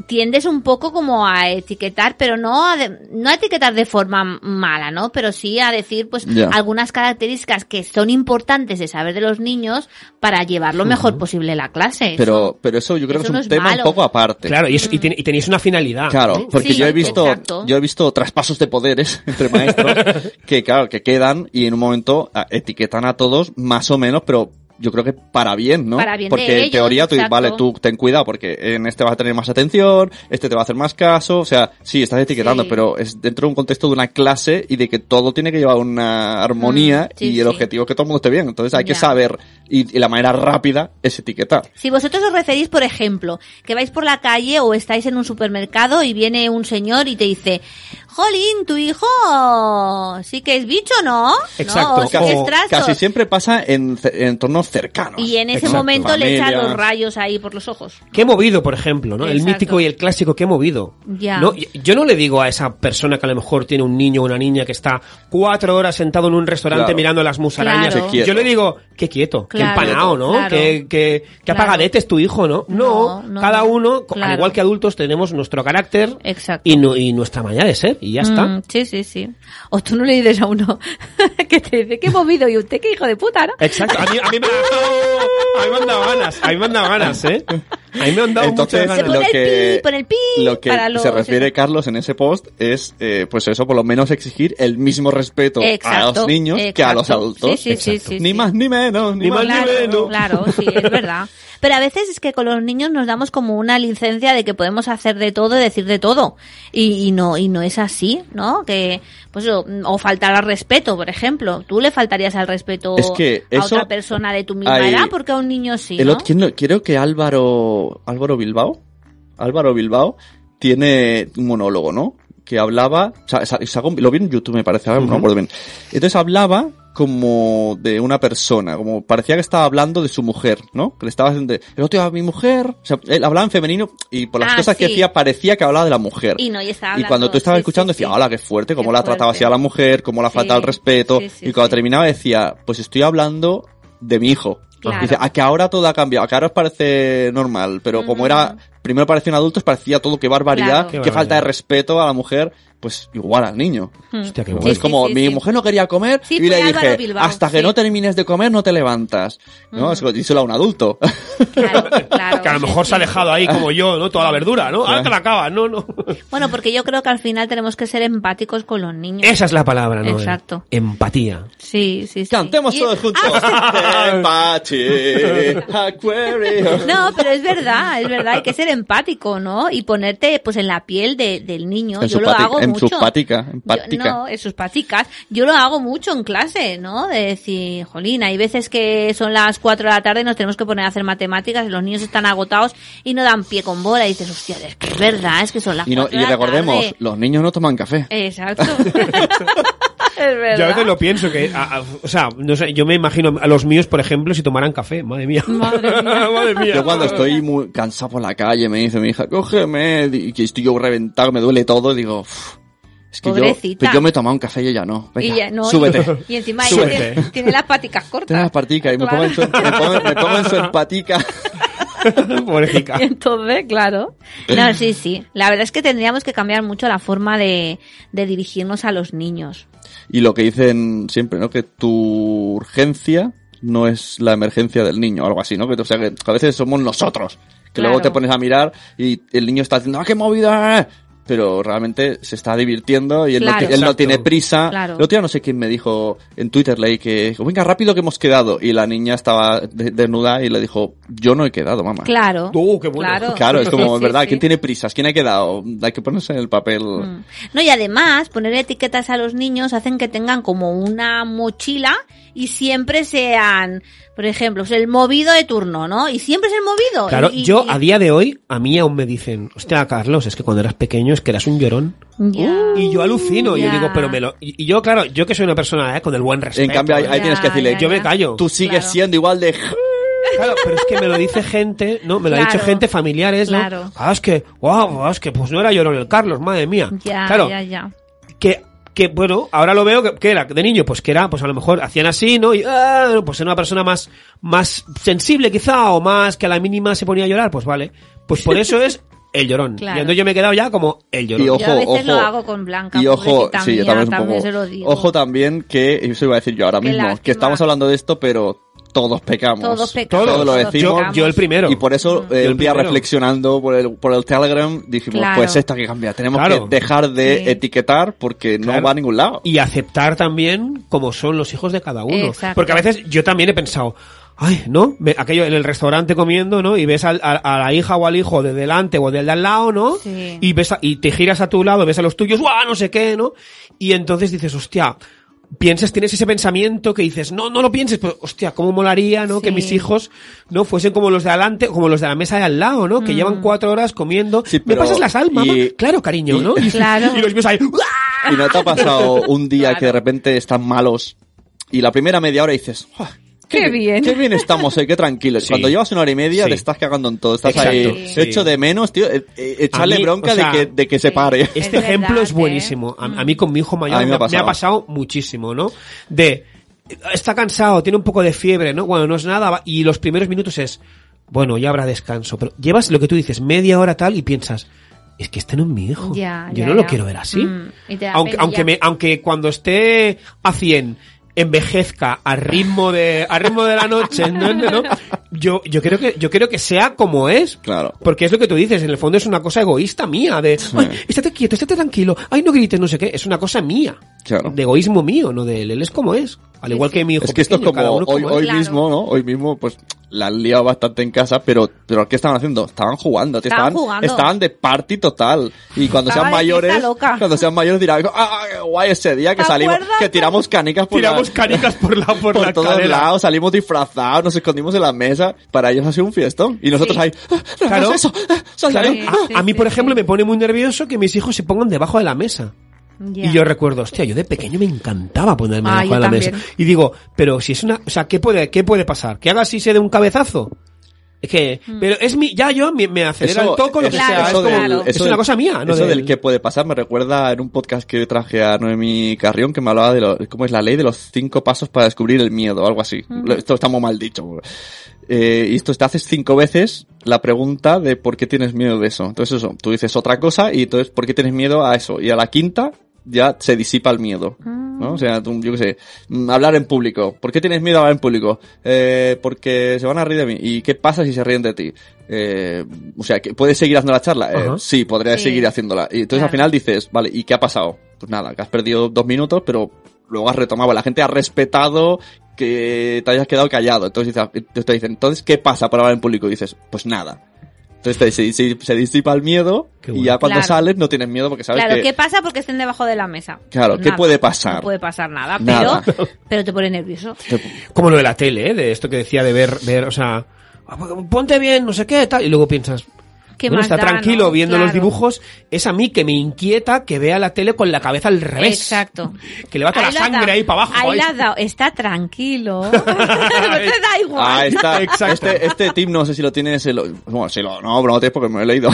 Speaker 3: tiendes un poco como a etiquetar, pero no a, de- no a etiquetar de forma mala, ¿no? Pero sí a decir, pues,
Speaker 2: Ya.
Speaker 3: algunas características que son importantes de saber de los niños para llevar lo mejor posible la clase.
Speaker 2: Pero, pero eso yo creo
Speaker 3: Eso
Speaker 2: que
Speaker 3: no
Speaker 2: es un
Speaker 3: es
Speaker 2: tema
Speaker 3: malo.
Speaker 2: un poco aparte.
Speaker 4: Claro, y, eso- y, ten- y tenéis una finalidad.
Speaker 2: Claro,
Speaker 4: ¿no?
Speaker 2: porque
Speaker 3: Sí,
Speaker 2: yo he visto,
Speaker 3: exacto.
Speaker 2: yo he visto traspasos de poderes [laughs] entre maestros que, claro, que quedan y en un momento ah, etiquetan a todos más o menos, pero yo creo que para bien, ¿no?
Speaker 3: Para bien de
Speaker 2: porque en
Speaker 3: ellos,
Speaker 2: teoría tú,
Speaker 3: exacto.
Speaker 2: vale, tú ten cuidado porque en este vas a tener más atención, este te va a hacer más caso, o sea, sí, estás etiquetando,
Speaker 3: Sí.
Speaker 2: pero es dentro de un contexto de una clase y de que todo tiene que llevar una armonía
Speaker 3: Mm, sí,
Speaker 2: y el
Speaker 3: sí.
Speaker 2: objetivo es que todo el mundo esté bien, entonces hay que
Speaker 3: Ya.
Speaker 2: saber y, y la manera rápida es etiquetar.
Speaker 3: Si vosotros os referís, por ejemplo, que vais por la calle o estáis en un supermercado y viene un señor y te dice, Jolín, tu hijo sí que es bicho, ¿no?
Speaker 4: Exacto.
Speaker 3: ¿No? O sí que es
Speaker 4: O
Speaker 3: trasto".
Speaker 2: Casi siempre pasa en ce- en entornos cercanos.
Speaker 3: Y en ese
Speaker 2: Exacto.
Speaker 3: momento le echa
Speaker 2: Familia.
Speaker 3: los rayos ahí por los ojos.
Speaker 4: Qué movido, por ejemplo, ¿no? El
Speaker 3: Exacto.
Speaker 4: mítico y el clásico, qué movido.
Speaker 3: Ya.
Speaker 4: No, y- yo no le digo a esa persona que a lo mejor tiene un niño o una niña que está cuatro horas sentado en un restaurante
Speaker 2: Claro.
Speaker 4: mirando las musarañas.
Speaker 3: Claro.
Speaker 2: Qué
Speaker 4: Yo le
Speaker 2: quieto.
Speaker 4: digo, qué quieto,
Speaker 3: Claro,
Speaker 4: qué empanado, ¿no?
Speaker 3: claro.
Speaker 4: Qué, qué- qué
Speaker 3: Claro.
Speaker 4: apagadete es tu hijo, ¿no?
Speaker 3: No,
Speaker 4: No,
Speaker 3: no,
Speaker 4: cada
Speaker 3: no.
Speaker 4: uno, co-
Speaker 3: Claro.
Speaker 4: al igual que adultos, tenemos nuestro carácter
Speaker 3: Exacto.
Speaker 4: y, nu- y nuestra manera de ser, y ya está.
Speaker 3: Mm, sí, sí, sí. O tú no le dices a uno [laughs] que te dice, qué movido, y usted qué hijo de puta, ¿no?
Speaker 4: Exacto. A mí, a mí me ha- a mí me han dado ganas, a mí me han dado ganas, ¿eh? A mí me han dado
Speaker 2: Entonces,
Speaker 4: muchas
Speaker 3: Se
Speaker 4: ganas.
Speaker 3: pone
Speaker 2: lo
Speaker 3: el
Speaker 2: que-
Speaker 3: pi, pone el pi
Speaker 2: lo que
Speaker 3: para los-
Speaker 2: se refiere Carlos en ese post es, eh, pues eso, por lo menos exigir el mismo respeto a
Speaker 3: Exacto,
Speaker 2: los niños que a los
Speaker 3: exacto.
Speaker 2: adultos.
Speaker 3: Sí, sí, sí,
Speaker 2: Exacto.
Speaker 3: sí,
Speaker 2: ni
Speaker 3: sí.
Speaker 2: más ni menos, ni, más
Speaker 3: claro,
Speaker 2: ni menos.
Speaker 3: Claro, sí, es verdad. Pero a veces es que con los niños nos damos como una licencia de que podemos hacer de todo y decir de todo. Y, y no y no es así, ¿no? Que pues o, o faltar al respeto, por ejemplo. Tú le faltarías al respeto
Speaker 2: Es que
Speaker 3: a
Speaker 2: eso-
Speaker 3: otra persona de tu misma
Speaker 2: hay-
Speaker 3: edad porque a un niño sí,
Speaker 2: El
Speaker 3: ¿no?
Speaker 2: otro- ¿quién lo- creo que Álvaro, Álvaro Bilbao, Álvaro Bilbao tiene un monólogo, ¿no? Que hablaba, o sea, sa- sacó un- lo vi en YouTube me parece, ahora no me acuerdo bien. Entonces hablaba como de una persona, como parecía que estaba hablando de su mujer, ¿no? Que le estaba haciendo, de, el otro día mi mujer, o sea, él hablaba en femenino y por las
Speaker 3: Ah,
Speaker 2: cosas que
Speaker 3: sí.
Speaker 2: decía parecía que hablaba de la mujer.
Speaker 3: Y no, y estaba hablando-
Speaker 2: cuando tú estabas
Speaker 3: sí,
Speaker 2: escuchando
Speaker 3: sí,
Speaker 2: decía,
Speaker 3: sí.
Speaker 2: hola, qué fuerte, cómo
Speaker 3: Qué
Speaker 2: la trataba así
Speaker 3: fuerte.
Speaker 2: a la mujer, cómo la
Speaker 3: Sí.
Speaker 2: falta al respeto.
Speaker 3: Sí, sí,
Speaker 2: y cuando
Speaker 3: sí.
Speaker 2: terminaba decía, pues estoy hablando de mi hijo.
Speaker 3: Claro.
Speaker 2: Dice, a que ahora todo ha cambiado, a que ahora os parece normal, pero como era, primero parecían adultos, parecía todo que barbaridad,
Speaker 3: Claro.
Speaker 4: Qué
Speaker 2: que
Speaker 4: barbaridad.
Speaker 2: falta de respeto a la mujer, pues igual al niño.
Speaker 4: Hostia, qué
Speaker 3: Sí,
Speaker 4: guay.
Speaker 2: es como,
Speaker 3: sí,
Speaker 2: mi
Speaker 3: sí.
Speaker 2: mujer no quería comer
Speaker 3: Sí,
Speaker 2: y
Speaker 3: fue
Speaker 2: le
Speaker 3: Álvaro
Speaker 2: dije,
Speaker 3: Bilbao,
Speaker 2: hasta que
Speaker 3: sí.
Speaker 2: no termines de comer no te levantas. ¿No? Eso díselo a un adulto. [laughs]
Speaker 3: Claro, claro.
Speaker 4: Que a lo mejor
Speaker 3: Sí,
Speaker 4: se ha
Speaker 3: sí.
Speaker 4: dejado ahí como yo, ¿no? Toda la verdura, ¿no? Ahora te la acabas, no, no.
Speaker 3: Bueno, porque yo creo que al final tenemos que ser empáticos con los niños.
Speaker 4: Esa es la palabra, ¿no?
Speaker 3: Exacto.
Speaker 4: Empatía.
Speaker 3: Sí, sí, sí.
Speaker 2: Cantemos
Speaker 3: Y- Ah,
Speaker 2: todos
Speaker 3: [laughs]
Speaker 2: juntos. [laughs]
Speaker 4: [laughs]
Speaker 2: Tempachi, [laughs] Aquarius.
Speaker 3: No, pero es verdad, es verdad, hay que ser empático, ¿no? Y ponerte pues en la piel de- del niño.
Speaker 2: En
Speaker 3: Yo
Speaker 2: su
Speaker 3: lo
Speaker 2: pati-
Speaker 3: hago
Speaker 2: en
Speaker 3: mucho.
Speaker 2: su pática, en
Speaker 3: Yo-
Speaker 2: pática.
Speaker 3: no, en sus paticas. Yo lo hago mucho en clase, ¿no? De decir, jolín, hay veces que son las 4 de la tarde y nos tenemos que poner a hacer matemáticas y los niños están agotados y no dan pie con bola. Y dices, hostia, es que es verdad, es que son las
Speaker 2: Y,
Speaker 3: 4
Speaker 2: no,
Speaker 3: de Eh,
Speaker 2: y
Speaker 3: la
Speaker 2: recordemos,
Speaker 3: tarde".
Speaker 2: los niños no toman café. [laughs]
Speaker 3: Exacto. [laughs] es verdad.
Speaker 4: Yo a veces lo pienso que, a- a- o sea, no sé, yo me imagino a los míos, por ejemplo, si tomaran café, madre mía. [laughs]
Speaker 3: Madre mía.
Speaker 4: Madre mía.
Speaker 2: Yo cuando estoy muy cansado por la calle me dice mi hija, cógeme, y que estoy yo reventado, me duele todo, digo, "Uf, es que yo,
Speaker 3: Pobrecita.
Speaker 2: pues yo me he tomado un café y ella no. Venga,
Speaker 3: y ya- no,
Speaker 2: súbete.
Speaker 3: [laughs] Y, y
Speaker 4: [laughs]
Speaker 3: encima
Speaker 4: Súbete.
Speaker 3: ella tiene, tiene las paticas cortas.
Speaker 2: Ten las paticas y me pongo en su, me pongo- me pongo en su
Speaker 3: [laughs]
Speaker 2: empatica.
Speaker 4: [laughs] Pobrecita.
Speaker 3: Y entonces, claro. No, sí, sí. La verdad es que tendríamos que cambiar mucho la forma de, de dirigirnos a los niños.
Speaker 2: Y lo que dicen siempre, ¿no? Que tu urgencia no es la emergencia del niño, algo así, ¿no? Que, o sea, que a veces somos nosotros. Que luego
Speaker 3: Claro.
Speaker 2: te pones a mirar y el niño está diciendo, ¡ah, qué movida! Pero realmente se está divirtiendo y él, no
Speaker 3: Claro.
Speaker 2: ti- él no,
Speaker 4: Exacto.
Speaker 2: tiene prisa.
Speaker 3: Claro.
Speaker 2: El otro día no sé quién me dijo en Twitter, leí que, venga, rápido que hemos quedado. Y la niña estaba de- desnuda y le dijo, yo no he quedado, mamá.
Speaker 3: Claro.
Speaker 4: Uh, qué bueno.
Speaker 3: Claro,
Speaker 2: Claro, es como,
Speaker 3: [laughs] Sí, sí,
Speaker 2: ¿verdad?
Speaker 3: sí.
Speaker 2: ¿Quién tiene prisas? ¿Quién ha quedado? Hay que ponerse en el papel.
Speaker 3: Mm. No, y además, poner etiquetas a los niños hacen que tengan como una mochila y siempre sean, por ejemplo, es el movido de turno, ¿no? Y siempre es el movido.
Speaker 4: Claro,
Speaker 3: Y- y-
Speaker 4: yo
Speaker 3: y-
Speaker 4: a día de hoy, a mí aún me dicen, hostia, Carlos, es que cuando eras pequeño es que eras un llorón.
Speaker 3: Ya.
Speaker 4: Uh, Y yo alucino, yo
Speaker 3: Ya.
Speaker 4: digo, pero me lo... Y, y yo, claro, yo que soy una persona eh, con el buen respeto.
Speaker 2: En cambio, ahí, ahí
Speaker 3: Ya,
Speaker 2: tienes que decirle,
Speaker 3: ya,
Speaker 4: yo me
Speaker 3: ya.
Speaker 4: callo.
Speaker 2: tú sigues
Speaker 3: Claro.
Speaker 2: siendo igual de...
Speaker 4: Claro, pero es que me lo dice gente, ¿no? Me lo ha
Speaker 3: Claro.
Speaker 4: dicho gente, familiares, ¿no?
Speaker 3: Claro.
Speaker 4: Ah, es que, wow, es que pues no era llorón el Carlos, madre mía.
Speaker 3: Ya,
Speaker 4: claro,
Speaker 3: ya, ya.
Speaker 4: que que bueno, ahora lo veo que, que era de niño, pues que era, pues a lo mejor hacían así, ¿no? Y ah, pues era una persona más más sensible quizá o más que a la mínima se ponía a llorar, pues vale. Pues por eso es
Speaker 3: [laughs]
Speaker 4: el llorón.
Speaker 3: Claro.
Speaker 4: Y entonces yo me he quedado ya como el llorón.
Speaker 2: Y ojo,
Speaker 3: yo a veces
Speaker 2: ojo.
Speaker 3: lo hago con Blanca.
Speaker 2: Y ojo,
Speaker 3: pobrecita
Speaker 2: sí, yo
Speaker 3: mía,
Speaker 2: también es un poco...
Speaker 3: se lo digo.
Speaker 2: Ojo también que, y eso iba a decir yo ahora
Speaker 3: Qué
Speaker 2: mismo, que
Speaker 3: lástima.
Speaker 2: estamos hablando de esto, pero todos pecamos.
Speaker 3: Todos pecamos.
Speaker 2: Todos lo
Speaker 3: todos
Speaker 2: decimos.
Speaker 4: yo,
Speaker 3: pecamos.
Speaker 4: yo el primero.
Speaker 2: Y por eso,
Speaker 4: Yo
Speaker 2: eh,
Speaker 4: el
Speaker 2: un día
Speaker 4: primero.
Speaker 2: reflexionando por el, por el Telegram, dijimos,
Speaker 3: Claro.
Speaker 2: pues esto hay que cambiar. Tenemos
Speaker 4: Claro.
Speaker 2: que dejar de
Speaker 3: Sí.
Speaker 2: etiquetar porque no
Speaker 4: Claro.
Speaker 2: va a ningún lado.
Speaker 4: y aceptar también cómo son los hijos de cada uno.
Speaker 3: Exacto.
Speaker 4: Porque a veces yo también he pensado, ay, ¿no? Me- aquello en el restaurante comiendo, ¿no? Y ves al- a, a la hija o al hijo de delante o del de al lado, ¿no?
Speaker 3: Sí.
Speaker 4: Y, ves a- y te giras a tu lado, ves a los tuyos, ¡guau! No sé qué, ¿no? Y entonces dices, hostia. Piensas, tienes ese pensamiento que dices, no, no lo pienses, pero hostia, cómo molaría, ¿no? Que
Speaker 3: Sí.
Speaker 4: mis hijos no fuesen como los de adelante, como los de la mesa de al lado, ¿no? Que
Speaker 3: Mm.
Speaker 4: llevan cuatro horas comiendo.
Speaker 2: Sí,
Speaker 4: ¿Me
Speaker 2: pero-
Speaker 4: pasas la sal, mamá?
Speaker 2: y-
Speaker 4: Claro,
Speaker 2: [laughs]
Speaker 4: cariño,
Speaker 2: y-
Speaker 4: ¿no? Y,
Speaker 3: Claro.
Speaker 4: y los míos ahí, ¡guau!
Speaker 2: ¿Y no te ha
Speaker 3: [laughs]
Speaker 2: pasado un día que de repente están malos y la primera media hora dices, "Buah,
Speaker 3: Qué bien".
Speaker 2: Qué bien estamos, eh, qué tranquilos.
Speaker 4: Sí.
Speaker 2: Cuando llevas una hora y media
Speaker 4: Sí.
Speaker 2: te estás cagando en todo, estás
Speaker 4: Exacto,
Speaker 2: ahí
Speaker 4: sí.
Speaker 2: hecho de menos, tío. eh, eh, echarle
Speaker 4: A mí,
Speaker 2: bronca
Speaker 4: o
Speaker 2: de,
Speaker 4: sea,
Speaker 2: que, de que se
Speaker 3: sí.
Speaker 2: pare.
Speaker 3: Es
Speaker 4: Este
Speaker 3: verdad,
Speaker 4: ejemplo es
Speaker 3: ¿eh?
Speaker 4: buenísimo. A, a mí con mi hijo
Speaker 2: A
Speaker 4: mayor
Speaker 2: mí
Speaker 4: me,
Speaker 2: me ha
Speaker 4: me
Speaker 2: pasado.
Speaker 4: ha pasado muchísimo, ¿no? De está cansado, tiene un poco de fiebre, ¿no? Bueno, no es nada va- y los primeros minutos es bueno, ya habrá descanso, pero llevas lo que tú dices media hora tal y piensas es que este no es mi hijo.
Speaker 3: Ya,
Speaker 4: Yo
Speaker 3: ya,
Speaker 4: no lo
Speaker 3: ya.
Speaker 4: quiero ver así.
Speaker 3: Mm, y te da
Speaker 4: aunque
Speaker 3: pena
Speaker 4: aunque
Speaker 3: ya.
Speaker 4: me aunque cuando esté a 100 envejezca al ritmo de al ritmo de la noche, [laughs] ¿no? ¿no? Yo yo creo que yo creo que sea como es.
Speaker 2: Claro.
Speaker 4: Porque es lo que tú dices, en el fondo es una cosa egoísta mía, de, ay, estate quieto, estate tranquilo, ay, no grites, no sé qué, es una cosa mía,
Speaker 2: [laughs] Claro.
Speaker 4: de egoísmo mío, no de él, él es como es, al igual que mi hijo.
Speaker 2: Es que esto es
Speaker 4: pequeño,
Speaker 2: como
Speaker 4: cada uno
Speaker 2: hoy,
Speaker 4: como
Speaker 2: hoy
Speaker 4: es.
Speaker 3: Claro.
Speaker 2: mismo, ¿no? Hoy mismo, pues, la han liado bastante en casa, pero, pero ¿qué estaban haciendo? Estaban jugando, tío,
Speaker 3: Estaban
Speaker 2: estaban,
Speaker 3: jugando.
Speaker 2: estaban de party total. Y cuando
Speaker 3: Estaba
Speaker 2: sean
Speaker 3: de fiesta
Speaker 2: mayores,
Speaker 3: loca.
Speaker 2: cuando sean mayores dirán, ah, ah, qué guay ese día que
Speaker 3: ¿Te
Speaker 2: salimos,
Speaker 3: acuerdas?
Speaker 2: que tiramos canicas por la-
Speaker 4: [laughs] Tiramos canicas por la, por
Speaker 2: por
Speaker 4: la
Speaker 2: todos
Speaker 4: cadera.
Speaker 2: lados, salimos disfrazados, nos escondimos en la mesa. Para ellos ha sido un fiestón. Y nosotros
Speaker 3: Sí.
Speaker 2: ahí, "Ah, no
Speaker 4: Claro.
Speaker 2: hagas eso, ah, sal de
Speaker 4: Claro,
Speaker 2: ahí".
Speaker 3: Sí,
Speaker 4: a,
Speaker 3: sí,
Speaker 4: a mí, por
Speaker 3: sí,
Speaker 4: ejemplo,
Speaker 3: sí.
Speaker 4: me pone muy nervioso que mis hijos se pongan debajo de la mesa.
Speaker 3: Ya.
Speaker 4: Y yo recuerdo, hostia, yo de pequeño me encantaba ponerme
Speaker 3: Ah,
Speaker 4: debajo
Speaker 3: yo
Speaker 4: de la
Speaker 3: también.
Speaker 4: mesa. Y digo, pero si es una, o sea, ¿qué puede, qué puede pasar? ¿Que haga así se dé un cabezazo? Es que,
Speaker 3: Mm.
Speaker 4: pero es mi, ya yo me, me acelera el toco, lo que
Speaker 3: eso- eso
Speaker 4: sea. es, como-
Speaker 3: del-
Speaker 4: es
Speaker 2: eso
Speaker 4: una
Speaker 2: del-
Speaker 4: cosa mía, ah, ¿no?
Speaker 2: Eso del
Speaker 4: del-
Speaker 2: que puede pasar me recuerda en un podcast que traje a Noemi Carrión que me hablaba de lo- cómo es la ley de los cinco pasos para descubrir el miedo o algo así. Lo- Esto está muy mal dicho. Eh, y esto te haces cinco veces la pregunta de por qué tienes miedo de eso. Entonces eso, tú dices otra cosa y entonces por qué tienes miedo a eso. Y a la quinta ya se disipa el miedo.
Speaker 3: Mm.
Speaker 2: ¿no? O sea, tú, yo qué sé, mm, hablar en público. ¿Por qué tienes miedo a hablar en público? Eh, porque se van a reír de mí. ¿Y qué pasa si se ríen de ti? Eh, o sea, que ¿puedes seguir haciendo la charla? Eh,
Speaker 4: Ajá.
Speaker 2: sí, podría
Speaker 3: Sí.
Speaker 2: seguir haciéndola. Y entonces al
Speaker 3: Claro.
Speaker 2: final dices, vale, ¿y qué ha pasado? Pues nada, que has perdido dos minutos, pero luego has retomado. La gente ha respetado que te hayas quedado callado. Entonces dices, entonces te dicen, entonces, ¿qué pasa por hablar en público? Y dices, pues nada. Entonces te- se, se- se disipa el miedo
Speaker 4: Qué
Speaker 2: y
Speaker 4: bueno.
Speaker 2: ya cuando
Speaker 3: Claro.
Speaker 2: sales no tienes miedo porque sabes
Speaker 3: Claro,
Speaker 2: que...
Speaker 3: ¿qué pasa porque estén debajo de la mesa?
Speaker 2: Claro, ¿qué
Speaker 3: Nada,
Speaker 2: puede pasar?
Speaker 3: No puede pasar nada,
Speaker 2: Nada.
Speaker 3: pero pero te pone nervioso.
Speaker 4: como lo de la tele, ¿eh? de esto que decía de ver, ver, o sea, "Ah, pues, ponte bien, no sé qué, tal, y luego piensas,
Speaker 3: ¿Qué
Speaker 4: bueno,
Speaker 3: más
Speaker 4: está
Speaker 3: da,
Speaker 4: tranquilo
Speaker 3: no?
Speaker 4: viendo los
Speaker 3: Claro.
Speaker 4: dibujos, es a mí que me inquieta que vea la tele con la cabeza al revés.
Speaker 3: Exacto.
Speaker 4: [laughs] Que levanta la
Speaker 3: Ahí lo has
Speaker 4: sangre
Speaker 3: dado.
Speaker 4: ahí para abajo.
Speaker 3: Ahí
Speaker 4: ahí.
Speaker 3: la has dado. Está tranquilo.
Speaker 4: [laughs]
Speaker 3: No te da igual.
Speaker 2: Ah,
Speaker 3: [laughs]
Speaker 2: está.
Speaker 4: Exacto.
Speaker 2: Este, este tip no sé si lo tienes. el- Bueno, si lo, no, pero no tienes porque me lo he
Speaker 3: [laughs]
Speaker 2: leído.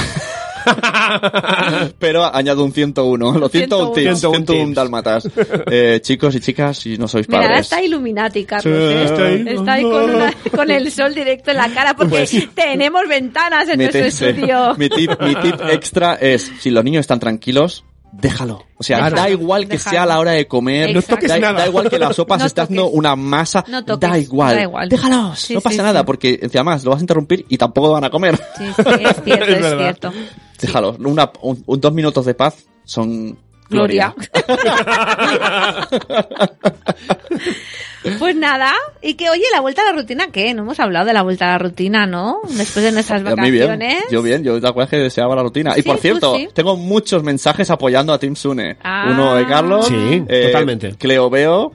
Speaker 2: pero añado un 101. Los 101 tips.
Speaker 4: 101
Speaker 2: 101
Speaker 4: tips.
Speaker 2: dalmatas. Eh, chicos y chicas, si no sois
Speaker 3: Mira, ahora
Speaker 2: padres.
Speaker 3: está Illuminati, Carlos.
Speaker 4: Sí,
Speaker 3: ¿eh?
Speaker 4: está ahí. Pues
Speaker 3: Está ahí con, una- con el sol directo en la cara porque tenemos ventanas en
Speaker 2: mi,
Speaker 3: nuestro
Speaker 2: tip,
Speaker 3: estudio.
Speaker 2: mi tip- mi tip extra es: si los niños están tranquilos, déjalo. O sea,
Speaker 4: Claro.
Speaker 2: da igual que
Speaker 3: Déjalo.
Speaker 2: sea la hora de comer.
Speaker 3: No
Speaker 4: toques
Speaker 2: da,
Speaker 4: nada.
Speaker 2: da igual que la
Speaker 3: [laughs]
Speaker 2: sopa
Speaker 3: No
Speaker 2: se está haciendo
Speaker 3: toques.
Speaker 2: una masa.
Speaker 3: No toques,
Speaker 2: da, igual.
Speaker 3: da igual.
Speaker 2: Déjalos.
Speaker 3: Sí,
Speaker 2: no
Speaker 3: sí,
Speaker 2: pasa
Speaker 3: sí.
Speaker 2: nada porque, además, lo vas a interrumpir y tampoco van a comer.
Speaker 3: Sí, sí, es cierto,
Speaker 4: [laughs] Es
Speaker 3: es,
Speaker 4: verdad.
Speaker 3: cierto.
Speaker 2: Déjalo. Una, un, un- dos minutos de paz son
Speaker 3: Gloria.
Speaker 2: gloria.
Speaker 3: [laughs] pues nada, y que oye, la vuelta a la rutina, ¿qué? No hemos hablado de la vuelta a la rutina, ¿no?
Speaker 2: [laughs]
Speaker 3: Después de nuestras
Speaker 2: A mí bien.
Speaker 3: vacaciones.
Speaker 2: Yo bien, yo te acuerdas que deseaba la rutina. y
Speaker 3: Sí,
Speaker 2: por
Speaker 3: tú
Speaker 2: cierto,
Speaker 3: sí.
Speaker 2: tengo muchos mensajes apoyando a Team Sune.
Speaker 3: Ah.
Speaker 2: Uno de Carlos. Eh,
Speaker 4: Sí, totalmente.
Speaker 2: Cleo Veo.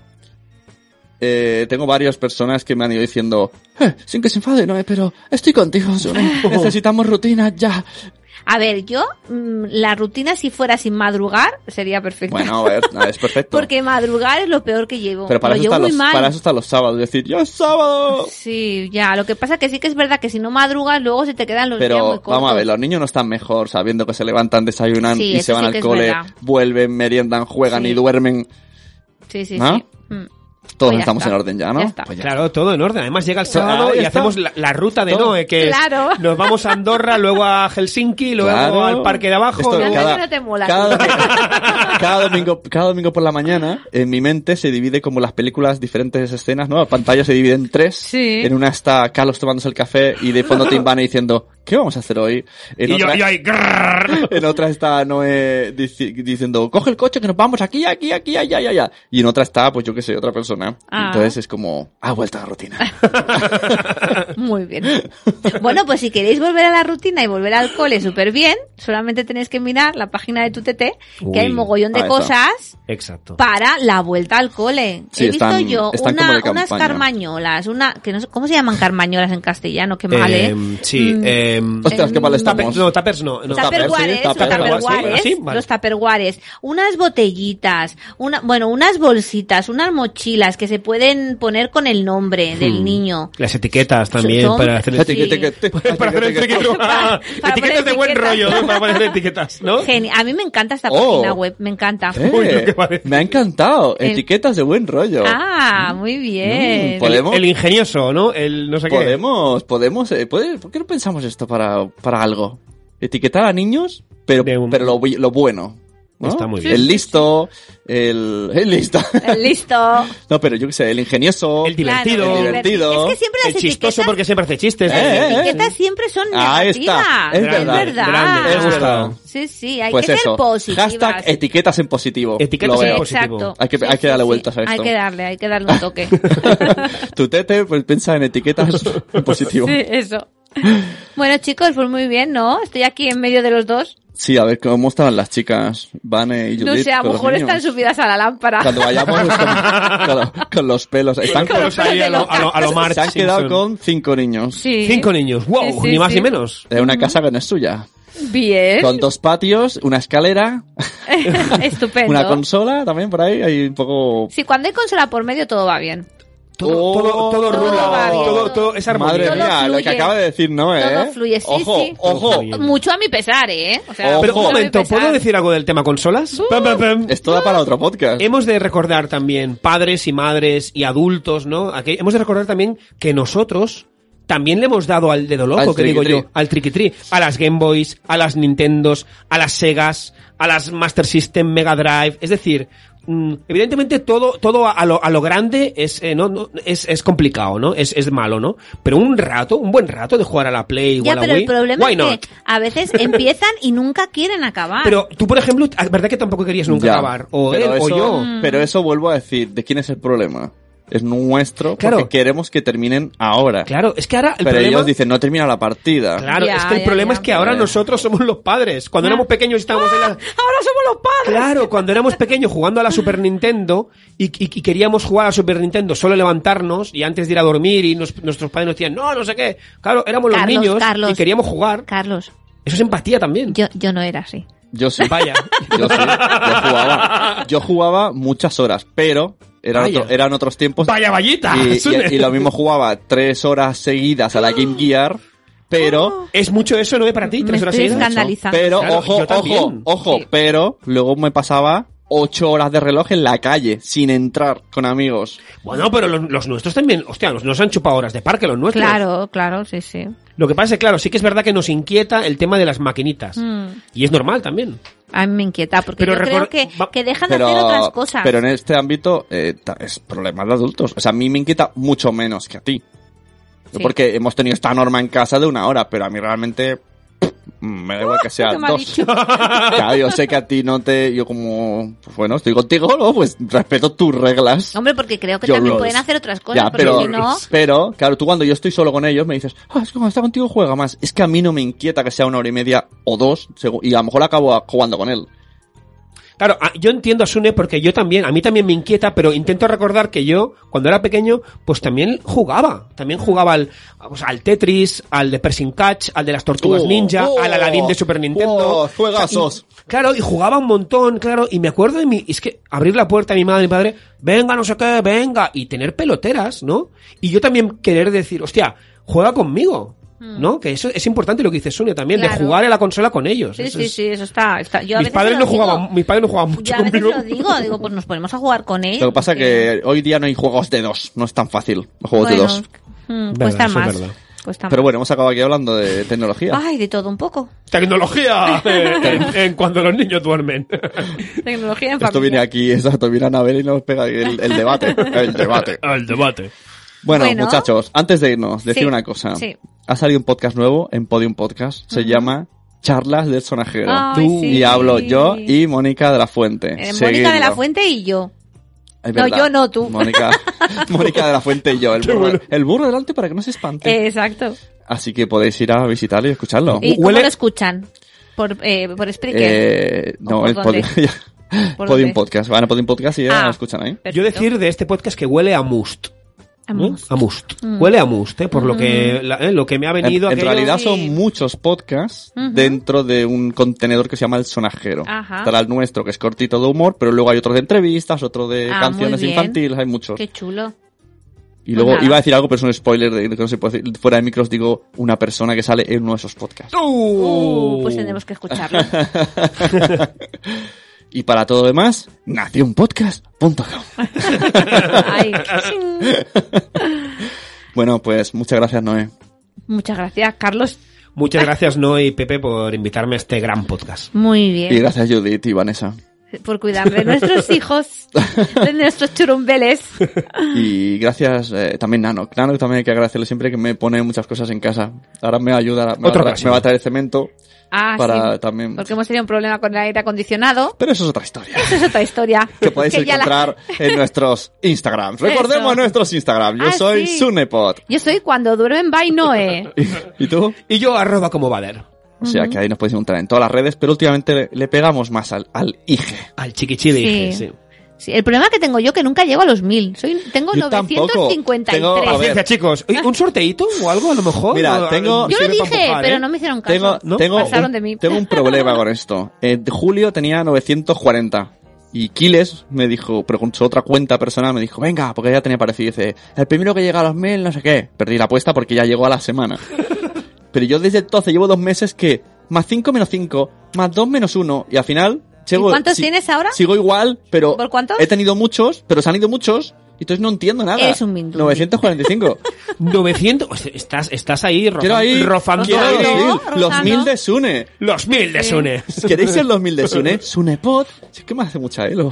Speaker 2: Eh, tengo varias personas que me han ido eh,
Speaker 3: [laughs]
Speaker 2: diciendo, "Eh, sin que se enfade, no, pero estoy contigo, Sune. Necesitamos Oh. rutina ya.
Speaker 3: A ver, yo, mm, la rutina si fuera sin madrugar, sería perfecta.
Speaker 2: Bueno,
Speaker 3: [laughs]
Speaker 2: a ver, es perfecto.
Speaker 3: Porque madrugar es lo peor que llevo.
Speaker 2: Pero para
Speaker 3: Lo
Speaker 2: eso,
Speaker 3: llevo
Speaker 2: están
Speaker 3: muy
Speaker 2: los,
Speaker 3: mal.
Speaker 2: para eso están los sábados, es decir, ¡ya es sábado!
Speaker 3: Sí, ya. Lo que pasa que sí que es verdad que si no madrugas, luego se te quedan los días muy
Speaker 2: Pero
Speaker 3: cortos.
Speaker 2: vamos a ver, los niños no están mejor sabiendo que se levantan, desayunan
Speaker 3: Sí,
Speaker 2: y
Speaker 3: eso
Speaker 2: se van
Speaker 3: sí que
Speaker 2: al
Speaker 3: es
Speaker 2: cole,
Speaker 3: verdad.
Speaker 2: vuelven, meriendan, juegan
Speaker 3: Sí.
Speaker 2: y duermen.
Speaker 3: Sí, sí,
Speaker 2: ¿Ah?
Speaker 3: sí. Mm.
Speaker 2: Todos
Speaker 3: Pues ya
Speaker 2: estamos
Speaker 3: está.
Speaker 2: en orden ya, ¿no?
Speaker 3: Ya está.
Speaker 2: Pues ya
Speaker 4: Claro, todo en orden. Además llega el sábado
Speaker 2: Claro,
Speaker 4: y
Speaker 2: ya está.
Speaker 4: hacemos la, la ruta de
Speaker 2: Todo.
Speaker 4: Noé, que es
Speaker 3: Claro.
Speaker 4: nos vamos a Andorra, luego a Helsinki, luego
Speaker 2: Claro.
Speaker 4: al parque de abajo.
Speaker 2: Esto
Speaker 4: luego-
Speaker 3: cada- Realmente no te mola. [laughs]
Speaker 2: cada domingo, cada domingo- cada domingo por la mañana, en mi mente se divide como las películas, diferentes escenas, ¿no? La pantalla se divide en tres.
Speaker 3: Sí.
Speaker 2: En una está Carlos tomándose el café y de fondo Tim Banner diciendo, ¿qué vamos a hacer hoy? En,
Speaker 4: Y yo,
Speaker 2: otra,
Speaker 4: yo ahí, grrrr.
Speaker 2: [laughs] en otra está Noé dici- diciendo, coge el coche que nos vamos aquí, aquí, aquí, allá, allá, allá. Y en otra está, pues yo qué sé, otra persona.
Speaker 3: Ah.
Speaker 2: Entonces es como, ha vuelto a la
Speaker 4: [laughs]
Speaker 2: rutina. [laughs]
Speaker 3: Muy bien. Bueno, pues si queréis volver a la rutina y volver al cole súper bien, solamente tenéis que mirar la página de tu TT,
Speaker 4: Uy,
Speaker 3: que hay mogollón de
Speaker 2: ahí está.
Speaker 3: cosas
Speaker 4: Exacto.
Speaker 3: para la vuelta al cole.
Speaker 2: Sí,
Speaker 3: He visto
Speaker 2: están-
Speaker 3: yo
Speaker 2: están
Speaker 3: una-
Speaker 2: como de
Speaker 3: unas
Speaker 2: campaña.
Speaker 3: carmañolas, una, que no sé, ¿cómo se llaman carmañolas en castellano? Qué mal, ¿eh?
Speaker 4: Em, sí,
Speaker 3: Mm,
Speaker 4: em,
Speaker 2: Ostras, qué mal
Speaker 3: Mm,
Speaker 4: tape-
Speaker 2: estamos.
Speaker 4: no, tapers no. no.
Speaker 2: Los Taper-
Speaker 3: Tupperwares,
Speaker 2: sí,
Speaker 3: los
Speaker 2: tupperware,
Speaker 3: tupperwares,
Speaker 4: sí, vale.
Speaker 3: los tupperwares, unas botellitas, una, bueno, unas bolsitas, unas mochilas que se pueden poner con el nombre
Speaker 2: Hmm.
Speaker 3: del niño.
Speaker 4: Las etiquetas también
Speaker 3: Son- [laughs]
Speaker 4: para hacer
Speaker 3: Sí.
Speaker 4: [laughs] para hacer etiquetas.
Speaker 3: Para- para
Speaker 4: etiquetas de
Speaker 3: poner
Speaker 4: buen
Speaker 3: etiquetas.
Speaker 4: rollo, ¿no? para poner etiquetas, ¿no?
Speaker 3: Geni- a mí me encanta esta
Speaker 2: Oh.
Speaker 3: página web, me encanta.
Speaker 2: Eh,
Speaker 4: Uy, lo que parece.
Speaker 2: me ha encantado.
Speaker 3: El-
Speaker 2: Etiquetas de buen rollo.
Speaker 3: Ah, muy bien.
Speaker 2: Mm, ¿Podemos?
Speaker 4: El, el ingenioso, ¿no? El no sé qué.
Speaker 2: Podemos, podemos, eh, puede- ¿por qué no pensamos esto para, para algo? Etiquetar a niños, pero,
Speaker 4: De un-
Speaker 2: pero lo, bu- lo bueno. ¿no?
Speaker 4: Está muy bien.
Speaker 2: El listo, el, el
Speaker 4: [laughs]
Speaker 2: listo.
Speaker 3: Listo.
Speaker 2: no, pero yo qué sé, el ingenioso.
Speaker 4: El divertido.
Speaker 3: Claro,
Speaker 2: El divertido.
Speaker 3: Es que siempre
Speaker 4: el
Speaker 3: las
Speaker 4: chistoso
Speaker 3: etiquetas,
Speaker 4: porque siempre hace chistes.
Speaker 2: Eh, eh, eh.
Speaker 3: etiquetas siempre son
Speaker 2: Ahí
Speaker 3: negativas.
Speaker 2: está. Es
Speaker 3: Es
Speaker 2: verdad.
Speaker 3: verdad.
Speaker 4: Grande,
Speaker 2: Me ha gustado.
Speaker 3: Sí, sí, hay
Speaker 2: pues
Speaker 3: que
Speaker 2: eso.
Speaker 3: ser positivas.
Speaker 2: Hashtag etiquetas en positivo.
Speaker 4: [laughs] Etiquetas
Speaker 2: Lo
Speaker 4: en
Speaker 2: veo.
Speaker 4: positivo.
Speaker 3: Exacto.
Speaker 2: Hay que- hay que darle vueltas a
Speaker 3: Hay
Speaker 2: esto.
Speaker 3: que darle, hay que darle
Speaker 2: [laughs]
Speaker 3: un toque.
Speaker 2: tu tete pues, piensa en
Speaker 4: [laughs]
Speaker 2: etiquetas en positivo.
Speaker 3: Sí,
Speaker 2: Sí. [laughs]
Speaker 3: eso. Bueno, chicos, pues muy bien, ¿no? Estoy aquí en medio de los dos.
Speaker 2: a ver cómo estaban las chicas, Vane y Judith.
Speaker 3: No sé, a
Speaker 2: con
Speaker 3: lo
Speaker 2: los
Speaker 3: mejor
Speaker 2: niños?
Speaker 3: están subidas a la lámpara.
Speaker 2: Cuando vayamos con, con- con los pelos. Están
Speaker 3: Con
Speaker 2: con-
Speaker 3: los
Speaker 4: Vamos ahí a lo, a lo, a lo Marge
Speaker 2: se han quedado
Speaker 4: Simpson.
Speaker 2: con cinco niños.
Speaker 3: Sí.
Speaker 4: Cinco niños, wow,
Speaker 3: Sí, sí,
Speaker 4: ni más
Speaker 3: sí.
Speaker 4: ni menos.
Speaker 2: De una casa que no es suya.
Speaker 3: Bien.
Speaker 2: Con dos patios, una escalera,
Speaker 3: [laughs] Estupendo.
Speaker 2: una consola también por ahí, hay un poco...
Speaker 3: Sí, cuando hay consola por medio todo va bien.
Speaker 4: Todo,
Speaker 2: Oh.
Speaker 4: todo, todo
Speaker 3: Todo va
Speaker 4: rula,
Speaker 3: bien.
Speaker 4: todo, todo es armonía.
Speaker 2: Madre
Speaker 3: Todo
Speaker 2: mía, lo que
Speaker 3: fluye.
Speaker 2: acaba de decir, ¿no? ¿eh?
Speaker 3: Todo fluye, sí,
Speaker 2: ojo,
Speaker 3: sí.
Speaker 2: ojo.
Speaker 4: Todo fluye.
Speaker 3: Mucho a mi pesar, ¿eh? O sea,
Speaker 2: Ojo.
Speaker 4: Pero
Speaker 3: mucho
Speaker 4: un
Speaker 3: a mi
Speaker 4: momento,
Speaker 3: pesar.
Speaker 4: ¿puedo decir algo del tema consolas? Pam, pam, pam.
Speaker 2: Esto da para otro podcast.
Speaker 4: Hemos de recordar también padres y madres y adultos, ¿no? Aquel- hemos de recordar también que nosotros también le hemos dado al dedo loco,
Speaker 2: Al
Speaker 4: que digo yo,
Speaker 2: triqui-tri.
Speaker 4: al triquitri, a las Game Boys, a las Nintendos, a las Segas, a las Master System, Mega Drive, es decir, mm, evidentemente todo todo a, a lo, a lo grande es eh, no, no, es, es complicado, ¿no? Es, es malo, ¿no? Pero un rato, un buen rato de jugar a la Play o a
Speaker 3: Ya,
Speaker 4: la
Speaker 3: pero
Speaker 4: Wii,
Speaker 3: el problema
Speaker 4: why
Speaker 3: es que ah.
Speaker 4: not?
Speaker 3: a
Speaker 4: [laughs]
Speaker 3: veces empiezan y nunca quieren acabar.
Speaker 4: Pero tú, por ejemplo, ¿verdad que tampoco querías nunca
Speaker 2: Ya.
Speaker 4: acabar? O
Speaker 2: pero
Speaker 4: él,
Speaker 2: eso,
Speaker 4: o yo.
Speaker 3: Mm.
Speaker 2: Pero eso vuelvo a decir, ¿de quién es el problema? Es nuestro,
Speaker 4: Claro.
Speaker 2: porque queremos que terminen ahora.
Speaker 4: Claro, es que ahora el
Speaker 2: pero
Speaker 4: problema...
Speaker 2: ellos dicen, no termina la partida.
Speaker 4: Claro,
Speaker 3: Ya,
Speaker 4: es que el
Speaker 3: ya,
Speaker 4: problema
Speaker 3: ya.
Speaker 4: es que ahora
Speaker 2: Vale.
Speaker 4: nosotros somos los padres. Cuando
Speaker 3: Ya.
Speaker 4: éramos pequeños estábamos en la...
Speaker 3: ¡Ahora somos los padres!
Speaker 4: Claro, cuando éramos pequeños jugando a la Super Nintendo y, y- y queríamos jugar a la Super Nintendo, solo levantarnos y antes de ir a dormir y nos- nuestros padres nos decían, no, no sé qué. Claro, éramos los
Speaker 3: Carlos,
Speaker 4: niños
Speaker 3: Carlos.
Speaker 4: y queríamos jugar.
Speaker 3: Carlos,
Speaker 4: Eso es empatía también.
Speaker 3: yo, yo no era así.
Speaker 2: Yo sí.
Speaker 4: Vaya.
Speaker 2: Yo sí, yo jugaba.
Speaker 4: [laughs]
Speaker 2: Yo jugaba muchas horas, pero eran,
Speaker 4: Vaya.
Speaker 2: otro- eran otros tiempos.
Speaker 4: Vaya vallita.
Speaker 2: Y,
Speaker 4: [laughs]
Speaker 2: y-
Speaker 4: Sune.
Speaker 2: y lo mismo jugaba tres horas seguidas a la
Speaker 4: [gasps]
Speaker 2: Game Gear, pero...
Speaker 4: Es mucho eso, ¿no? Para ti,
Speaker 3: Me
Speaker 4: tres horas
Speaker 3: estoy
Speaker 4: seguidas.
Speaker 3: escandalizando.
Speaker 2: Pero
Speaker 4: Claro,
Speaker 2: ojo,
Speaker 4: yo también.
Speaker 2: ojo, ojo,
Speaker 3: Sí.
Speaker 2: pero luego me pasaba ocho horas de reloj en la calle, sin entrar con amigos.
Speaker 4: Bueno, pero los, los nuestros también, hostia, nos, nos han chupado horas de parque los nuestros.
Speaker 3: Claro, claro, sí, sí.
Speaker 4: Lo que pasa es que, claro, sí que es verdad que nos inquieta el tema de las maquinitas.
Speaker 3: Mm.
Speaker 4: Y es normal también.
Speaker 3: A mí me inquieta porque
Speaker 4: Hmm. Pero
Speaker 3: yo creo
Speaker 4: recor-
Speaker 3: que,
Speaker 4: va-
Speaker 3: que dejan
Speaker 2: Pero,
Speaker 3: de hacer otras cosas.
Speaker 2: pero en este ámbito eh, ta- es problema de adultos. O sea, a mí me inquieta mucho menos que a ti.
Speaker 3: Sí.
Speaker 2: Porque hemos tenido esta norma en casa de una hora, pero a mí realmente pff, mm, me da igual que sea
Speaker 3: ¿Qué me ha
Speaker 2: dos. [laughs]
Speaker 3: dicho?
Speaker 2: Claro, yo sé que a ti no te... Yo como... Pues bueno, estoy contigo, ¿no? Pues respeto tus reglas.
Speaker 3: Hombre, porque creo que
Speaker 2: Yo
Speaker 3: también
Speaker 2: los-
Speaker 3: pueden hacer otras cosas,
Speaker 2: ya,
Speaker 3: porque
Speaker 2: pero,
Speaker 3: si no...
Speaker 2: pero, claro, tú cuando yo estoy solo con ellos me dices, ah, es que cuando está contigo juega más. Es que a mí no me inquieta que sea una hora y media o dos, segu- y a lo mejor acabo a- jugando con él.
Speaker 4: Claro, a- yo entiendo a Sune porque yo también, a mí también me inquieta, pero intento recordar que yo, cuando era pequeño, pues también jugaba. También jugaba al, pues, al Tetris, al de Pressing Catch, al de las Tortugas
Speaker 2: Oh,
Speaker 4: Ninja,
Speaker 2: oh,
Speaker 4: al Aladdin de Super Nintendo.
Speaker 2: oh,
Speaker 4: O sea, y-
Speaker 2: juegazos.
Speaker 4: Claro, y jugaba un montón, claro, y me acuerdo de mi, es que abrir la puerta a mi madre y mi padre, venga, no sé qué, venga, y tener peloteras, ¿no? Y yo también querer decir, hostia, juega conmigo, ¿no? Que eso es importante lo que dice Sonia también, de
Speaker 3: Hmm. Claro.
Speaker 4: jugar a la consola con ellos.
Speaker 3: Sí,
Speaker 4: Eso
Speaker 3: sí,
Speaker 4: es-
Speaker 3: sí, eso está. está. Yo a
Speaker 4: Mis
Speaker 3: veces
Speaker 4: padres,
Speaker 3: lo
Speaker 4: no
Speaker 3: digo.
Speaker 4: jugaban, mis padres no jugaban mucho
Speaker 3: Yo a veces
Speaker 4: conmigo.
Speaker 3: lo digo, digo, pues nos ponemos a jugar con él.
Speaker 2: Lo que pasa
Speaker 3: porque-
Speaker 2: que hoy día no hay juegos de dos, no es tan fácil los juegos de
Speaker 3: Bueno,
Speaker 2: dos.
Speaker 3: mm,
Speaker 4: Verdad,
Speaker 3: cuesta
Speaker 4: eso es
Speaker 3: más.
Speaker 4: verdad.
Speaker 3: Cuesta
Speaker 2: Pero
Speaker 3: más.
Speaker 2: bueno, hemos acabado aquí hablando de tecnología.
Speaker 3: Ay, de todo un poco. [laughs]
Speaker 4: Tecnología eh, en, en cuando los niños duermen.
Speaker 3: Tecnología en
Speaker 2: Esto
Speaker 3: familia.
Speaker 2: viene aquí, [laughs] exacto, viene Anabel y nos pega el, el
Speaker 3: [laughs]
Speaker 2: debate, el debate.
Speaker 4: [laughs] Al debate.
Speaker 2: Bueno,
Speaker 3: Bueno.
Speaker 2: muchachos, antes de irnos, decir
Speaker 3: Sí,
Speaker 2: una cosa.
Speaker 3: sí.
Speaker 2: Ha salido un podcast nuevo en Podium Podcast, se llama Charlas del Sonajero.
Speaker 3: Ay, sí.
Speaker 2: Y hablo yo y Mónica de la Fuente.
Speaker 3: Eh,
Speaker 2: Seguidlo.
Speaker 3: Mónica de la Fuente y yo.
Speaker 2: Es
Speaker 3: No,
Speaker 2: verdad.
Speaker 3: yo no, tú. [laughs]
Speaker 2: Mónica, Mónica de la Fuente y yo. El burro, el burro delante para que no se espante.
Speaker 3: Eh, exacto.
Speaker 2: Así que podéis ir a visitarlo y escucharlo.
Speaker 3: ¿Y
Speaker 4: Huele-
Speaker 3: cómo lo escuchan? Por, eh, por Spreaker.
Speaker 2: Eh, no,
Speaker 3: ¿O por
Speaker 2: el
Speaker 3: dónde?
Speaker 2: Podium, [laughs] ya.
Speaker 3: ¿Por
Speaker 2: Podium
Speaker 3: dónde?
Speaker 2: Podcast. Van a Podium Podcast y ya
Speaker 3: Ah.
Speaker 2: lo escuchan ahí.
Speaker 3: Perfecto.
Speaker 4: Yo decir de este podcast que huele a must. ¿eh?
Speaker 3: Vamos.
Speaker 4: A must.
Speaker 3: Mm.
Speaker 4: Huele a must, ¿eh? por lo que la- eh, lo que me ha
Speaker 2: En,
Speaker 4: venido
Speaker 2: en
Speaker 4: aquello-
Speaker 2: realidad
Speaker 3: Sí.
Speaker 2: son muchos podcasts
Speaker 3: Ujú.
Speaker 2: dentro de un contenedor que se llama El Sonajero.
Speaker 3: Ajá.
Speaker 2: Estará el nuestro, que es cortito de humor, pero luego hay otros de entrevistas, otro de
Speaker 3: Ah,
Speaker 2: canciones
Speaker 3: muy bien.
Speaker 2: infantiles, hay muchos.
Speaker 3: Qué chulo.
Speaker 2: Y luego
Speaker 3: nada.
Speaker 2: iba a decir algo, pero es un spoiler de, que no se puede decir. Fuera de micros digo una persona que sale en uno de esos podcasts.
Speaker 4: ¡Uh!
Speaker 3: Uh, pues tendremos que escucharlo. [laughs]
Speaker 2: Y para todo lo demás, nacionpodcast.com.
Speaker 3: Ay, ching.
Speaker 2: Bueno, pues muchas gracias, Noé.
Speaker 3: Muchas gracias, Carlos. [laughs]
Speaker 4: Muchas gracias, Noé y Pepe, por invitarme a este gran podcast.
Speaker 3: Muy
Speaker 2: Y
Speaker 3: bien.
Speaker 2: gracias, Judith y Vanessa.
Speaker 3: Por cuidar de nuestros hijos,
Speaker 2: [laughs]
Speaker 3: de nuestros churumbeles.
Speaker 2: Y gracias eh, también Nano. Nano también hay que agradecerle siempre que me pone muchas cosas en casa. Ahora me ayuda, me, va,
Speaker 4: Otra
Speaker 2: a tra-
Speaker 4: ocasión.
Speaker 2: me va a traer cemento.
Speaker 3: Ah,
Speaker 2: Para
Speaker 3: sí.
Speaker 2: también-
Speaker 3: Porque hemos tenido un problema con el aire acondicionado.
Speaker 2: Pero eso es otra historia.
Speaker 3: Eso es otra historia. [laughs]
Speaker 2: Que podéis
Speaker 3: ya la-
Speaker 2: encontrar en nuestros Instagram. Recordemos
Speaker 3: Eso.
Speaker 2: nuestros Instagram. Yo
Speaker 3: Ah,
Speaker 2: soy
Speaker 3: sí.
Speaker 2: Sunepod.
Speaker 3: Yo soy cuando duermen by Noé.
Speaker 2: ¿Y tú?
Speaker 4: Y yo arroba como Vader.
Speaker 2: O sea que ahí nos podéis encontrar en todas las redes, pero últimamente le, le pegamos más al, al IG.
Speaker 4: Al chiquichile.
Speaker 3: Sí.
Speaker 4: dije, sí.
Speaker 3: Sí, el problema que tengo yo que nunca llego a los mil. Soy, tengo
Speaker 2: Yo tampoco.
Speaker 3: 953.
Speaker 2: Tengo- a ver.
Speaker 4: Paciencia, chicos. Oye, ¿Un sorteíto o algo a lo mejor?
Speaker 2: Mira,
Speaker 4: No,
Speaker 2: tengo-
Speaker 4: no
Speaker 3: yo lo
Speaker 4: sirve
Speaker 3: dije,
Speaker 4: para empujar,
Speaker 3: pero
Speaker 4: ¿eh?
Speaker 3: no me hicieron caso.
Speaker 2: Tengo, [laughs]
Speaker 4: ¿No?
Speaker 2: tengo,
Speaker 3: Pasaron
Speaker 2: un,
Speaker 3: de mí.
Speaker 2: tengo un problema con esto. En julio tenía 940. Y Kiles me dijo, pero con su otra cuenta personal me dijo, venga, porque ya tenía parecido. Dice, el primero que llega a los mil, no sé qué. Perdí la apuesta porque ya llegó a la
Speaker 3: [laughs]
Speaker 2: semana. pero yo desde entonces llevo dos meses que, más 5 menos 5, más 2 menos 1, y al final... llego-
Speaker 3: cuántos tienes ahora?
Speaker 2: Sigo igual, pero...
Speaker 3: ¿Por cuántos?
Speaker 2: He tenido muchos, pero se han ido muchos, y entonces no entiendo nada.
Speaker 3: Eres un mindundi.
Speaker 2: 945.
Speaker 4: 900. Pues Estás, estás ahí, roza-
Speaker 2: quiero ahí...
Speaker 4: rozando
Speaker 2: quiero
Speaker 4: ahí.
Speaker 2: ahí
Speaker 3: Rozando.
Speaker 2: los mil, los
Speaker 3: rozando.
Speaker 2: mil de Sune.
Speaker 4: Los mil de Sune.
Speaker 2: Si queréis ser los mil de
Speaker 4: [laughs]
Speaker 2: Sune, Sunepod. Si es que me hace mucha elo.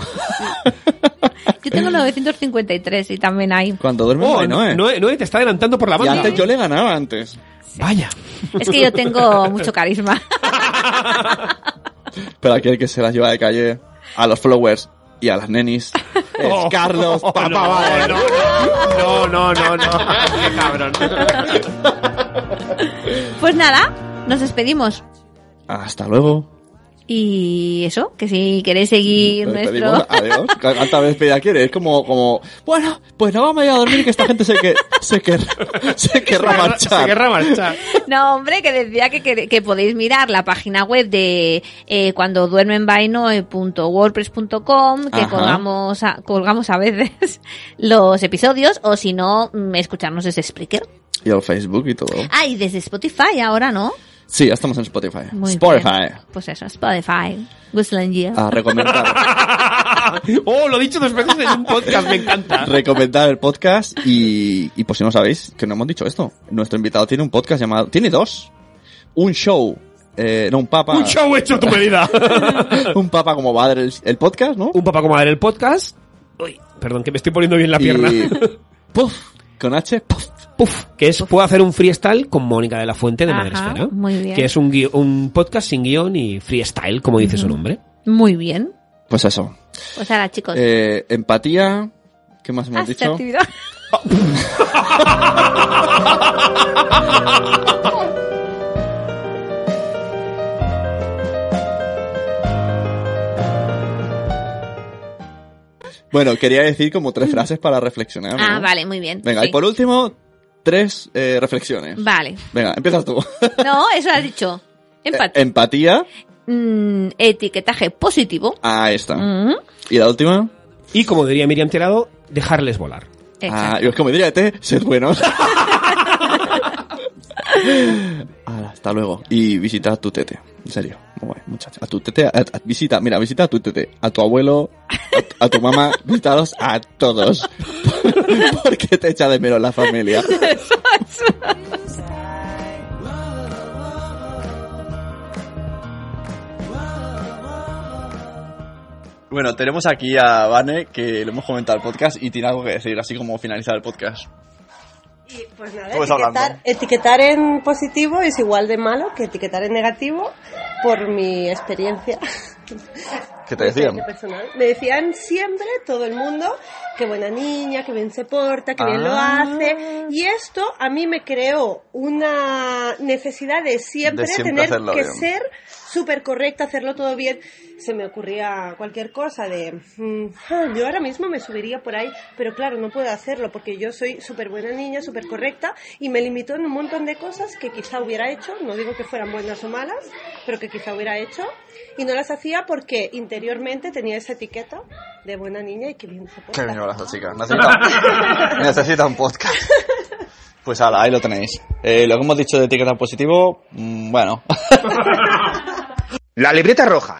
Speaker 3: Yo tengo 953 y también hay.
Speaker 2: Cuando duerme
Speaker 4: Oh,
Speaker 2: no,
Speaker 4: Noé,
Speaker 2: ¿eh?
Speaker 4: Noé, te está adelantando por la
Speaker 2: y
Speaker 4: banda.
Speaker 2: antes yo le ganaba antes.
Speaker 4: Vaya.
Speaker 3: Es que yo tengo mucho
Speaker 2: [laughs]
Speaker 3: carisma.
Speaker 2: Pero aquel que se las lleva de calle a los followers y a las nenis es
Speaker 4: [laughs] Oh,
Speaker 2: Carlos
Speaker 4: oh,
Speaker 2: Papá
Speaker 4: no,
Speaker 2: Valer. [laughs]
Speaker 4: No, no, no, no. Qué cabrón.
Speaker 3: Pues nada, nos despedimos.
Speaker 2: Hasta luego.
Speaker 3: Y eso, que si queréis seguir
Speaker 2: Nos
Speaker 3: nuestro...
Speaker 2: [laughs] despedimos.
Speaker 3: [laughs]
Speaker 2: Adiós. ¿Cuántas veces pedía quieres? Es como, como, bueno, pues no vamos a ir a dormir que esta gente se, que, se,
Speaker 4: [laughs]
Speaker 2: quer- se querrá
Speaker 4: Se
Speaker 2: marchar.
Speaker 4: querrá marchar.
Speaker 3: No, hombre, que decía que, que, que podéis mirar la página web de eh, cuando duermen que
Speaker 2: Ajá.
Speaker 3: colgamos a, colgamos a veces [laughs] los episodios, o si no, mm, escucharnos desde Spreaker.
Speaker 2: Y al Facebook y todo.
Speaker 3: Ah, y desde Spotify ahora, ¿no?
Speaker 2: Sí, ya estamos en Spotify.
Speaker 3: Muy
Speaker 2: Spotify. Ah,
Speaker 3: bien. Pues eso, Spotify. Guslangia.
Speaker 2: A
Speaker 3: [laughs]
Speaker 2: recomendar.
Speaker 4: Oh, lo he dicho dos veces en un podcast, me
Speaker 2: [laughs]
Speaker 4: encanta.
Speaker 2: recomendar el podcast y, y por si no sabéis, que no hemos dicho esto. Nuestro invitado tiene un podcast llamado... Tiene dos. Un show. Eh, no, un papa.
Speaker 4: Un show hecho a tu medida.
Speaker 2: [laughs] un papa como va a dar el, el podcast, ¿no?
Speaker 4: un papá como el podcast. Uy, perdón, que me estoy poniendo bien la
Speaker 2: Y-
Speaker 4: pierna.
Speaker 2: [laughs] Puff. Con H. Puff.
Speaker 4: Puf, que es Puedo hacer un freestyle con Mónica de la Fuente de
Speaker 3: Ajá,
Speaker 2: este,
Speaker 4: Madresfera.
Speaker 3: muy bien.
Speaker 4: Que es un, guio- un podcast sin guión y freestyle, como dice su nombre.
Speaker 3: Muy bien.
Speaker 2: Pues eso.
Speaker 3: Pues ahora, chicos,
Speaker 2: Eh, empatía. ¿Qué más hemos
Speaker 3: hasta
Speaker 2: dicho?
Speaker 3: actividad.
Speaker 2: Bueno, quería decir como tres frases para reflexionar. ¿no?
Speaker 3: Ah, vale, muy bien.
Speaker 2: Venga,
Speaker 3: Sí.
Speaker 2: y por último, tres eh, reflexiones.
Speaker 3: Vale.
Speaker 2: Venga, empiezas tú.
Speaker 3: No, eso has dicho.
Speaker 2: [laughs]
Speaker 3: Empate.
Speaker 2: Eh, empatía.
Speaker 3: Mm, etiquetaje positivo.
Speaker 2: Ahí está.
Speaker 3: Mm,
Speaker 2: Y la última.
Speaker 4: Y como diría Miriam Tirado, dejarles volar.
Speaker 2: Ah,
Speaker 3: exacto.
Speaker 2: yo es como diría, este, sed [laughs] buenos. Ahora, Ah, hasta luego. Y visita a tu tete. En serio. Muy guay, muchacho. A tu tete, a- a- visita, mira, visita a tu tete, a tu abuelo, a, tu- a tu mamá, visitados a todos. [laughs] Porque te echa de menos la familia. Bueno, tenemos aquí a Vane, que le hemos comentado el podcast y tiene algo que decir, así como finalizar el podcast.
Speaker 6: Y, pues nada,
Speaker 7: Estamos
Speaker 6: etiquetar,
Speaker 7: hablando.
Speaker 6: etiquetar en positivo es igual de malo que etiquetar en negativo por mi experiencia. [laughs]
Speaker 7: ¿Qué te
Speaker 6: Experiencia
Speaker 7: decían?
Speaker 6: personal. Me decían siempre, todo el mundo, que buena niña, que bien se porta, que bien lo
Speaker 7: Ah.
Speaker 6: hace. Y esto a mí me creó una necesidad de siempre,
Speaker 7: De siempre hacerlo
Speaker 6: tener que
Speaker 7: bien.
Speaker 6: ser súper correcta, hacerlo todo bien. Se me ocurría cualquier cosa de... mm, ah, yo ahora mismo me subiría por ahí, pero claro, no puedo hacerlo porque yo soy súper buena niña, súper correcta y me limitó en un montón de cosas que quizá hubiera hecho, no digo que fueran buenas o malas, pero que quizá hubiera hecho y no las hacía porque interiormente tenía esa etiqueta de buena niña y que bien se porta.
Speaker 7: Qué mierda esa chica. Necesita, necesita un podcast.
Speaker 2: Pues ala, ahí lo tenéis. Eh, lo que hemos dicho de etiqueta positivo, mm, bueno,
Speaker 5: La libreta roja,